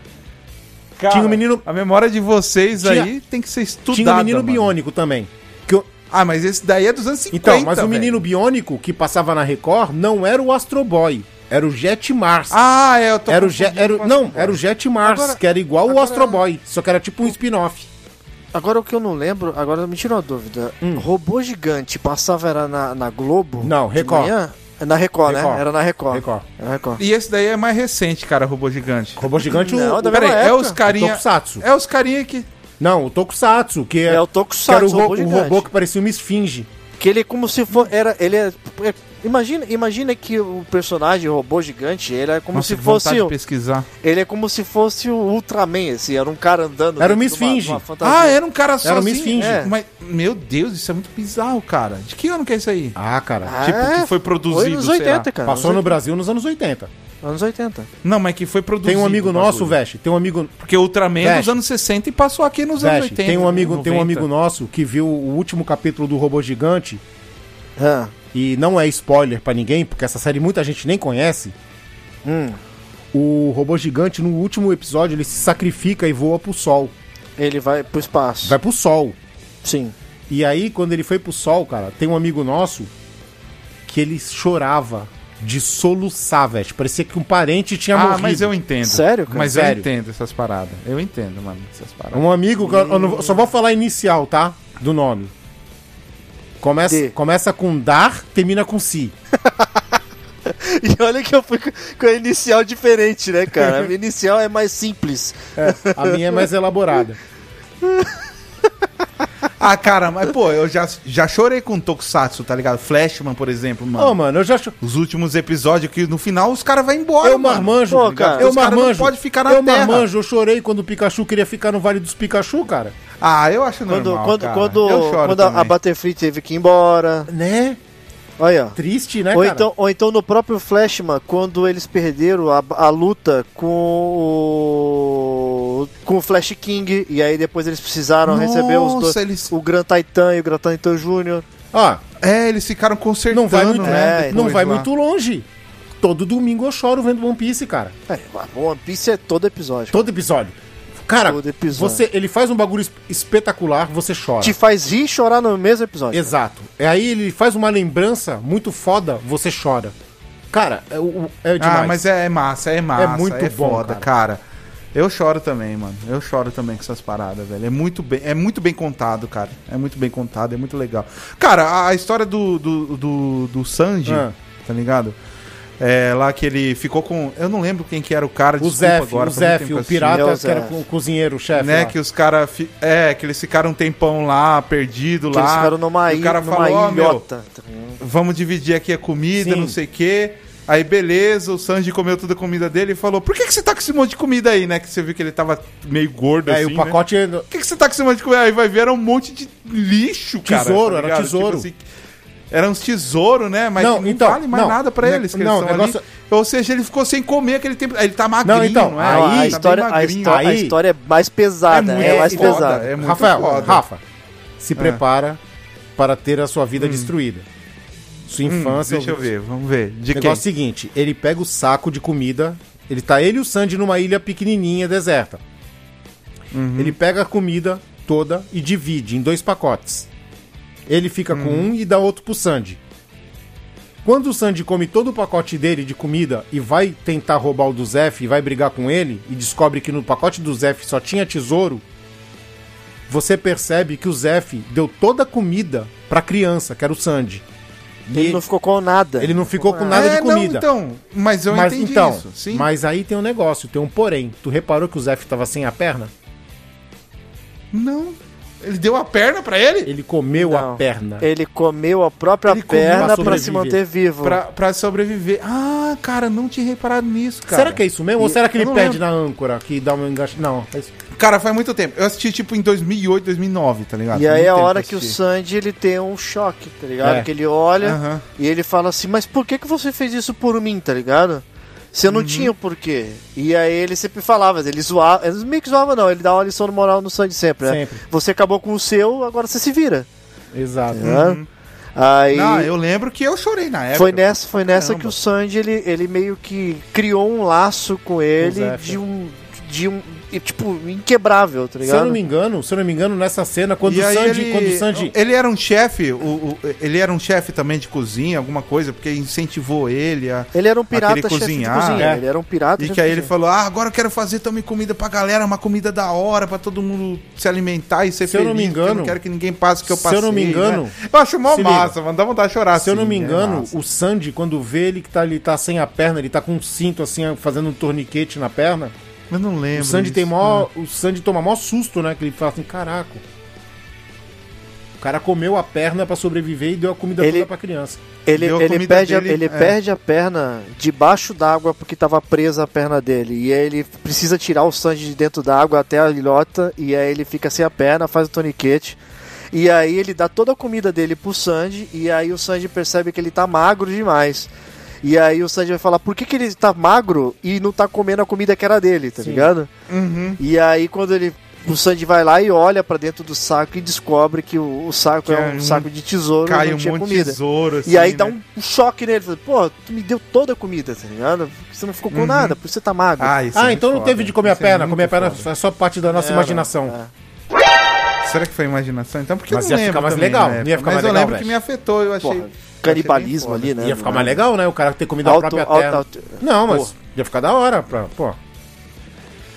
[SPEAKER 5] Cara,
[SPEAKER 4] Tinha um menino-
[SPEAKER 5] A memória de vocês
[SPEAKER 4] Tinha-
[SPEAKER 5] aí tem que ser estudada.
[SPEAKER 4] Tinha o menino
[SPEAKER 5] mano.
[SPEAKER 4] biônico também. que eu-
[SPEAKER 5] Ah, mas esse daí é dos anos 50.
[SPEAKER 4] Então, mas o
[SPEAKER 5] velho.
[SPEAKER 4] menino biônico que passava na Record não era o Astro Boy, era o Jet Mars.
[SPEAKER 5] Ah, é, eu tô
[SPEAKER 4] era o Je-
[SPEAKER 5] confundindo
[SPEAKER 4] era o-
[SPEAKER 5] com
[SPEAKER 4] não,
[SPEAKER 5] Astro Boy.
[SPEAKER 4] era o Jet Mars,
[SPEAKER 5] Agora-
[SPEAKER 4] que era igual o
[SPEAKER 5] agora- é-
[SPEAKER 4] Astro Boy, só que era tipo um spin-off.
[SPEAKER 6] Agora o que eu não lembro, agora me tirou uma dúvida. Robô gigante passava era na, na Globo?
[SPEAKER 4] Hum. Não,
[SPEAKER 6] de
[SPEAKER 4] Record.
[SPEAKER 6] manhã? É Na Record,
[SPEAKER 4] Record.
[SPEAKER 6] né? Era na Record.
[SPEAKER 4] Record.
[SPEAKER 6] Era na Record.
[SPEAKER 5] E esse daí é mais recente, cara, Robô Gigante.
[SPEAKER 4] Robô Gigante
[SPEAKER 6] Não,
[SPEAKER 4] o,
[SPEAKER 6] da
[SPEAKER 4] o-
[SPEAKER 6] mesma
[SPEAKER 5] Pera aí, é
[SPEAKER 6] época?
[SPEAKER 5] os carinha...
[SPEAKER 4] Tokusatsu.
[SPEAKER 5] É os carinha que...
[SPEAKER 4] Não, o Tokusatsu, que é,
[SPEAKER 6] É o
[SPEAKER 4] que era o,
[SPEAKER 6] Tokusatsu,
[SPEAKER 4] ro-
[SPEAKER 6] robô
[SPEAKER 4] o
[SPEAKER 6] gigante.
[SPEAKER 4] robô que parecia uma esfinge.
[SPEAKER 6] Que ele é como se fosse. Era, ele é, é- imagina, imagina que o personagem o robô gigante, ele é como
[SPEAKER 5] Nossa,
[SPEAKER 6] se
[SPEAKER 5] que vontade
[SPEAKER 6] fosse.
[SPEAKER 5] de
[SPEAKER 6] um-
[SPEAKER 5] pesquisar.
[SPEAKER 6] Ele é como se fosse o Ultraman, assim, era um cara andando.
[SPEAKER 4] Era
[SPEAKER 6] dentro
[SPEAKER 4] uma
[SPEAKER 6] de
[SPEAKER 4] esfinge.
[SPEAKER 6] de fantasia.
[SPEAKER 5] Ah, era um cara sozinho.
[SPEAKER 4] Tá Era uma esfinge.
[SPEAKER 5] É. Mas, meu Deus, isso é muito bizarro, cara. De que ano que é isso aí?
[SPEAKER 4] Ah, cara.
[SPEAKER 6] Ah,
[SPEAKER 5] tipo, que foi
[SPEAKER 6] Foi
[SPEAKER 5] produzido,
[SPEAKER 6] nos
[SPEAKER 5] sei
[SPEAKER 6] 80,
[SPEAKER 5] lá.
[SPEAKER 6] cara.
[SPEAKER 4] Passou no
[SPEAKER 6] anos
[SPEAKER 4] Brasil nos anos 80.
[SPEAKER 6] 80. Anos 80.
[SPEAKER 5] Não, mas que foi produzido.
[SPEAKER 4] Tem um amigo
[SPEAKER 5] o
[SPEAKER 4] nosso,
[SPEAKER 5] bagulho.
[SPEAKER 4] Veste, tem um amigo
[SPEAKER 5] Porque Ultraman é dos
[SPEAKER 4] Veste.
[SPEAKER 5] anos 60 e passou aqui né? nos anos
[SPEAKER 4] Veste,
[SPEAKER 5] 80.
[SPEAKER 4] tem um amigo, tem um
[SPEAKER 5] 90.
[SPEAKER 4] amigo nosso que viu o último capítulo do Robô Gigante
[SPEAKER 6] Ah,
[SPEAKER 4] e não é spoiler pra ninguém, porque essa série muita gente nem conhece.
[SPEAKER 6] hum.
[SPEAKER 4] O robô gigante, no último episódio, ele se sacrifica e voa pro sol.
[SPEAKER 6] Ele vai pro espaço.
[SPEAKER 4] Vai pro sol.
[SPEAKER 6] Sim.
[SPEAKER 4] E aí, quando ele foi pro sol, cara, tem um amigo nosso que ele chorava de soluçar, velho. Parecia que um parente tinha
[SPEAKER 5] Ah,
[SPEAKER 4] morrido.
[SPEAKER 5] mas eu entendo.
[SPEAKER 6] Sério, cara?
[SPEAKER 5] Mas eu
[SPEAKER 4] Sério.
[SPEAKER 5] entendo essas paradas. Eu entendo, mano, essas paradas.
[SPEAKER 4] Um amigo, que eu, eu não vou- só vou falar inicial, tá? Do nome. Começa,
[SPEAKER 6] D.
[SPEAKER 4] começa com dar, termina com si.
[SPEAKER 6] E olha que eu fui com com a inicial diferente, né, cara? A minha inicial é mais simples.
[SPEAKER 4] A minha é mais elaborada.
[SPEAKER 5] Ah, cara, mas pô, eu já, já chorei com Tokusatsu, tá ligado? Flashman, por exemplo, mano.
[SPEAKER 4] Ô, mano, eu já. cho-
[SPEAKER 5] Os últimos episódios que no final os caras vão embora,
[SPEAKER 4] Eu
[SPEAKER 5] mano.
[SPEAKER 4] marmanjo,
[SPEAKER 6] Pô,
[SPEAKER 4] tá ligado?
[SPEAKER 6] cara,
[SPEAKER 4] eu
[SPEAKER 5] os cara não
[SPEAKER 4] marmanjo.
[SPEAKER 5] pode ficar na
[SPEAKER 4] eu
[SPEAKER 5] terra.
[SPEAKER 4] marmanjo, eu chorei quando o Pikachu queria ficar no Vale dos Pikachu, cara.
[SPEAKER 5] Ah, eu acho
[SPEAKER 6] Quando,
[SPEAKER 5] normal,
[SPEAKER 6] quando,
[SPEAKER 5] cara.
[SPEAKER 6] quando,
[SPEAKER 5] eu choro
[SPEAKER 6] quando a,
[SPEAKER 5] também.
[SPEAKER 6] a Butterfree teve que ir embora.
[SPEAKER 4] Né?
[SPEAKER 6] Olha, ó.
[SPEAKER 4] Triste, né,
[SPEAKER 6] ou,
[SPEAKER 4] cara?
[SPEAKER 6] então, ou então no próprio Flashman, quando eles perderam a, a luta com o, com o Flash King, e aí depois eles precisaram
[SPEAKER 5] Nossa,
[SPEAKER 6] receber os dois,
[SPEAKER 5] eles-
[SPEAKER 6] o Gran Titan e o Gran Titan Jr.
[SPEAKER 4] Ó,
[SPEAKER 5] É, eles ficaram consertando,
[SPEAKER 4] não vai, muito,
[SPEAKER 5] né?
[SPEAKER 6] é,
[SPEAKER 5] depois
[SPEAKER 4] não vai
[SPEAKER 5] lá.
[SPEAKER 4] muito longe. Todo domingo eu choro vendo One Piece, cara.
[SPEAKER 6] É, mas One Piece é todo episódio.
[SPEAKER 4] Todo episódio. Cara,
[SPEAKER 6] Todo episódio.
[SPEAKER 4] Você, ele faz um bagulho es- espetacular, você chora.
[SPEAKER 6] Te faz rir e chorar no mesmo episódio.
[SPEAKER 4] Exato. É aí ele faz uma lembrança muito foda, você chora. Cara, é, o- o- é demais.
[SPEAKER 5] Ah, mas é, é massa, é massa. É
[SPEAKER 4] muito
[SPEAKER 5] muito
[SPEAKER 4] bom,
[SPEAKER 5] foda, cara. Eu choro também, mano. Eu choro também com essas paradas, velho. É muito bem, é muito bem contado, cara. É muito bem contado, é muito legal. Cara, a, a história do, do, do, do Sanji,
[SPEAKER 4] Ah.
[SPEAKER 5] tá ligado? É, lá que ele ficou com. Eu não lembro quem que era o cara
[SPEAKER 4] O
[SPEAKER 5] desculpa
[SPEAKER 4] Zé, o
[SPEAKER 5] agora, faz muito
[SPEAKER 4] Zé,
[SPEAKER 5] tempo que eu
[SPEAKER 4] o
[SPEAKER 5] assisti.
[SPEAKER 4] pirata
[SPEAKER 6] É o
[SPEAKER 4] que era
[SPEAKER 6] Zé.
[SPEAKER 4] o cozinheiro-chefe.
[SPEAKER 5] né?
[SPEAKER 4] lá.
[SPEAKER 5] Que os caras. É, que eles ficaram um tempão lá, perdido
[SPEAKER 6] Que
[SPEAKER 5] lá.
[SPEAKER 6] eles ficaram numa,
[SPEAKER 5] E
[SPEAKER 6] i-
[SPEAKER 5] o cara
[SPEAKER 6] numa
[SPEAKER 5] falou: ó, meu,
[SPEAKER 6] ilhota.
[SPEAKER 5] vamos dividir aqui a comida,
[SPEAKER 4] Sim.
[SPEAKER 5] não sei o quê. Aí, beleza, o Sanji comeu toda a comida dele e falou: Por que, que você tá com esse monte de comida aí, né? Que você viu que ele tava meio gordo
[SPEAKER 4] Aí
[SPEAKER 5] assim.
[SPEAKER 4] É, o
[SPEAKER 5] né?
[SPEAKER 4] pacote.
[SPEAKER 5] Por que, que você tá com esse monte de comida? Aí vai ver, era um monte de lixo, cara.
[SPEAKER 4] Tesouro,
[SPEAKER 5] tá
[SPEAKER 4] era
[SPEAKER 5] ligado?
[SPEAKER 4] tesouro.
[SPEAKER 5] era uns tesouro, né? Mas
[SPEAKER 4] Não,
[SPEAKER 5] não,
[SPEAKER 4] então,
[SPEAKER 5] vale mais
[SPEAKER 4] não,
[SPEAKER 5] nada pra
[SPEAKER 4] né,
[SPEAKER 5] eles. Que
[SPEAKER 4] não,
[SPEAKER 5] eles estão
[SPEAKER 4] negócio-
[SPEAKER 5] ali. Ou seja, ele ficou sem comer aquele tempo. Ele tá magrinho,
[SPEAKER 4] então,
[SPEAKER 5] não é?
[SPEAKER 4] aí-
[SPEAKER 5] Ele tá
[SPEAKER 6] a,
[SPEAKER 5] bem
[SPEAKER 6] história, a,
[SPEAKER 5] magrinho.
[SPEAKER 6] histó- a
[SPEAKER 4] Aí-
[SPEAKER 6] história é mais pesada,
[SPEAKER 5] É
[SPEAKER 6] é,
[SPEAKER 5] muito
[SPEAKER 6] mais
[SPEAKER 5] foda,
[SPEAKER 6] pesada.
[SPEAKER 5] é muito
[SPEAKER 4] Rafael,
[SPEAKER 5] foda. É.
[SPEAKER 4] Rafa, se prepara para ter a sua vida destruída. Sua
[SPEAKER 5] Hum,
[SPEAKER 4] infância.
[SPEAKER 5] Deixa eu ver, vamos ver. De
[SPEAKER 4] O negócio é o
[SPEAKER 5] quem?
[SPEAKER 4] seguinte: ele pega o saco de comida. Ele tá ele e o Sandy numa ilha pequenininha, deserta.
[SPEAKER 5] Uhum.
[SPEAKER 4] Ele pega a comida toda e divide em dois pacotes. Ele fica com
[SPEAKER 5] Uhum.
[SPEAKER 4] um e dá outro pro Sandy. Quando o Sandy come todo o pacote dele de comida e vai tentar roubar o do Zef e vai brigar com ele e descobre que no pacote do Zef só tinha tesouro, você percebe que o Zef deu toda a comida pra criança, que era o Sandy.
[SPEAKER 6] Ele não ficou com nada.
[SPEAKER 4] Ele não ficou com nada
[SPEAKER 5] É,
[SPEAKER 4] de comida.
[SPEAKER 5] Não, então, mas eu
[SPEAKER 4] mas
[SPEAKER 5] entendi
[SPEAKER 4] então,
[SPEAKER 5] isso. Sim.
[SPEAKER 4] mas aí tem um negócio, tem um porém. Tu reparou que o Zef tava sem a perna?
[SPEAKER 5] Não. Ele deu a perna pra ele?
[SPEAKER 4] Ele comeu
[SPEAKER 6] Não.
[SPEAKER 4] a perna.
[SPEAKER 6] Ele comeu a própria
[SPEAKER 5] Ele comeu
[SPEAKER 6] perna
[SPEAKER 4] pra
[SPEAKER 6] pra se
[SPEAKER 4] sobreviver.
[SPEAKER 6] manter vivo.
[SPEAKER 5] Pra, pra sobreviver. Ah, cara, não tinha reparado nisso, cara.
[SPEAKER 4] será que é isso mesmo? Ou
[SPEAKER 5] E-
[SPEAKER 4] será que
[SPEAKER 5] eu
[SPEAKER 4] ele
[SPEAKER 5] não
[SPEAKER 4] perde
[SPEAKER 5] lembro.
[SPEAKER 4] na âncora, que dá uma engancha? Não, é isso.
[SPEAKER 5] Cara, faz muito tempo. Eu assisti, tipo, em 2008, 2009, tá ligado?
[SPEAKER 6] E
[SPEAKER 5] Faz
[SPEAKER 6] aí é
[SPEAKER 5] muito
[SPEAKER 6] a
[SPEAKER 5] tempo
[SPEAKER 6] hora
[SPEAKER 5] eu
[SPEAKER 6] que o
[SPEAKER 5] assisti.
[SPEAKER 6] Sandy ele tem um choque, tá ligado?
[SPEAKER 4] É.
[SPEAKER 6] Que ele olha
[SPEAKER 5] Aham.
[SPEAKER 6] e ele fala assim, mas por que, que você fez isso por mim, tá ligado? Você
[SPEAKER 5] Uhum.
[SPEAKER 6] não tinha o porquê. E aí ele sempre falava, ele zoava, ele meio que zoava não, ele dava uma lição de moral no Sandy sempre, né?
[SPEAKER 4] Sempre.
[SPEAKER 6] Você acabou com o seu, agora você se vira.
[SPEAKER 4] Exato.
[SPEAKER 6] tá
[SPEAKER 5] Ah,
[SPEAKER 6] ligado? Aí
[SPEAKER 5] Uhum. Não, eu lembro que eu chorei na época.
[SPEAKER 6] foi nessa, foi nessa
[SPEAKER 5] Caramba.
[SPEAKER 6] que o Sandy ele, ele meio que criou um laço com ele
[SPEAKER 4] Zé,
[SPEAKER 6] de um de um e, tipo inquebrável, tá
[SPEAKER 4] Se eu
[SPEAKER 6] ligado?
[SPEAKER 4] não me engano, se eu não me engano, nessa cena, quando
[SPEAKER 5] E
[SPEAKER 4] o
[SPEAKER 5] aí
[SPEAKER 4] Sandy.
[SPEAKER 5] ele,
[SPEAKER 4] Quando o Sandy.
[SPEAKER 5] ele era um chefe, o, o- ele era um chefe também de cozinha, alguma coisa, porque incentivou ele a...
[SPEAKER 6] Ele era um
[SPEAKER 5] a querer
[SPEAKER 6] pirata chefe
[SPEAKER 5] cozinhar,
[SPEAKER 6] de cozinha.
[SPEAKER 5] né?
[SPEAKER 6] Ele era um pirata
[SPEAKER 5] E
[SPEAKER 6] chefe
[SPEAKER 5] que aí
[SPEAKER 6] de
[SPEAKER 5] ele
[SPEAKER 6] cozinha.
[SPEAKER 5] falou: Ah, agora eu quero fazer também comida pra galera, uma comida da hora, pra todo mundo se alimentar e ser
[SPEAKER 4] Se eu
[SPEAKER 5] feliz.
[SPEAKER 4] não me
[SPEAKER 5] porque Eu
[SPEAKER 4] engano-
[SPEAKER 5] não quero que ninguém passe o que eu
[SPEAKER 4] se eu
[SPEAKER 5] passei.
[SPEAKER 4] não me engano-
[SPEAKER 5] né? Eu acho mó
[SPEAKER 4] Se liga.
[SPEAKER 5] massa, mano. Dá vontade de chorar.
[SPEAKER 4] se eu não
[SPEAKER 5] assim,
[SPEAKER 4] me
[SPEAKER 5] né?
[SPEAKER 4] engano,
[SPEAKER 5] Massa.
[SPEAKER 4] o Sandy, quando vê ele que tá, ele tá sem a perna, ele tá com um cinto assim, fazendo um torniquete na perna.
[SPEAKER 5] eu não lembro.
[SPEAKER 4] o Sandy
[SPEAKER 5] disso,
[SPEAKER 4] tem
[SPEAKER 5] né?
[SPEAKER 4] mó. O Sandy toma mó susto, né? Que ele fala assim, caraca. O cara comeu a perna pra sobreviver e deu a comida
[SPEAKER 6] Ele-
[SPEAKER 4] toda pra criança.
[SPEAKER 6] Ele,
[SPEAKER 5] Deu a
[SPEAKER 6] ele,
[SPEAKER 5] comida
[SPEAKER 6] perde, a-
[SPEAKER 5] dele,
[SPEAKER 6] ele
[SPEAKER 5] é.
[SPEAKER 6] perde a perna debaixo d'água porque tava presa a perna dele. E aí ele precisa tirar o Sanji de dentro da água até a ilhota. E aí ele fica sem a perna, faz o toniquete. E aí ele dá toda a comida dele pro Sanji. E aí o Sanji percebe que ele tá magro demais. E aí o Sanji vai falar por que, que ele tá magro e não tá comendo a comida que era dele, tá ligado?
[SPEAKER 5] Uhum.
[SPEAKER 6] E aí quando ele. O Sanji vai lá e olha pra dentro do saco e descobre que o, o saco
[SPEAKER 5] Que
[SPEAKER 6] é
[SPEAKER 5] é
[SPEAKER 6] um
[SPEAKER 5] um-
[SPEAKER 6] saco de tesouro e
[SPEAKER 5] Cai
[SPEAKER 6] não
[SPEAKER 5] um
[SPEAKER 6] tinha
[SPEAKER 5] monte de
[SPEAKER 6] comida.
[SPEAKER 5] tesouro, assim,
[SPEAKER 6] E aí dá
[SPEAKER 5] né?
[SPEAKER 6] um choque nele. Fala, Pô, tu me deu toda a comida, tá ligado? Porque você não ficou com nada, por isso você tá magro.
[SPEAKER 5] Ah, isso é
[SPEAKER 4] Uhum. Ah,
[SPEAKER 5] muito
[SPEAKER 4] então não
[SPEAKER 5] foda.
[SPEAKER 4] teve de comer a
[SPEAKER 5] Isso é
[SPEAKER 4] perna.
[SPEAKER 5] muito
[SPEAKER 4] comer a perna
[SPEAKER 5] foda.
[SPEAKER 4] é só parte da nossa
[SPEAKER 6] É,
[SPEAKER 4] imaginação.
[SPEAKER 6] não, é.
[SPEAKER 5] Será que foi imaginação? Então, porque
[SPEAKER 4] Mas ia
[SPEAKER 5] eu não
[SPEAKER 4] ficar
[SPEAKER 5] lembro
[SPEAKER 4] mais
[SPEAKER 5] também,
[SPEAKER 4] legal,
[SPEAKER 5] né?
[SPEAKER 4] ia ficar
[SPEAKER 5] Mas
[SPEAKER 4] mais
[SPEAKER 5] eu
[SPEAKER 4] legal,
[SPEAKER 5] lembro que
[SPEAKER 4] Brecht.
[SPEAKER 5] me afetou, eu achei.
[SPEAKER 6] Porra, canibalismo ali,
[SPEAKER 5] é,
[SPEAKER 6] né?
[SPEAKER 4] Ia ficar
[SPEAKER 6] mano?
[SPEAKER 4] mais legal, né? O cara ter comido
[SPEAKER 6] Auto-
[SPEAKER 4] a própria
[SPEAKER 6] auto-
[SPEAKER 4] terra.
[SPEAKER 6] auto-
[SPEAKER 4] Não, mas ia ficar da hora. Pra, pô.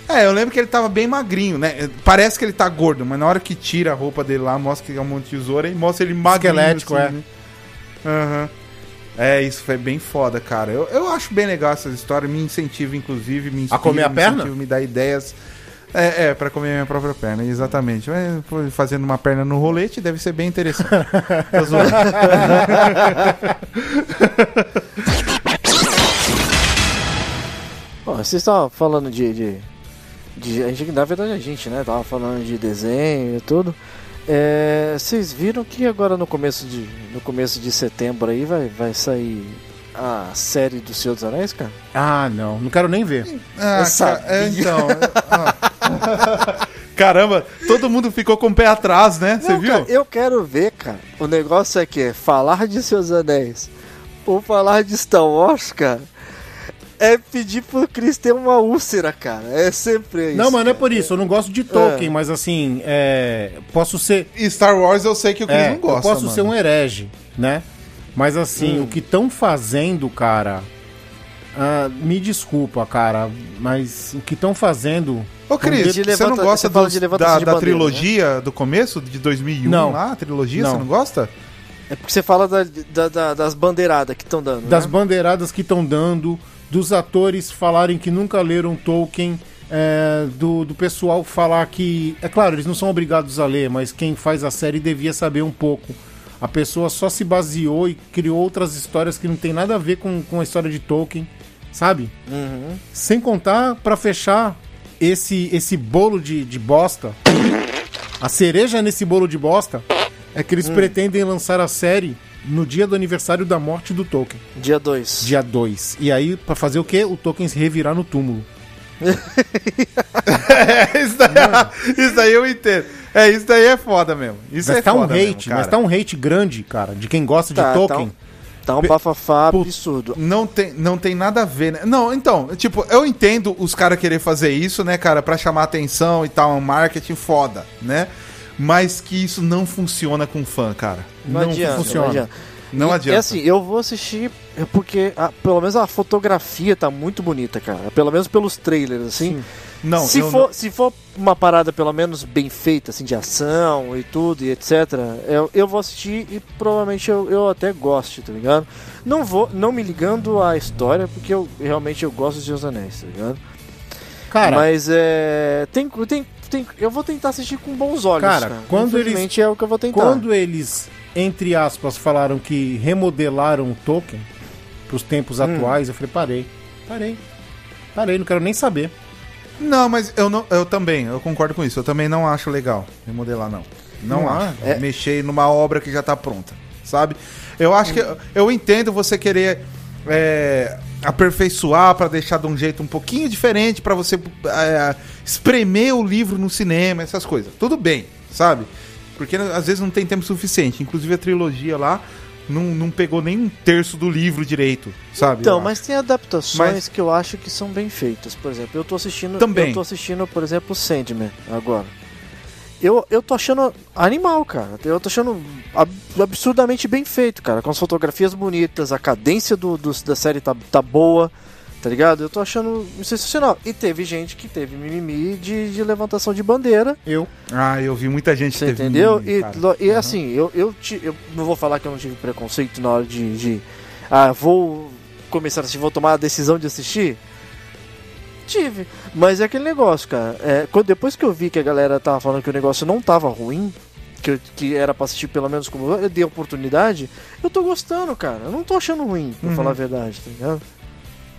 [SPEAKER 5] É, eu lembro que ele tava bem magrinho, né? Parece que ele tá gordo, mas na hora que tira a roupa dele lá, mostra que é um monte de tesoura e mostra ele magrinho.
[SPEAKER 4] Esquelético, é.
[SPEAKER 5] né? Aham. É, isso foi bem foda, cara. Eu, eu acho bem legal essas histórias, me incentiva, inclusive, me inspira,
[SPEAKER 4] A comer a
[SPEAKER 5] me
[SPEAKER 4] perna?
[SPEAKER 5] incentiva, me dá ideias. É, é, pra comer minha própria perna, exatamente. Mas pô, fazendo uma perna no rolete deve ser bem interessante. Tô zoando.
[SPEAKER 6] Bom, vocês estavam falando de. de, de- a gente, na verdade, a gente, né? Tava falando de desenho e tudo. É, vocês viram que agora no começo de, no começo de setembro aí vai, vai sair a série do Senhor dos Anéis, cara?
[SPEAKER 4] Ah, não. Não quero nem ver.
[SPEAKER 5] Ah,
[SPEAKER 6] Eu
[SPEAKER 5] ca-
[SPEAKER 6] sabia.
[SPEAKER 5] é, então. ah. Caramba, todo mundo ficou com o pé atrás, né? Você
[SPEAKER 6] Não,
[SPEAKER 5] viu?
[SPEAKER 6] cara, eu quero ver, cara. O negócio é que falar de seus anéis ou falar de Star Wars, cara, é pedir pro Chris ter uma úlcera, cara. É sempre isso.
[SPEAKER 4] não, mas não é
[SPEAKER 6] cara.
[SPEAKER 4] por isso. Eu não gosto de Tolkien, mas assim, é, posso ser.
[SPEAKER 5] E Star Wars eu sei que o Chris
[SPEAKER 4] é,
[SPEAKER 5] não gosta.
[SPEAKER 4] eu posso
[SPEAKER 5] mano. Hum.
[SPEAKER 4] ser um herege, né? Mas assim, o que estão fazendo, cara. ah, me desculpa, cara, mas o que estão fazendo.
[SPEAKER 5] Ô, Cris,
[SPEAKER 6] De
[SPEAKER 5] você não
[SPEAKER 6] levanta-
[SPEAKER 5] gosta
[SPEAKER 6] você fala
[SPEAKER 5] dos-
[SPEAKER 6] de levantação
[SPEAKER 5] da,
[SPEAKER 6] de
[SPEAKER 5] da
[SPEAKER 6] bandeira,
[SPEAKER 5] trilogia do começo, de 2001
[SPEAKER 4] Não.
[SPEAKER 5] lá? a Trilogia,
[SPEAKER 4] Não.
[SPEAKER 5] você não gosta?
[SPEAKER 6] É porque você fala da- da- da- das bandeiradas que estão dando.
[SPEAKER 4] das
[SPEAKER 6] né?
[SPEAKER 4] bandeiradas que estão dando, dos atores falarem que nunca leram Tolkien, é, do, do pessoal falar que. É claro, eles não são obrigados a ler, mas quem faz a série devia saber um pouco. A pessoa só se baseou e criou outras histórias que não tem nada a ver com, com a história de Tolkien, sabe? Sem contar, pra fechar esse, esse bolo de, de bosta, a cereja nesse bolo de bosta é que eles pretendem lançar a série no dia do aniversário da morte do Tolkien
[SPEAKER 6] Dia 2.
[SPEAKER 4] dia 2. E aí, pra fazer o quê? O Tolkien se revirar no túmulo.
[SPEAKER 5] É, isso, daí, isso daí eu entendo. É, isso daí é foda mesmo. Isso
[SPEAKER 4] Mas
[SPEAKER 5] é
[SPEAKER 4] tá um
[SPEAKER 5] foda
[SPEAKER 4] hate,
[SPEAKER 5] mesmo,
[SPEAKER 4] mas
[SPEAKER 5] cara.
[SPEAKER 4] tá um hate grande, cara, de quem gosta
[SPEAKER 6] Tá,
[SPEAKER 4] de Tolkien.
[SPEAKER 6] Tá um
[SPEAKER 4] Pe-
[SPEAKER 6] bafafá
[SPEAKER 4] Put-
[SPEAKER 6] absurdo.
[SPEAKER 5] Não tem, não tem nada a ver, né? Não, então, tipo, eu entendo os caras querer fazer isso, né, cara, pra chamar atenção e tal, é um marketing foda, né? Mas que isso não funciona com fã, cara.
[SPEAKER 6] Não, adianta,
[SPEAKER 4] funciona.
[SPEAKER 6] não adianta.
[SPEAKER 5] Não adianta.
[SPEAKER 6] É assim, eu vou assistir porque a- pelo menos a fotografia tá muito bonita, cara. Pelo menos pelos trailers, assim.
[SPEAKER 5] não,
[SPEAKER 6] se,
[SPEAKER 5] eu
[SPEAKER 6] for, se for uma parada pelo menos bem feita, assim, de ação e tudo e etc, eu, eu vou assistir e provavelmente eu, eu até goste, tá ligado? Não vou, não me ligando à história, porque eu realmente eu gosto de Os Anéis, tá ligado?
[SPEAKER 4] Cara,
[SPEAKER 6] Mas é. Tem, tem, tem, eu vou tentar assistir com bons olhos.
[SPEAKER 4] Cara,
[SPEAKER 6] Cara,
[SPEAKER 4] quando eles-
[SPEAKER 6] Infelizmente é o que eu vou tentar.
[SPEAKER 4] quando eles, entre aspas, falaram que remodelaram o Tolkien pros tempos
[SPEAKER 5] Hum.
[SPEAKER 4] atuais, eu falei, parei, parei, parei, não quero nem saber.
[SPEAKER 5] Não, mas eu, não, eu também, eu concordo com isso. Eu também não acho legal remodelar, não. Não,
[SPEAKER 4] Não
[SPEAKER 6] Ah,
[SPEAKER 5] acho.
[SPEAKER 6] é.
[SPEAKER 5] Mexer numa obra que já tá pronta, sabe? Eu acho que. Eu entendo você querer é, aperfeiçoar pra deixar de um jeito um pouquinho diferente, pra você é, espremer o livro no cinema, essas coisas. Tudo bem, sabe? Porque às vezes não tem tempo suficiente. Inclusive a trilogia lá não, não pegou nem um terço do livro direito, sabe?
[SPEAKER 6] Então,
[SPEAKER 5] Eu
[SPEAKER 6] mas tem adaptações
[SPEAKER 5] Mas-
[SPEAKER 6] que eu acho que são bem feitas. Por exemplo, eu tô assistindo.
[SPEAKER 5] Também.
[SPEAKER 6] Eu tô assistindo, por exemplo, Sandman agora. Eu, eu tô achando animal, cara. Eu tô achando ab- absurdamente bem feito, cara. Com as fotografias bonitas, a cadência do, dos- da série tá, tá boa, tá ligado? Eu tô achando sensacional. E teve gente que teve mimimi de- de levantação de bandeira.
[SPEAKER 4] Eu,
[SPEAKER 5] Ah, eu vi muita gente
[SPEAKER 6] Você
[SPEAKER 5] teve
[SPEAKER 6] entendeu?
[SPEAKER 5] mimimi,
[SPEAKER 6] E,
[SPEAKER 5] cara.
[SPEAKER 6] lo- e assim, eu, eu, ti- eu não vou falar que eu não tive preconceito na hora de. de ah, vou começar a assistir, vou tomar a decisão de assistir. Tive. Mas é aquele negócio, cara. É, quando, depois que eu vi que a galera tava falando que o negócio não tava ruim, que, eu- que era pra assistir pelo menos como eu, eu dei a oportunidade, eu tô gostando, cara. Eu não tô achando ruim, pra falar a verdade, tá ligado?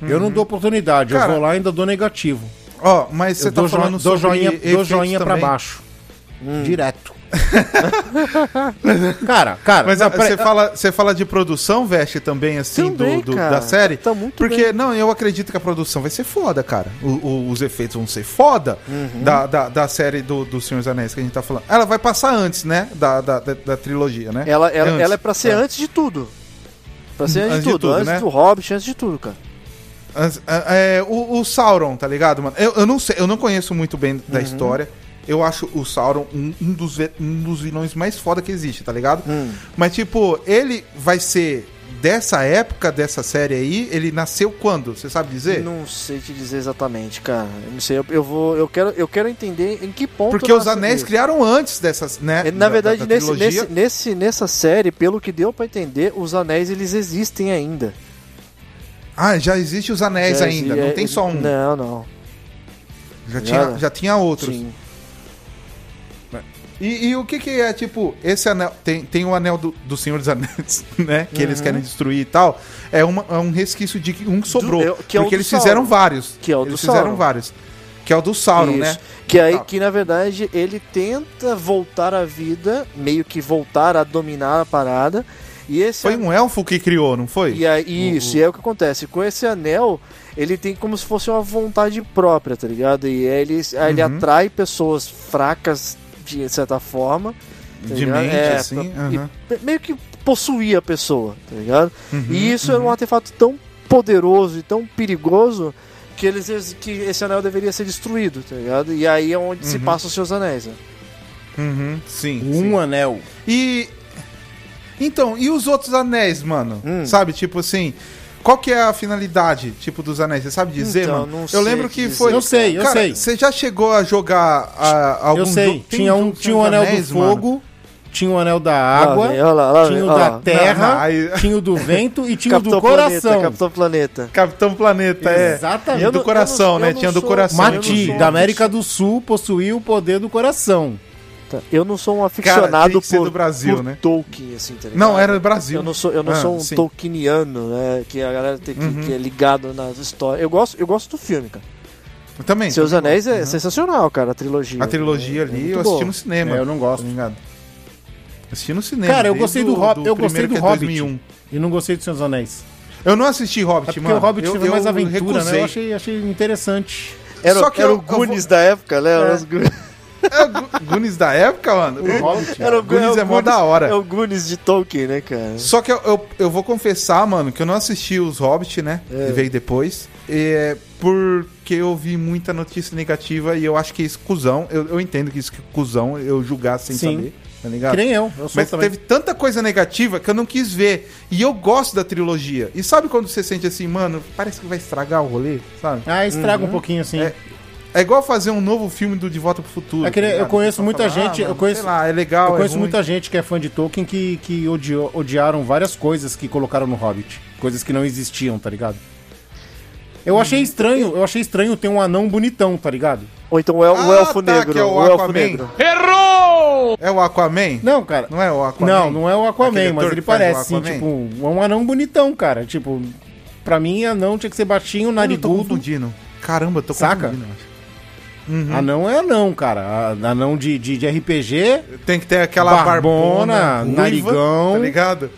[SPEAKER 4] eu não dou oportunidade,
[SPEAKER 5] Uhum. Cara,
[SPEAKER 4] eu vou lá e ainda dou negativo.
[SPEAKER 5] Ó, mas você
[SPEAKER 4] Eu
[SPEAKER 5] tá
[SPEAKER 4] dou, jo-
[SPEAKER 5] falando
[SPEAKER 4] dou
[SPEAKER 5] sobre
[SPEAKER 4] joinha, dou
[SPEAKER 5] efeitos
[SPEAKER 4] joinha pra
[SPEAKER 5] também. Hum.
[SPEAKER 4] baixo. Direto. cara, cara,
[SPEAKER 5] Mas
[SPEAKER 4] não,
[SPEAKER 5] ah,
[SPEAKER 4] peraí,
[SPEAKER 5] você fala, você fala de produção, veste também assim do-
[SPEAKER 6] Também,
[SPEAKER 5] do,
[SPEAKER 6] cara.
[SPEAKER 5] da série?
[SPEAKER 6] Tá muito
[SPEAKER 5] Porque
[SPEAKER 6] bem.
[SPEAKER 5] não, eu acredito que a produção vai ser foda, cara. O- o- os efeitos vão ser foda da, da, da série do, do Senhor dos Anéis que a gente tá falando. Ela vai passar antes, né? Da, da, da, da trilogia, né?
[SPEAKER 6] Ela, ela,
[SPEAKER 5] Antes.
[SPEAKER 6] ela é pra ser antes de tudo. Pra ser antes, de tudo. antes
[SPEAKER 5] né?
[SPEAKER 6] do Hobbit, antes de tudo, cara.
[SPEAKER 5] As- a- é, o, o Sauron, tá ligado, mano? Eu, eu não sei, eu não conheço muito bem da
[SPEAKER 6] Uhum.
[SPEAKER 5] história. Eu acho o Sauron um, um dos, ve- um dos vilões mais foda que existe, tá ligado?
[SPEAKER 6] Hum.
[SPEAKER 5] Mas, tipo, ele vai ser dessa época, dessa série aí, ele nasceu quando? Você sabe dizer?
[SPEAKER 6] Não sei te dizer exatamente, cara. Eu não sei, eu, eu vou. Eu quero, eu quero entender em que ponto.
[SPEAKER 5] Porque os
[SPEAKER 6] nasce
[SPEAKER 5] anéis
[SPEAKER 6] isso.
[SPEAKER 5] criaram antes dessas, né?
[SPEAKER 6] É,
[SPEAKER 5] da-
[SPEAKER 6] Na
[SPEAKER 5] da-
[SPEAKER 6] verdade,
[SPEAKER 5] da
[SPEAKER 6] nesse,
[SPEAKER 5] trilogia.
[SPEAKER 6] nesse, nesse, nessa série, pelo que deu pra entender, os anéis eles existem ainda.
[SPEAKER 5] Ah, já existe os anéis
[SPEAKER 6] Já
[SPEAKER 5] ainda,
[SPEAKER 6] exi-
[SPEAKER 5] não
[SPEAKER 6] é,
[SPEAKER 5] tem só um.
[SPEAKER 6] Não, não.
[SPEAKER 5] Já tinha,
[SPEAKER 6] Já-
[SPEAKER 5] já tinha outros.
[SPEAKER 6] Sim.
[SPEAKER 5] E, e o que que é, tipo, esse anel... Tem, tem o anel do, do Senhor dos Anéis, né? Que eles querem destruir e tal. É, uma- é um resquício de que um que sobrou.
[SPEAKER 6] é o- que é
[SPEAKER 5] porque
[SPEAKER 6] o Uhum. do
[SPEAKER 5] eles fizeram
[SPEAKER 6] Sauron.
[SPEAKER 5] vários.
[SPEAKER 6] Que é o do
[SPEAKER 5] Eles fizeram
[SPEAKER 6] Sauron.
[SPEAKER 5] vários. Que é o do Sauron,
[SPEAKER 6] Isso.
[SPEAKER 5] né?
[SPEAKER 6] Que aí
[SPEAKER 5] Tá.
[SPEAKER 6] que na verdade ele tenta voltar à vida, meio que voltar a dominar a parada. E esse
[SPEAKER 5] Foi um elfo que criou, não foi?
[SPEAKER 6] E aí, isso, e é o que acontece. Com esse anel, ele tem como se fosse uma vontade própria, tá ligado? E aí ele, aí ele
[SPEAKER 5] Uhum.
[SPEAKER 6] atrai pessoas fracas, de certa forma. tá
[SPEAKER 5] De
[SPEAKER 6] ligado?
[SPEAKER 5] mente,
[SPEAKER 6] É,
[SPEAKER 5] assim.
[SPEAKER 6] pra-
[SPEAKER 5] aham. Uhum,
[SPEAKER 6] e Meio que possuir a pessoa, tá ligado? e isso era um artefato tão poderoso e tão perigoso que, eles, que esse anel deveria ser destruído, tá ligado? E aí é onde se passa os seus anéis, né?
[SPEAKER 5] Uhum, Sim,
[SPEAKER 4] um
[SPEAKER 5] sim.
[SPEAKER 4] anel.
[SPEAKER 5] E. Então, e os outros anéis, mano?
[SPEAKER 6] Hum.
[SPEAKER 5] Sabe, tipo assim. Qual que é a finalidade, tipo, dos anéis? Você sabe dizer,
[SPEAKER 6] Então,
[SPEAKER 5] mano?
[SPEAKER 6] não sei
[SPEAKER 5] eu lembro que
[SPEAKER 6] dizer.
[SPEAKER 5] foi.
[SPEAKER 4] Eu sei, eu
[SPEAKER 5] Cara,
[SPEAKER 4] sei.
[SPEAKER 5] Você já chegou a jogar a, algum
[SPEAKER 4] Eu sei,
[SPEAKER 5] jogo- tem
[SPEAKER 4] tinha um,
[SPEAKER 5] jogo
[SPEAKER 4] tinha um
[SPEAKER 5] dos
[SPEAKER 4] anel
[SPEAKER 5] anéis,
[SPEAKER 4] do
[SPEAKER 5] mano?
[SPEAKER 4] fogo, Tinha o anel da água,
[SPEAKER 6] Lá vem, olha lá, lá
[SPEAKER 4] tinha
[SPEAKER 6] vem,
[SPEAKER 4] o
[SPEAKER 6] olha
[SPEAKER 4] da
[SPEAKER 6] lá.
[SPEAKER 4] terra,
[SPEAKER 5] Não, não, aí-
[SPEAKER 4] tinha o do vento e tinha o do
[SPEAKER 6] Capitão Planeta,
[SPEAKER 4] coração.
[SPEAKER 6] Capitão Planeta.
[SPEAKER 5] Capitão Planeta, é.
[SPEAKER 4] Exatamente.
[SPEAKER 5] Tinha
[SPEAKER 6] Eu
[SPEAKER 5] do
[SPEAKER 6] não-
[SPEAKER 5] coração,
[SPEAKER 6] eu não- eu
[SPEAKER 5] né?
[SPEAKER 6] não
[SPEAKER 5] Tinha do
[SPEAKER 6] sou-
[SPEAKER 5] coração.
[SPEAKER 4] Mati,
[SPEAKER 6] Sim.
[SPEAKER 4] da América do Sul, possuía o poder do coração.
[SPEAKER 6] Tá, Eu não sou um
[SPEAKER 5] tem que
[SPEAKER 6] aficionado
[SPEAKER 5] ser
[SPEAKER 6] por,
[SPEAKER 5] do Brasil,
[SPEAKER 6] por
[SPEAKER 5] né?
[SPEAKER 6] Tolkien, assim, tá ligado?
[SPEAKER 5] Não, era do Brasil.
[SPEAKER 6] Eu não sou, eu não
[SPEAKER 5] Ah,
[SPEAKER 6] sou um
[SPEAKER 5] sim. Uhum.
[SPEAKER 6] Tolkieniano, né? Que a galera tem que, que é ligado nas histórias. Eu gosto, eu gosto do filme, cara.
[SPEAKER 5] Eu também.
[SPEAKER 6] Seus Anéis é sensacional, cara, a trilogia.
[SPEAKER 5] Uhum. A trilogia
[SPEAKER 6] É muito
[SPEAKER 5] ali eu
[SPEAKER 6] boa.
[SPEAKER 5] assisti no cinema.
[SPEAKER 4] É, eu não gosto.
[SPEAKER 5] Tá ligado? Assisti no cinema.
[SPEAKER 4] Cara, eu
[SPEAKER 5] desde
[SPEAKER 4] gostei do
[SPEAKER 5] o-
[SPEAKER 4] Hobbit- eu gostei
[SPEAKER 5] primeiro
[SPEAKER 4] do
[SPEAKER 5] que é
[SPEAKER 4] Hobbit.
[SPEAKER 5] 2001.
[SPEAKER 4] E não gostei dos seus anéis.
[SPEAKER 5] Eu não assisti Hobbit,
[SPEAKER 4] É porque
[SPEAKER 5] mano.
[SPEAKER 4] o Hobbit teve mais aventura, né?
[SPEAKER 5] recusei.
[SPEAKER 4] Eu achei, achei interessante.
[SPEAKER 6] Era,
[SPEAKER 5] Só que
[SPEAKER 6] era
[SPEAKER 5] eu-
[SPEAKER 6] o
[SPEAKER 5] eu vou-
[SPEAKER 6] Goonies da época, né? Era, os Go-
[SPEAKER 5] É o Gu- Goonies da época, mano.
[SPEAKER 4] Hobbit.
[SPEAKER 6] era o Go-
[SPEAKER 5] Goonies é mó da hora.
[SPEAKER 6] É o Goonies de Tolkien, né, cara?
[SPEAKER 5] Só que eu, eu, eu vou confessar, mano, que eu não assisti os Hobbit, né? Que veio depois. É, porque eu vi muita notícia negativa e eu acho que isso é cuzão. Eu, eu entendo que isso é cuzão, eu julgar sem
[SPEAKER 4] Sim.
[SPEAKER 5] saber, tá ligado?
[SPEAKER 4] Que nem eu. Eu sou
[SPEAKER 5] Mas
[SPEAKER 4] também.
[SPEAKER 5] teve tanta coisa negativa que eu não quis ver. E eu gosto da trilogia. E sabe quando você sente assim, mano, parece que vai estragar o rolê, sabe?
[SPEAKER 4] Ah, estraga um pouquinho, assim.
[SPEAKER 5] É, É igual fazer um novo filme do De Volta pro Futuro. tá
[SPEAKER 4] É que nem-
[SPEAKER 5] ligado?
[SPEAKER 4] eu conheço
[SPEAKER 5] Só
[SPEAKER 4] muita gente, eu
[SPEAKER 5] mano,
[SPEAKER 4] conheço-
[SPEAKER 5] sei lá, é legal,
[SPEAKER 4] Eu conheço
[SPEAKER 5] é ruim.
[SPEAKER 4] muita gente que é fã de Tolkien que, que odiou- odiaram várias coisas que colocaram no Hobbit. Coisas que não existiam, tá ligado? Eu
[SPEAKER 5] Hum.
[SPEAKER 4] achei estranho, eu achei estranho ter um anão bonitão, tá ligado?
[SPEAKER 6] Ou então o, El- o
[SPEAKER 5] Ah,
[SPEAKER 6] Elfo
[SPEAKER 5] tá,
[SPEAKER 6] Negro.
[SPEAKER 5] que é o
[SPEAKER 6] Elfo
[SPEAKER 5] Aquaman.
[SPEAKER 6] Negro.
[SPEAKER 5] É o Aquaman?
[SPEAKER 4] Não, cara.
[SPEAKER 5] Não é o Aquaman?
[SPEAKER 4] Não, não é o
[SPEAKER 5] Aquele
[SPEAKER 4] Aquaman, mas
[SPEAKER 5] ator
[SPEAKER 4] ele
[SPEAKER 5] que faz o
[SPEAKER 4] parece, sim,
[SPEAKER 5] Aquaman?
[SPEAKER 4] tipo, um é um anão bonitão, cara. Tipo, pra mim, anão tinha que ser baixinho,
[SPEAKER 5] Eu não tô
[SPEAKER 4] narigudo.
[SPEAKER 5] confundindo. Uhum. Caramba, eu tô
[SPEAKER 4] Saca?
[SPEAKER 5] confundindo. acho.
[SPEAKER 4] Anão é anão, cara. A- Anão de, de, de RPG,
[SPEAKER 5] Tem que ter aquela
[SPEAKER 4] Barbona,
[SPEAKER 5] barbona, ruiva,
[SPEAKER 4] narigão,
[SPEAKER 5] tá ligado?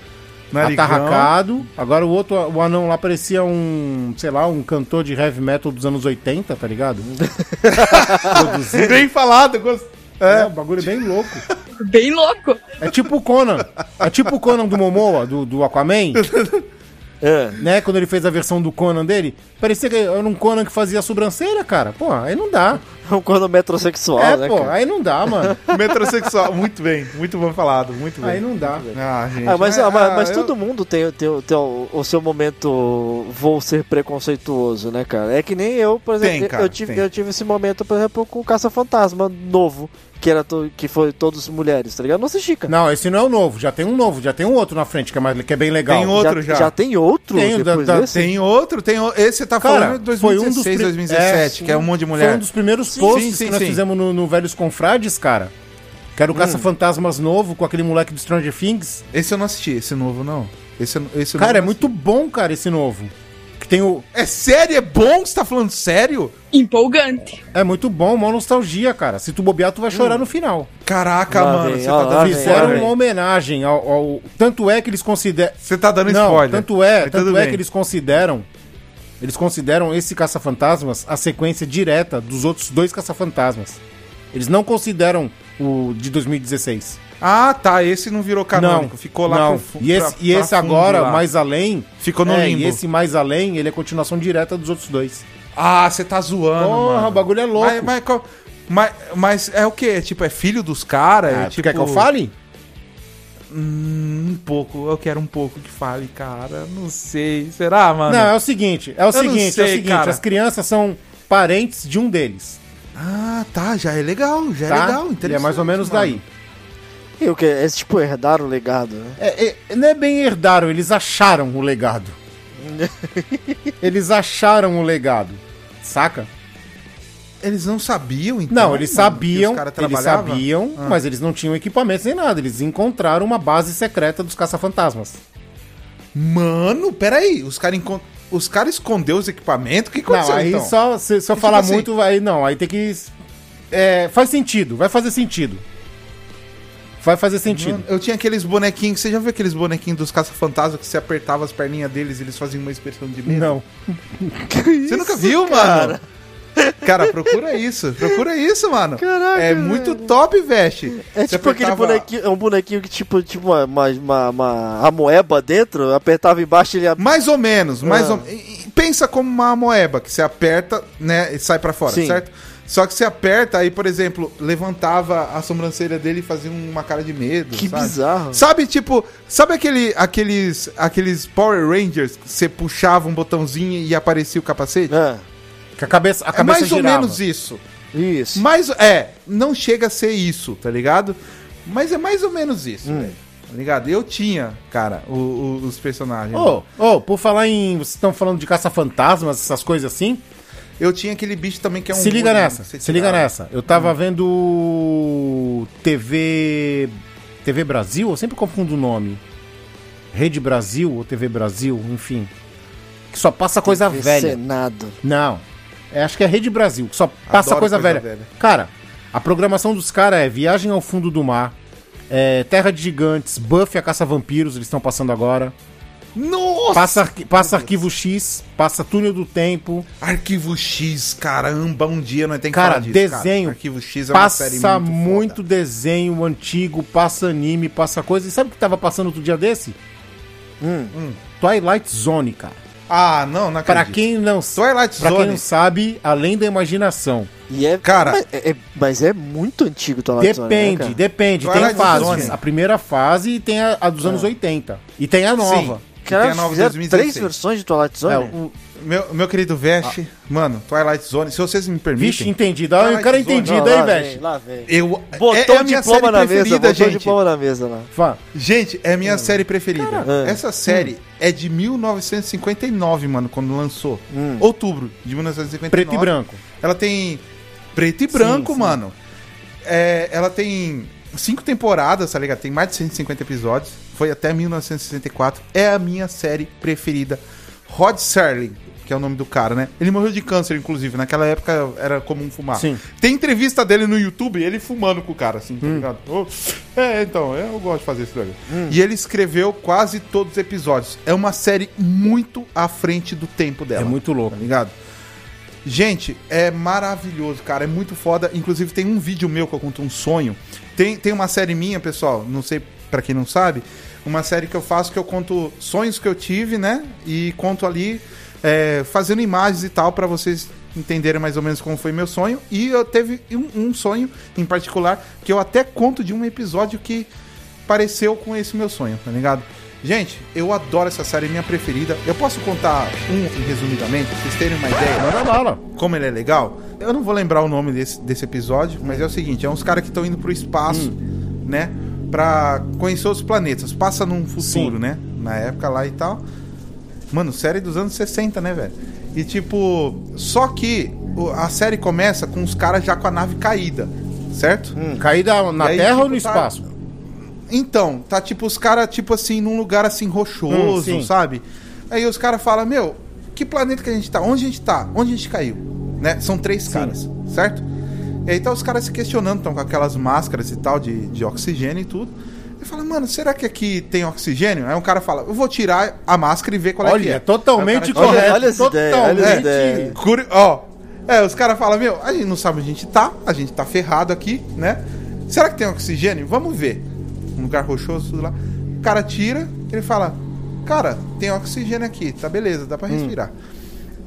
[SPEAKER 4] atarracado. Agora o outro, o anão lá parecia um, sei lá, um cantor de heavy metal dos anos 80, tá ligado?
[SPEAKER 5] Bem falado, gost-
[SPEAKER 4] É, um bagulho bem louco.
[SPEAKER 12] Bem louco.
[SPEAKER 4] É tipo o Conan. É tipo o Conan do Momoa, do, do Aquaman,
[SPEAKER 6] É.
[SPEAKER 4] né? Quando ele fez a versão do Conan dele. Parecia que era um Conan que fazia sobrancelha, cara. Pô, aí não dá.
[SPEAKER 6] É um quando metrosexual,
[SPEAKER 4] é,
[SPEAKER 6] né,
[SPEAKER 4] pô,
[SPEAKER 6] cara?
[SPEAKER 4] aí não dá, mano.
[SPEAKER 5] Metrosexual. Muito bem, muito bom falado, muito bem.
[SPEAKER 4] Aí não dá.
[SPEAKER 5] Ah, gente,
[SPEAKER 6] Ah, mas, ah, mas, mas
[SPEAKER 5] eu-
[SPEAKER 6] todo mundo tem, tem, tem o, o seu momento vou ser preconceituoso, né, cara? É que nem eu, por exemplo,
[SPEAKER 5] Tem,
[SPEAKER 6] eu-
[SPEAKER 5] cara,
[SPEAKER 6] eu, tive,
[SPEAKER 5] tem.
[SPEAKER 6] eu tive esse momento, por exemplo, com o Caça-Fantasma novo, que era to- que foi todos mulheres, tá ligado? Não assisti, cara.
[SPEAKER 4] Não, esse não é o novo. Já tem um novo, já tem um outro na frente que é, mais, que é bem legal.
[SPEAKER 5] Tem outro já.
[SPEAKER 6] tem outro
[SPEAKER 4] Tem o da-
[SPEAKER 6] depois
[SPEAKER 4] da-
[SPEAKER 6] desse?
[SPEAKER 5] Tem outro, tem o- Esse você tá
[SPEAKER 4] Cara,
[SPEAKER 5] falando de 2016,
[SPEAKER 4] foi um dos pri-
[SPEAKER 5] 2017,
[SPEAKER 4] é,
[SPEAKER 5] que é um monte de mulher.
[SPEAKER 4] Foi um dos primeiros
[SPEAKER 5] Sim,
[SPEAKER 4] posts
[SPEAKER 5] sim, sim,
[SPEAKER 4] que nós
[SPEAKER 5] sim. Hum.
[SPEAKER 4] fizemos no, no Velhos Confrades, cara. Que era o Caça-Fantasmas novo com aquele moleque do Stranger Things.
[SPEAKER 5] Esse eu não assisti, esse novo não. Esse, eu- esse eu
[SPEAKER 4] Cara,
[SPEAKER 5] não
[SPEAKER 4] é muito bom, cara, esse novo. Que tem o.
[SPEAKER 5] É sério? É bom? Você tá falando sério?
[SPEAKER 12] Empolgante.
[SPEAKER 4] É muito bom, mó nostalgia, cara. Se tu bobear, tu vai chorar
[SPEAKER 5] Hum.
[SPEAKER 4] no final.
[SPEAKER 5] Caraca,
[SPEAKER 6] Lá
[SPEAKER 5] mano,
[SPEAKER 6] vem,
[SPEAKER 5] você
[SPEAKER 6] ó,
[SPEAKER 5] tá,
[SPEAKER 6] lá
[SPEAKER 5] dando
[SPEAKER 6] vem, um
[SPEAKER 4] Fizeram
[SPEAKER 6] lá
[SPEAKER 5] spoiler.
[SPEAKER 6] vem.
[SPEAKER 4] uma homenagem ao, ao- Tanto é que eles consideram.
[SPEAKER 5] Você tá dando
[SPEAKER 4] Não,
[SPEAKER 5] spoiler.
[SPEAKER 4] tanto é,
[SPEAKER 5] Mas tudo
[SPEAKER 4] tanto é
[SPEAKER 5] bem.
[SPEAKER 4] que eles consideram. Eles consideram esse Caça-Fantasmas a sequência direta dos outros dois Caça-Fantasmas. Eles não consideram o de 2016.
[SPEAKER 5] Ah, tá, esse não virou canônico, ficou lá
[SPEAKER 4] não.
[SPEAKER 5] pro fu-
[SPEAKER 4] E esse,
[SPEAKER 5] pra-
[SPEAKER 4] e
[SPEAKER 5] pra
[SPEAKER 4] esse
[SPEAKER 5] fundo
[SPEAKER 4] agora,
[SPEAKER 5] lá.
[SPEAKER 4] mais além.
[SPEAKER 5] Ficou no
[SPEAKER 4] é,
[SPEAKER 5] limbo.
[SPEAKER 4] E esse mais além, ele é continuação direta dos outros dois.
[SPEAKER 5] Ah, você tá zoando,
[SPEAKER 4] Porra,
[SPEAKER 5] mano.
[SPEAKER 4] o bagulho é louco.
[SPEAKER 5] Mas, mas, qual- mas- mas é o quê? Tipo, é filho dos caras?
[SPEAKER 4] Ah,
[SPEAKER 5] é,
[SPEAKER 4] tu
[SPEAKER 5] tipo...
[SPEAKER 4] quer que eu fale?
[SPEAKER 5] Hum, um pouco, eu quero um pouco que fale, cara. Não sei, será, mano?
[SPEAKER 4] Não, é o seguinte, é o
[SPEAKER 5] Ah, não
[SPEAKER 4] seguinte, é o
[SPEAKER 5] sei,
[SPEAKER 4] seguinte,
[SPEAKER 5] cara.
[SPEAKER 4] as crianças são parentes de um deles,
[SPEAKER 5] Ah, tá, já é legal, já
[SPEAKER 4] tá?
[SPEAKER 5] é legal,
[SPEAKER 4] Ele é mais ou menos
[SPEAKER 5] mano.
[SPEAKER 4] daí.
[SPEAKER 6] E o que? É tipo herdar o legado, né?
[SPEAKER 4] É, é- não é bem herdaram, eles acharam o legado. eles acharam o legado, saca?
[SPEAKER 5] Eles não sabiam, então?
[SPEAKER 4] Não, eles
[SPEAKER 5] mano, que os
[SPEAKER 4] sabiam,
[SPEAKER 5] cara
[SPEAKER 4] eles
[SPEAKER 5] trabalhava?
[SPEAKER 4] sabiam,
[SPEAKER 5] Ah.
[SPEAKER 4] mas eles não tinham equipamentos nem nada, eles encontraram uma base secreta dos caça-fantasmas.
[SPEAKER 5] Mano, peraí, os caras encont... os cara escondeu os equipamentos? O que aconteceu,
[SPEAKER 4] Não, aí
[SPEAKER 5] então?
[SPEAKER 4] só, se, se eu
[SPEAKER 5] Tipo
[SPEAKER 4] falar
[SPEAKER 5] assim-
[SPEAKER 4] muito, aí não, aí tem que... é, faz sentido, vai fazer sentido. Vai fazer sentido.
[SPEAKER 5] Mano, eu tinha aqueles bonequinhos, você já viu aqueles bonequinhos dos caça-fantasmas que você apertava as perninhas deles e eles faziam uma expressão de medo?
[SPEAKER 4] Não.
[SPEAKER 5] Você nunca viu, mano? Cara, procura isso, procura isso, mano.
[SPEAKER 6] Caraca,
[SPEAKER 5] É muito top, veste.
[SPEAKER 6] É
[SPEAKER 5] Você
[SPEAKER 6] tipo aquele
[SPEAKER 5] apertava-
[SPEAKER 6] bonequinho, é um bonequinho que tipo, tipo uma, uma, uma, uma amoeba dentro, apertava embaixo e ele ab-
[SPEAKER 5] Mais ou menos, mais
[SPEAKER 6] Ah.
[SPEAKER 5] ou e- e Pensa como uma amoeba que você aperta, né, e sai pra fora,
[SPEAKER 6] Sim.
[SPEAKER 5] certo? Só que você aperta, aí, por exemplo, levantava a sobrancelha dele e fazia uma cara de medo.
[SPEAKER 6] Que
[SPEAKER 5] sabe?
[SPEAKER 6] bizarro.
[SPEAKER 5] Sabe, tipo, sabe aquele, aqueles, aqueles Power Rangers que você puxava um botãozinho e aparecia o capacete?
[SPEAKER 6] É,
[SPEAKER 4] Que a cabeça, a
[SPEAKER 5] É
[SPEAKER 4] cabeça
[SPEAKER 5] mais ou
[SPEAKER 4] girava.
[SPEAKER 5] menos isso.
[SPEAKER 6] isso.
[SPEAKER 5] Mas, é, não chega a ser isso, tá ligado? Mas é mais ou menos isso,
[SPEAKER 4] Hum.
[SPEAKER 5] velho. Tá ligado? Eu tinha, cara, o- o- os personagens.
[SPEAKER 4] Ô, ô, por falar em. Vocês estão falando de caça-fantasmas, essas coisas assim?
[SPEAKER 5] Eu tinha aquele bicho também que é um.
[SPEAKER 4] se liga
[SPEAKER 5] boneco,
[SPEAKER 4] nessa,
[SPEAKER 5] você
[SPEAKER 4] se liga
[SPEAKER 5] tirava.
[SPEAKER 4] nessa. Eu
[SPEAKER 5] Hum.
[SPEAKER 4] tava vendo TV TV Brasil, eu sempre confundo o nome. Rede Brasil ou TV Brasil, enfim. Que só passa coisa
[SPEAKER 6] TV
[SPEAKER 4] velha.
[SPEAKER 6] Senado.
[SPEAKER 4] Não. É, acho que é Rede Brasil, que só passa
[SPEAKER 5] Adoro
[SPEAKER 4] coisa,
[SPEAKER 5] coisa
[SPEAKER 4] velha.
[SPEAKER 5] velha.
[SPEAKER 4] Cara, a programação dos caras é Viagem ao Fundo do Mar, é Terra de Gigantes, Buffy a Caça Vampiros, eles estão passando agora.
[SPEAKER 5] Nossa!
[SPEAKER 4] Passa, arqui- passa Arquivo X, passa Túnel do Tempo.
[SPEAKER 5] Arquivo X, caramba, um dia nós tem que
[SPEAKER 4] Cara,
[SPEAKER 5] falar disso,
[SPEAKER 4] desenho.
[SPEAKER 5] Cara. Arquivo X é uma
[SPEAKER 4] passa
[SPEAKER 5] série
[SPEAKER 4] muito,
[SPEAKER 5] muito, foda.
[SPEAKER 4] desenho antigo, passa anime, passa coisa. E sabe o que tava passando outro dia desse?
[SPEAKER 6] Hum.
[SPEAKER 4] Twilight Zone, cara.
[SPEAKER 5] Ah, não, não
[SPEAKER 4] Pra
[SPEAKER 5] Hum. acredito.
[SPEAKER 4] quem não,
[SPEAKER 5] Twilight
[SPEAKER 4] pra quem
[SPEAKER 5] Zone.
[SPEAKER 4] não sabe, além da imaginação.
[SPEAKER 6] E é,
[SPEAKER 5] Cara-
[SPEAKER 6] mas é, é- mas é muito antigo o Twilight Zone, né,
[SPEAKER 4] depende,
[SPEAKER 6] cara?
[SPEAKER 4] depende.
[SPEAKER 5] Twilight
[SPEAKER 4] tem fases.
[SPEAKER 5] Zone.
[SPEAKER 4] A primeira fase e tem a, a dos
[SPEAKER 6] Ah.
[SPEAKER 4] anos 80. E tem a nova.
[SPEAKER 5] Sim, que tem
[SPEAKER 6] Cara,
[SPEAKER 5] a nova
[SPEAKER 6] fizeram três
[SPEAKER 5] 2016.
[SPEAKER 6] versões de Twilight Zone?
[SPEAKER 4] É,
[SPEAKER 6] o...
[SPEAKER 4] o,
[SPEAKER 5] Meu, meu querido Vest, mano, Twilight Zone, se vocês me
[SPEAKER 4] vixe,
[SPEAKER 5] permitem.
[SPEAKER 4] entendido. Ah, o
[SPEAKER 5] Twilight
[SPEAKER 4] cara
[SPEAKER 5] Zone.
[SPEAKER 4] entendido, hein, velho?
[SPEAKER 6] Lá vem.
[SPEAKER 5] eu,
[SPEAKER 6] Botou
[SPEAKER 5] é, é a minha
[SPEAKER 6] diploma
[SPEAKER 5] série
[SPEAKER 6] na mesa,
[SPEAKER 5] preferida,
[SPEAKER 6] botou
[SPEAKER 5] gente.
[SPEAKER 6] diploma na mesa lá.
[SPEAKER 4] Fala.
[SPEAKER 5] Gente, é a minha série preferida.
[SPEAKER 6] Cara,
[SPEAKER 5] Essa série é de 1959, mano, quando lançou. Outubro de 1959.
[SPEAKER 4] Preto e branco.
[SPEAKER 5] Ela tem preto e branco, mano. É, ela tem cinco temporadas, tá ligado? Tem mais de 150 episódios. Foi até 1964. É a minha série preferida. Rod Serling, que é o nome do cara, né? Ele morreu de câncer, inclusive. Naquela época era comum fumar.
[SPEAKER 4] Sim. Hum.
[SPEAKER 5] Tem entrevista dele no YouTube, ele fumando com o cara, assim, tá ligado? Ô, É, então, eu gosto de fazer isso daí. E ele escreveu quase todos os episódios. É uma série muito à frente do tempo dela.
[SPEAKER 4] É muito louco.
[SPEAKER 5] Tá ligado? Gente, é maravilhoso, cara. É muito foda. Inclusive, tem um vídeo meu que eu conto um sonho. Tem, tem uma série minha, pessoal, não sei pra quem não sabe. Uma série que eu faço que eu conto sonhos que eu tive, né? E conto ali, é, fazendo imagens e tal, pra vocês entenderem mais ou menos como foi meu sonho. E eu teve um, um sonho em particular que eu até conto de um episódio que pareceu com esse meu sonho, tá ligado? Gente, eu adoro essa série, é minha preferida. Eu posso contar um resumidamente, pra vocês terem uma ideia?
[SPEAKER 4] Manda bala.
[SPEAKER 5] como ele é legal. Eu não vou lembrar o nome desse, desse episódio, mas é o seguinte: é uns caras que estão indo pro espaço, né? Pra conhecer os planetas. Passa num futuro,
[SPEAKER 4] Sim.
[SPEAKER 5] né? Na época lá e tal. Mano, série dos anos 60, né, velho? E tipo, só que o- a série começa com os caras já com a nave caída, certo?
[SPEAKER 6] Hum.
[SPEAKER 4] Caída na
[SPEAKER 5] E aí,
[SPEAKER 4] terra
[SPEAKER 5] tipo,
[SPEAKER 4] ou no
[SPEAKER 5] tá-
[SPEAKER 4] espaço?
[SPEAKER 5] Então, tá tipo os caras, tipo assim, num lugar assim
[SPEAKER 4] Hum,
[SPEAKER 5] rochoso,
[SPEAKER 4] sim.
[SPEAKER 5] sabe? Aí os caras falam, meu, que planeta que a gente tá? Onde a gente tá? Onde a gente caiu? Né? São três caras, certo? E aí tá os caras se questionando, estão com aquelas máscaras e tal, de, de oxigênio e tudo. E fala, mano, será que aqui tem oxigênio? Aí um cara fala, eu vou tirar a máscara e ver qual é que
[SPEAKER 4] Olha,
[SPEAKER 5] é.
[SPEAKER 4] é totalmente
[SPEAKER 5] Aí o cara-
[SPEAKER 4] correto.
[SPEAKER 6] olha essa ideia, olha
[SPEAKER 4] totalmente.
[SPEAKER 6] essa ideia.
[SPEAKER 5] Curi- Ó, é, os caras falam, meu, a gente não sabe onde a gente tá, a gente tá ferrado aqui, né? Será que tem oxigênio? Vamos ver. Um lugar rochoso, tudo lá. O cara tira, ele fala, cara, tem oxigênio aqui, tá beleza, dá pra respirar.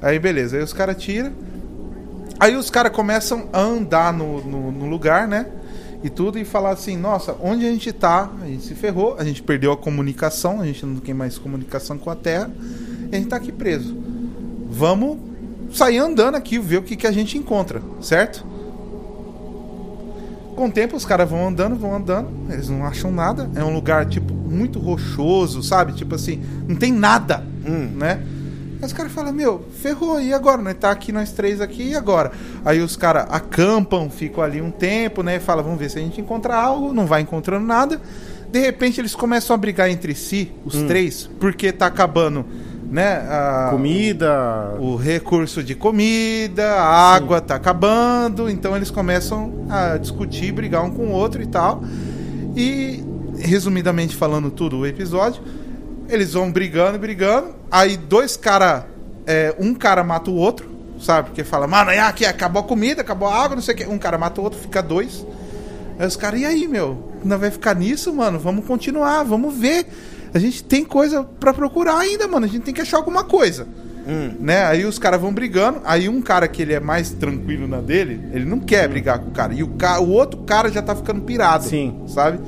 [SPEAKER 5] Aí beleza, aí os caras tiram. Aí os caras começam a andar no, no, no lugar, né? E tudo, e falar assim, nossa, onde a gente tá? A gente se ferrou, a gente perdeu a comunicação, a gente não tem mais comunicação com a Terra, e a gente tá aqui preso. Vamos sair andando aqui, ver o que, que a gente encontra, certo? Com o tempo os caras vão andando, vão andando, eles não acham nada. É um lugar, tipo, muito rochoso, sabe? Tipo assim, não tem nada, né? Aí os caras falam, meu, ferrou, e agora? Nós tá aqui nós três aqui, e agora? Aí os caras acampam, ficam ali um tempo, né? E falam, vamos ver se a gente encontra algo, não vai encontrando nada. De repente eles começam a brigar entre si, os três, porque tá acabando, né? a-
[SPEAKER 4] Comida.
[SPEAKER 5] o recurso de comida, a água tá acabando, então eles começam a discutir, brigar um com o outro e tal. E, resumidamente falando tudo o episódio, eles vão brigando, brigando, aí dois caras, um cara mata o outro, sabe? Porque fala, mano, aí aqui acabou a comida, acabou a água, não sei o que. Um cara mata o outro, fica dois. Aí os caras, e aí, meu? Não vai ficar nisso, mano? Vamos continuar, vamos ver. A gente tem coisa pra procurar ainda, mano. A gente tem que achar alguma coisa. Né? Aí os caras vão brigando. Aí um cara que ele é mais tranquilo na dele, ele não quer brigar com o cara. E o, ca... o outro cara já tá ficando pirado.
[SPEAKER 4] Sim.
[SPEAKER 5] Sabe?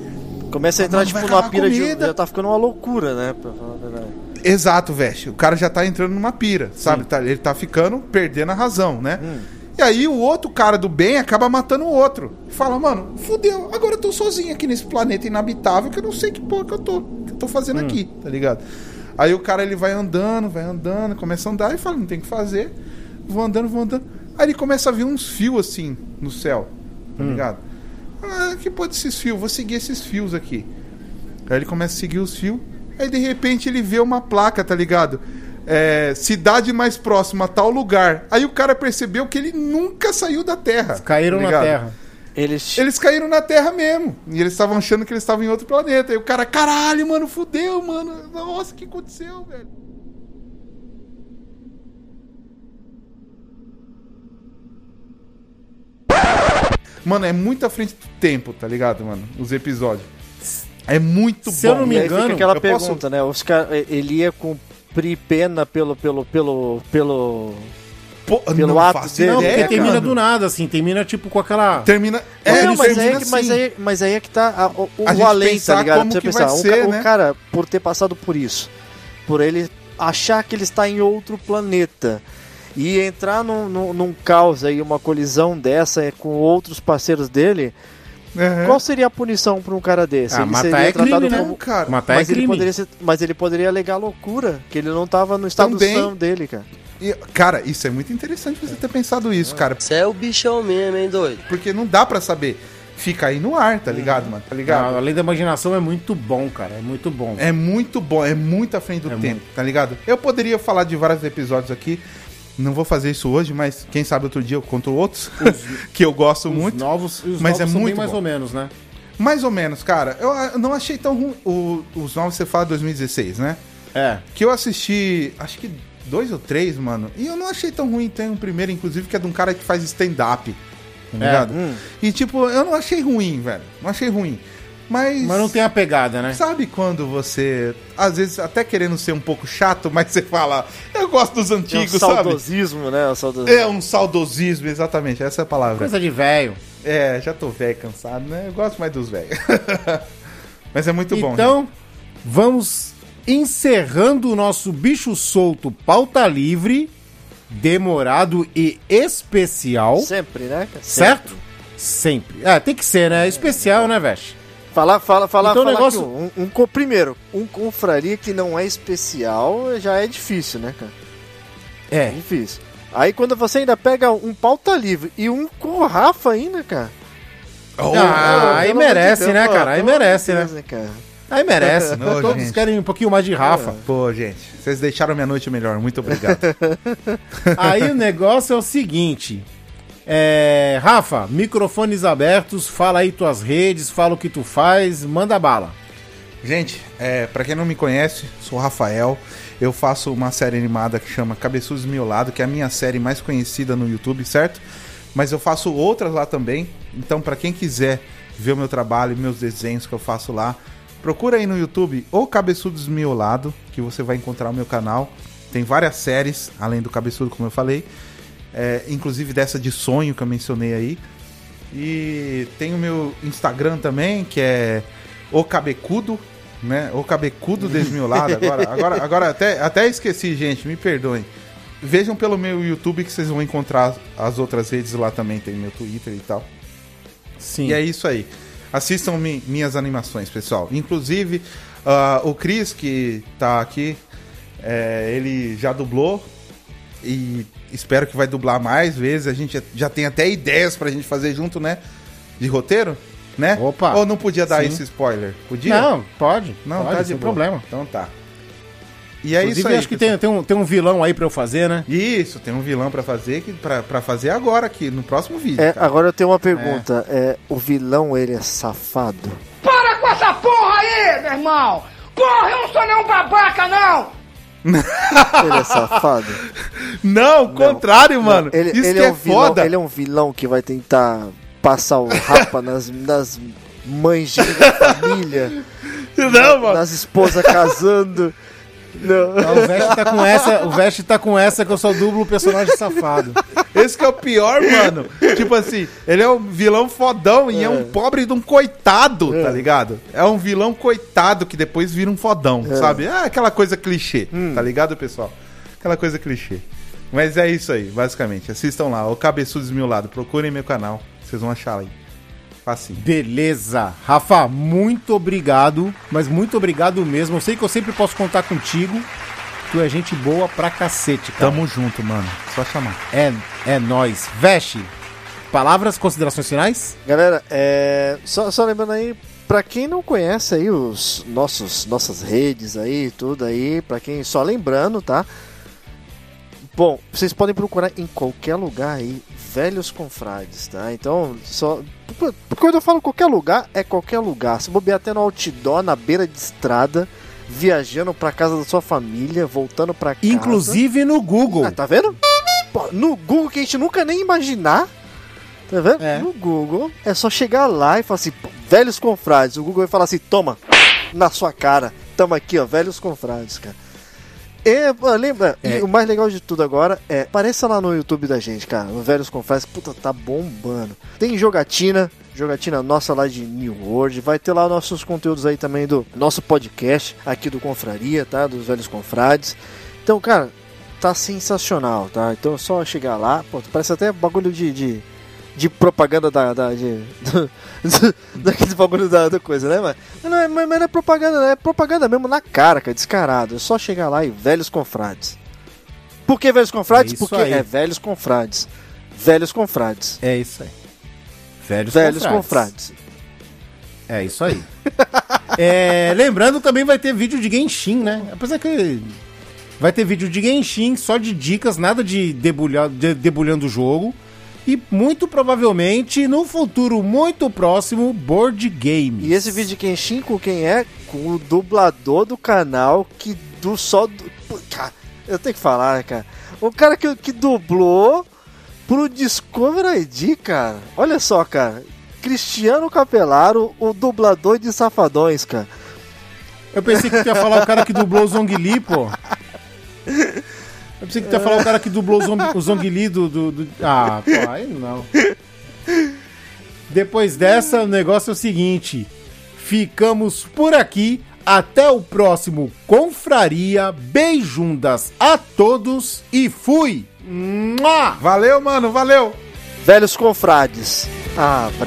[SPEAKER 6] Começa a entrar,
[SPEAKER 5] Mano,
[SPEAKER 6] tipo,
[SPEAKER 5] vai
[SPEAKER 6] numa
[SPEAKER 5] acabar
[SPEAKER 6] pira de...
[SPEAKER 5] comida.
[SPEAKER 6] Já tá ficando uma loucura, né? Pra falar a verdade.
[SPEAKER 5] Exato, veste. O cara já tá entrando numa pira, sabe? Tá- ele tá ficando perdendo a razão, né? E aí o outro cara do bem acaba matando o outro. E fala, mano, fudeu, agora eu tô sozinho aqui nesse planeta inabitável que eu não sei que porra que eu tô, que eu tô fazendo aqui, tá ligado? Aí o cara ele vai andando, vai andando, começa a andar e fala, não tem o que fazer. Vou andando, vou andando. Aí ele começa a ver uns fios assim no céu, tá ligado? Ah, que pode esses fios? Vou seguir esses fios aqui. Aí ele começa a seguir os fios. Aí de repente ele vê uma placa, tá ligado? É, cidade mais próxima, tal lugar. Aí o cara percebeu que ele nunca saiu da Terra. tá
[SPEAKER 4] Caíram na
[SPEAKER 5] ligado?
[SPEAKER 4] terra.
[SPEAKER 6] Eles...
[SPEAKER 5] Eles caíram na Terra mesmo. E eles estavam achando que eles estavam em outro planeta. E o cara, caralho, mano, fudeu, mano. Nossa, o que aconteceu, velho? Mano, é muito à frente do tempo, tá ligado, mano? Os episódios. É muito
[SPEAKER 4] Se
[SPEAKER 5] bom.
[SPEAKER 4] eu não me
[SPEAKER 5] velho.
[SPEAKER 6] Aí fica
[SPEAKER 4] engano,
[SPEAKER 6] aquela
[SPEAKER 5] eu posso-
[SPEAKER 6] pergunta, né? Os cara, ele ia cumprir pena pelo pelo pelo pelo
[SPEAKER 5] Pô,
[SPEAKER 6] pelo
[SPEAKER 5] não
[SPEAKER 6] ato
[SPEAKER 5] faço
[SPEAKER 6] dele,
[SPEAKER 4] Não,
[SPEAKER 5] ideia,
[SPEAKER 4] porque
[SPEAKER 6] né,
[SPEAKER 4] termina
[SPEAKER 5] cara.
[SPEAKER 4] do nada, assim. Termina tipo com aquela...
[SPEAKER 5] Termina.
[SPEAKER 6] É,
[SPEAKER 5] ele
[SPEAKER 6] não, mas aí, é
[SPEAKER 5] termina
[SPEAKER 6] que, mas,
[SPEAKER 5] assim.
[SPEAKER 6] aí, mas aí é que tá a- o, o
[SPEAKER 5] A gente
[SPEAKER 6] além,
[SPEAKER 5] pensar
[SPEAKER 6] tá ligado?
[SPEAKER 5] como
[SPEAKER 6] Pra
[SPEAKER 5] que vai
[SPEAKER 6] pensar, o,
[SPEAKER 5] ser,
[SPEAKER 6] ca- o
[SPEAKER 5] né?
[SPEAKER 6] cara, por ter passado por isso, por ele achar que ele está em outro planeta e entrar num, num, num caos aí, uma colisão dessa é, com outros parceiros dele,
[SPEAKER 5] Aham.
[SPEAKER 6] é- qual seria a punição pra um cara
[SPEAKER 5] assim,
[SPEAKER 6] desse?
[SPEAKER 4] Ah,
[SPEAKER 6] ele
[SPEAKER 4] matar
[SPEAKER 6] seria
[SPEAKER 4] é crime,
[SPEAKER 6] tratado
[SPEAKER 4] né?
[SPEAKER 6] como...
[SPEAKER 5] Cara,
[SPEAKER 4] Matar é
[SPEAKER 6] Mas ele,
[SPEAKER 4] crime.
[SPEAKER 6] poderia ser- mas ele poderia alegar loucura, que ele não tava no estado
[SPEAKER 5] Também.
[SPEAKER 6] são dele, cara.
[SPEAKER 5] E, cara, isso é muito interessante você ter pensado isso, cara.
[SPEAKER 11] Você é o bichão mesmo, hein, doido? É,
[SPEAKER 5] Porque não dá pra saber. Fica aí no ar, tá ligado, mano? Tá ligado?
[SPEAKER 4] Ah, além da imaginação é muito bom, cara. É muito bom.
[SPEAKER 5] É muito bom, é muito à frente do
[SPEAKER 4] É
[SPEAKER 5] tempo, tá ligado? Eu poderia falar de vários episódios aqui. Não vou fazer isso hoje, mas quem sabe outro dia eu conto outros que eu gosto
[SPEAKER 4] Os
[SPEAKER 5] muito.
[SPEAKER 4] novos, e os
[SPEAKER 5] mas
[SPEAKER 4] novos
[SPEAKER 5] é
[SPEAKER 4] são bem
[SPEAKER 5] muito
[SPEAKER 4] mais
[SPEAKER 5] bom.
[SPEAKER 4] ou menos, né?
[SPEAKER 5] Mais ou menos, cara. Eu ah, não achei tão ruim o- os novos você fala 2016, né?
[SPEAKER 4] É.
[SPEAKER 5] Que eu assisti, acho que dois ou três, mano. E eu não achei tão ruim. Tem um primeiro, inclusive, que é de um cara que faz stand-up.
[SPEAKER 4] É,
[SPEAKER 5] Tá ligado?
[SPEAKER 4] hum.
[SPEAKER 5] E tipo, eu não achei ruim, velho. Não achei ruim. Mas.
[SPEAKER 4] É, Mas não tem a pegada, né?
[SPEAKER 5] Sabe quando você, às vezes, até querendo ser um pouco chato, mas você fala, eu gosto dos
[SPEAKER 6] É um
[SPEAKER 5] antigos, sabe?
[SPEAKER 6] saudosismo, né? Um saudosismo.
[SPEAKER 5] É um saudosismo, exatamente, essa é a palavra.
[SPEAKER 4] Coisa de velho.
[SPEAKER 5] É, já tô velho, cansado, né? Eu gosto mais dos velhos. mas é muito bom.
[SPEAKER 4] Então, vamos encerrando o nosso bicho solto pauta livre, demorado e especial,
[SPEAKER 5] um-
[SPEAKER 6] Sempre, né? cara?
[SPEAKER 4] certo? Sempre. É, tem que ser, né? Especial, né, Vesh?
[SPEAKER 6] Falar, fala, fala,
[SPEAKER 4] Então o
[SPEAKER 6] falar
[SPEAKER 4] negócio-
[SPEAKER 6] que um, um, co- primeiro, um confraria que não é especial já é difícil, né, cara? É
[SPEAKER 4] É.
[SPEAKER 6] difícil. Aí quando você ainda pega um pauta livre e um com o Rafa ainda, cara.
[SPEAKER 4] Ah,
[SPEAKER 5] Oh,
[SPEAKER 6] Pô,
[SPEAKER 4] aí
[SPEAKER 6] pelo amor de
[SPEAKER 4] merece,
[SPEAKER 6] Deus,
[SPEAKER 4] né,
[SPEAKER 6] pô,
[SPEAKER 4] cara? Aí
[SPEAKER 6] pelo amor de
[SPEAKER 4] merece, né?
[SPEAKER 6] Deus, cara?
[SPEAKER 4] Aí merece.
[SPEAKER 5] Não,
[SPEAKER 4] Todos
[SPEAKER 5] gente.
[SPEAKER 4] querem um pouquinho mais de Rafa.
[SPEAKER 5] Pô, gente, vocês deixaram minha noite melhor, muito obrigado.
[SPEAKER 4] Aí o negócio é o seguinte. É, Rafa, microfones abertos, fala aí tuas redes, fala o que tu faz, manda bala.
[SPEAKER 5] Gente, é, para quem não me conhece, sou o Rafael. Eu faço uma série animada que chama Cabeçudos Miolado, que é a minha série mais conhecida no YouTube, certo? Mas eu faço outras lá também. Então, para quem quiser ver o meu trabalho, meus desenhos que eu faço lá, procura aí no YouTube ou Cabeçudos Miolado, que você vai encontrar o meu canal. Tem várias séries, além do Cabeçudo, como eu falei. É, inclusive dessa de sonho que eu mencionei aí. E tem o meu Instagram também, que é o Cabecudo, né? O Cabecudo Desmiolado. Agora, agora, agora até, até esqueci, gente, me perdoem. Vejam pelo meu YouTube que vocês vão encontrar as outras redes lá também, tem meu Twitter e tal.
[SPEAKER 4] Sim.
[SPEAKER 5] E é isso aí. Assistam mi- minhas animações, pessoal. Inclusive, ah, o Cris, que tá aqui, é, ele já dublou e espero que vai dublar mais vezes. A gente já- já tem até ideias pra gente fazer junto, né? De roteiro, né?
[SPEAKER 4] Opa.
[SPEAKER 5] Ou não podia dar
[SPEAKER 4] Sim.
[SPEAKER 5] esse spoiler? Podia?
[SPEAKER 4] Não, pode.
[SPEAKER 5] não
[SPEAKER 4] pode,
[SPEAKER 5] tá de
[SPEAKER 4] sem
[SPEAKER 5] boa.
[SPEAKER 4] problema.
[SPEAKER 5] Então tá. E é
[SPEAKER 4] Inclusive,
[SPEAKER 5] isso aí.
[SPEAKER 4] acho que
[SPEAKER 5] pessoal.
[SPEAKER 4] tem, tem, um, tem um vilão aí pra eu fazer, né?
[SPEAKER 5] Isso, tem um vilão pra fazer, que, pra, pra fazer agora aqui, no próximo vídeo. tá?
[SPEAKER 6] É,
[SPEAKER 5] cara.
[SPEAKER 6] agora eu tenho uma pergunta. É, o vilão, ele é safado?
[SPEAKER 10] Para com essa porra aí, meu irmão! Porra, eu não sou nenhum babaca, não!
[SPEAKER 6] Ele é safado?
[SPEAKER 5] Não, o contrário, mano.
[SPEAKER 6] Ele,
[SPEAKER 5] Isso
[SPEAKER 6] ele
[SPEAKER 5] que é,
[SPEAKER 6] é, um vilão,
[SPEAKER 5] foda.
[SPEAKER 6] ele é um vilão que vai tentar passar o rapa nas, nas mães de família,
[SPEAKER 5] Não, mano.
[SPEAKER 6] nas esposas casando. Não.
[SPEAKER 4] O Vest tá com essa, o Vest tá com essa que eu só dublo o personagem safado.
[SPEAKER 5] Esse que é o pior, mano. tipo assim, ele é um vilão fodão e é um pobre de um coitado, tá ligado? É um vilão coitado que depois Ah, Hum. vira um fodão, sabe? É aquela coisa clichê, tá ligado, pessoal? Aquela coisa clichê. Mas é isso aí, basicamente. Assistam lá, o Cabeçudo Desmiolado. Procurem meu canal, vocês vão achar lá. Facinho.
[SPEAKER 4] Beleza. Rafa, muito obrigado, mas muito obrigado mesmo. Eu sei que eu sempre posso contar contigo. Tu é gente boa pra cacete, cara.
[SPEAKER 5] Tamo junto, mano. Só chamar.
[SPEAKER 4] É, é nóis. Veste, palavras, considerações finais?
[SPEAKER 6] Galera, é... só, só lembrando aí, pra quem não conhece aí os nossos, nossas redes aí, tudo aí, pra quem só lembrando, tá? Bom, vocês podem procurar em qualquer lugar aí, velhos confrades, tá? Então, só. por- por- Quando eu falo qualquer lugar, é qualquer lugar. Se bobear até no outdoor, na beira de estrada, viajando pra casa da sua família, voltando pra casa.
[SPEAKER 4] Inclusive no Google.
[SPEAKER 6] Ah, tá vendo? Pô, no Google que a gente nunca nem imaginar. Tá vendo? No Google é só chegar lá e falar assim, "Pô, velhos confrades. O Google vai falar assim, toma, na sua cara. Tamo aqui, ó, velhos confrades, cara. E, pô, lembra, e o mais legal de tudo agora é, apareça lá no YouTube da gente, cara. O Velhos Confrades, puta, tá bombando. Tem jogatina, jogatina nossa lá de New World. Vai ter lá nossos conteúdos aí também do nosso podcast aqui do Confraria, tá? Dos Velhos Confrades. Então, cara, tá sensacional, tá? Então é só chegar lá, pô, parece até bagulho de. de, de propaganda da. da de, do, daquele bagulho da, da coisa, né, mano? Não, é- mas mas não é propaganda, não, é propaganda mesmo na cara, cara, descarado. É só chegar lá e velhos confrades. Por que velhos confrades?
[SPEAKER 4] É isso
[SPEAKER 6] Porque
[SPEAKER 4] aí.
[SPEAKER 6] é velhos confrades. Velhos confrades.
[SPEAKER 4] É isso aí. Velhos,
[SPEAKER 6] velhos
[SPEAKER 4] confrades.
[SPEAKER 6] confrades.
[SPEAKER 4] É isso aí. É, lembrando, também vai ter vídeo de Genshin, né? Apesar que vai ter vídeo de Genshin, só de dicas, nada de, debulha, de- debulhando o jogo. E muito provavelmente, no futuro muito próximo, board game.
[SPEAKER 6] E esse vídeo de Kenshin com quem é? Com o dublador do canal que do só. Du... Pô, Cara, eu tenho que falar, né, cara? O cara que, que dublou pro Discover ID, cara. Olha só, cara. Cristiano Capelaro, o dublador de Safadões, cara.
[SPEAKER 4] Eu pensei que tu ia falar o cara que dublou o Zong Li, pô. Eu pensei que tu ia falar o cara que dublou o Zong, o Zong Li do, do, do- Ah, pô, aí não. Depois dessa, o negócio é o seguinte. Ficamos por aqui. Até o próximo Confraria. Beijundas a todos e fui! Mua!
[SPEAKER 5] Valeu, mano, valeu!
[SPEAKER 6] Velhos confrades. Abraço.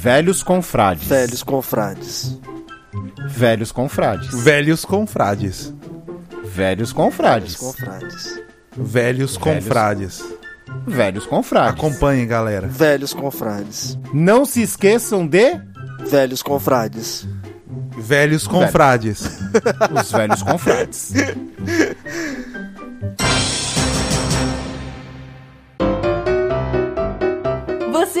[SPEAKER 4] Velhos confrades.
[SPEAKER 6] Velhos confrades.
[SPEAKER 4] Velhos confrades.
[SPEAKER 5] Velhos
[SPEAKER 4] Velhos
[SPEAKER 5] confrades.
[SPEAKER 6] Velhos
[SPEAKER 4] confrades.
[SPEAKER 6] confrades.
[SPEAKER 5] Velhos confrades.
[SPEAKER 4] Velhos confrades.
[SPEAKER 5] Acompanhem, galera.
[SPEAKER 6] Velhos confrades.
[SPEAKER 4] Não se esqueçam de...
[SPEAKER 6] Velhos confrades.
[SPEAKER 5] Velhos confrades.
[SPEAKER 4] Os velhos confrades.
[SPEAKER 13] Você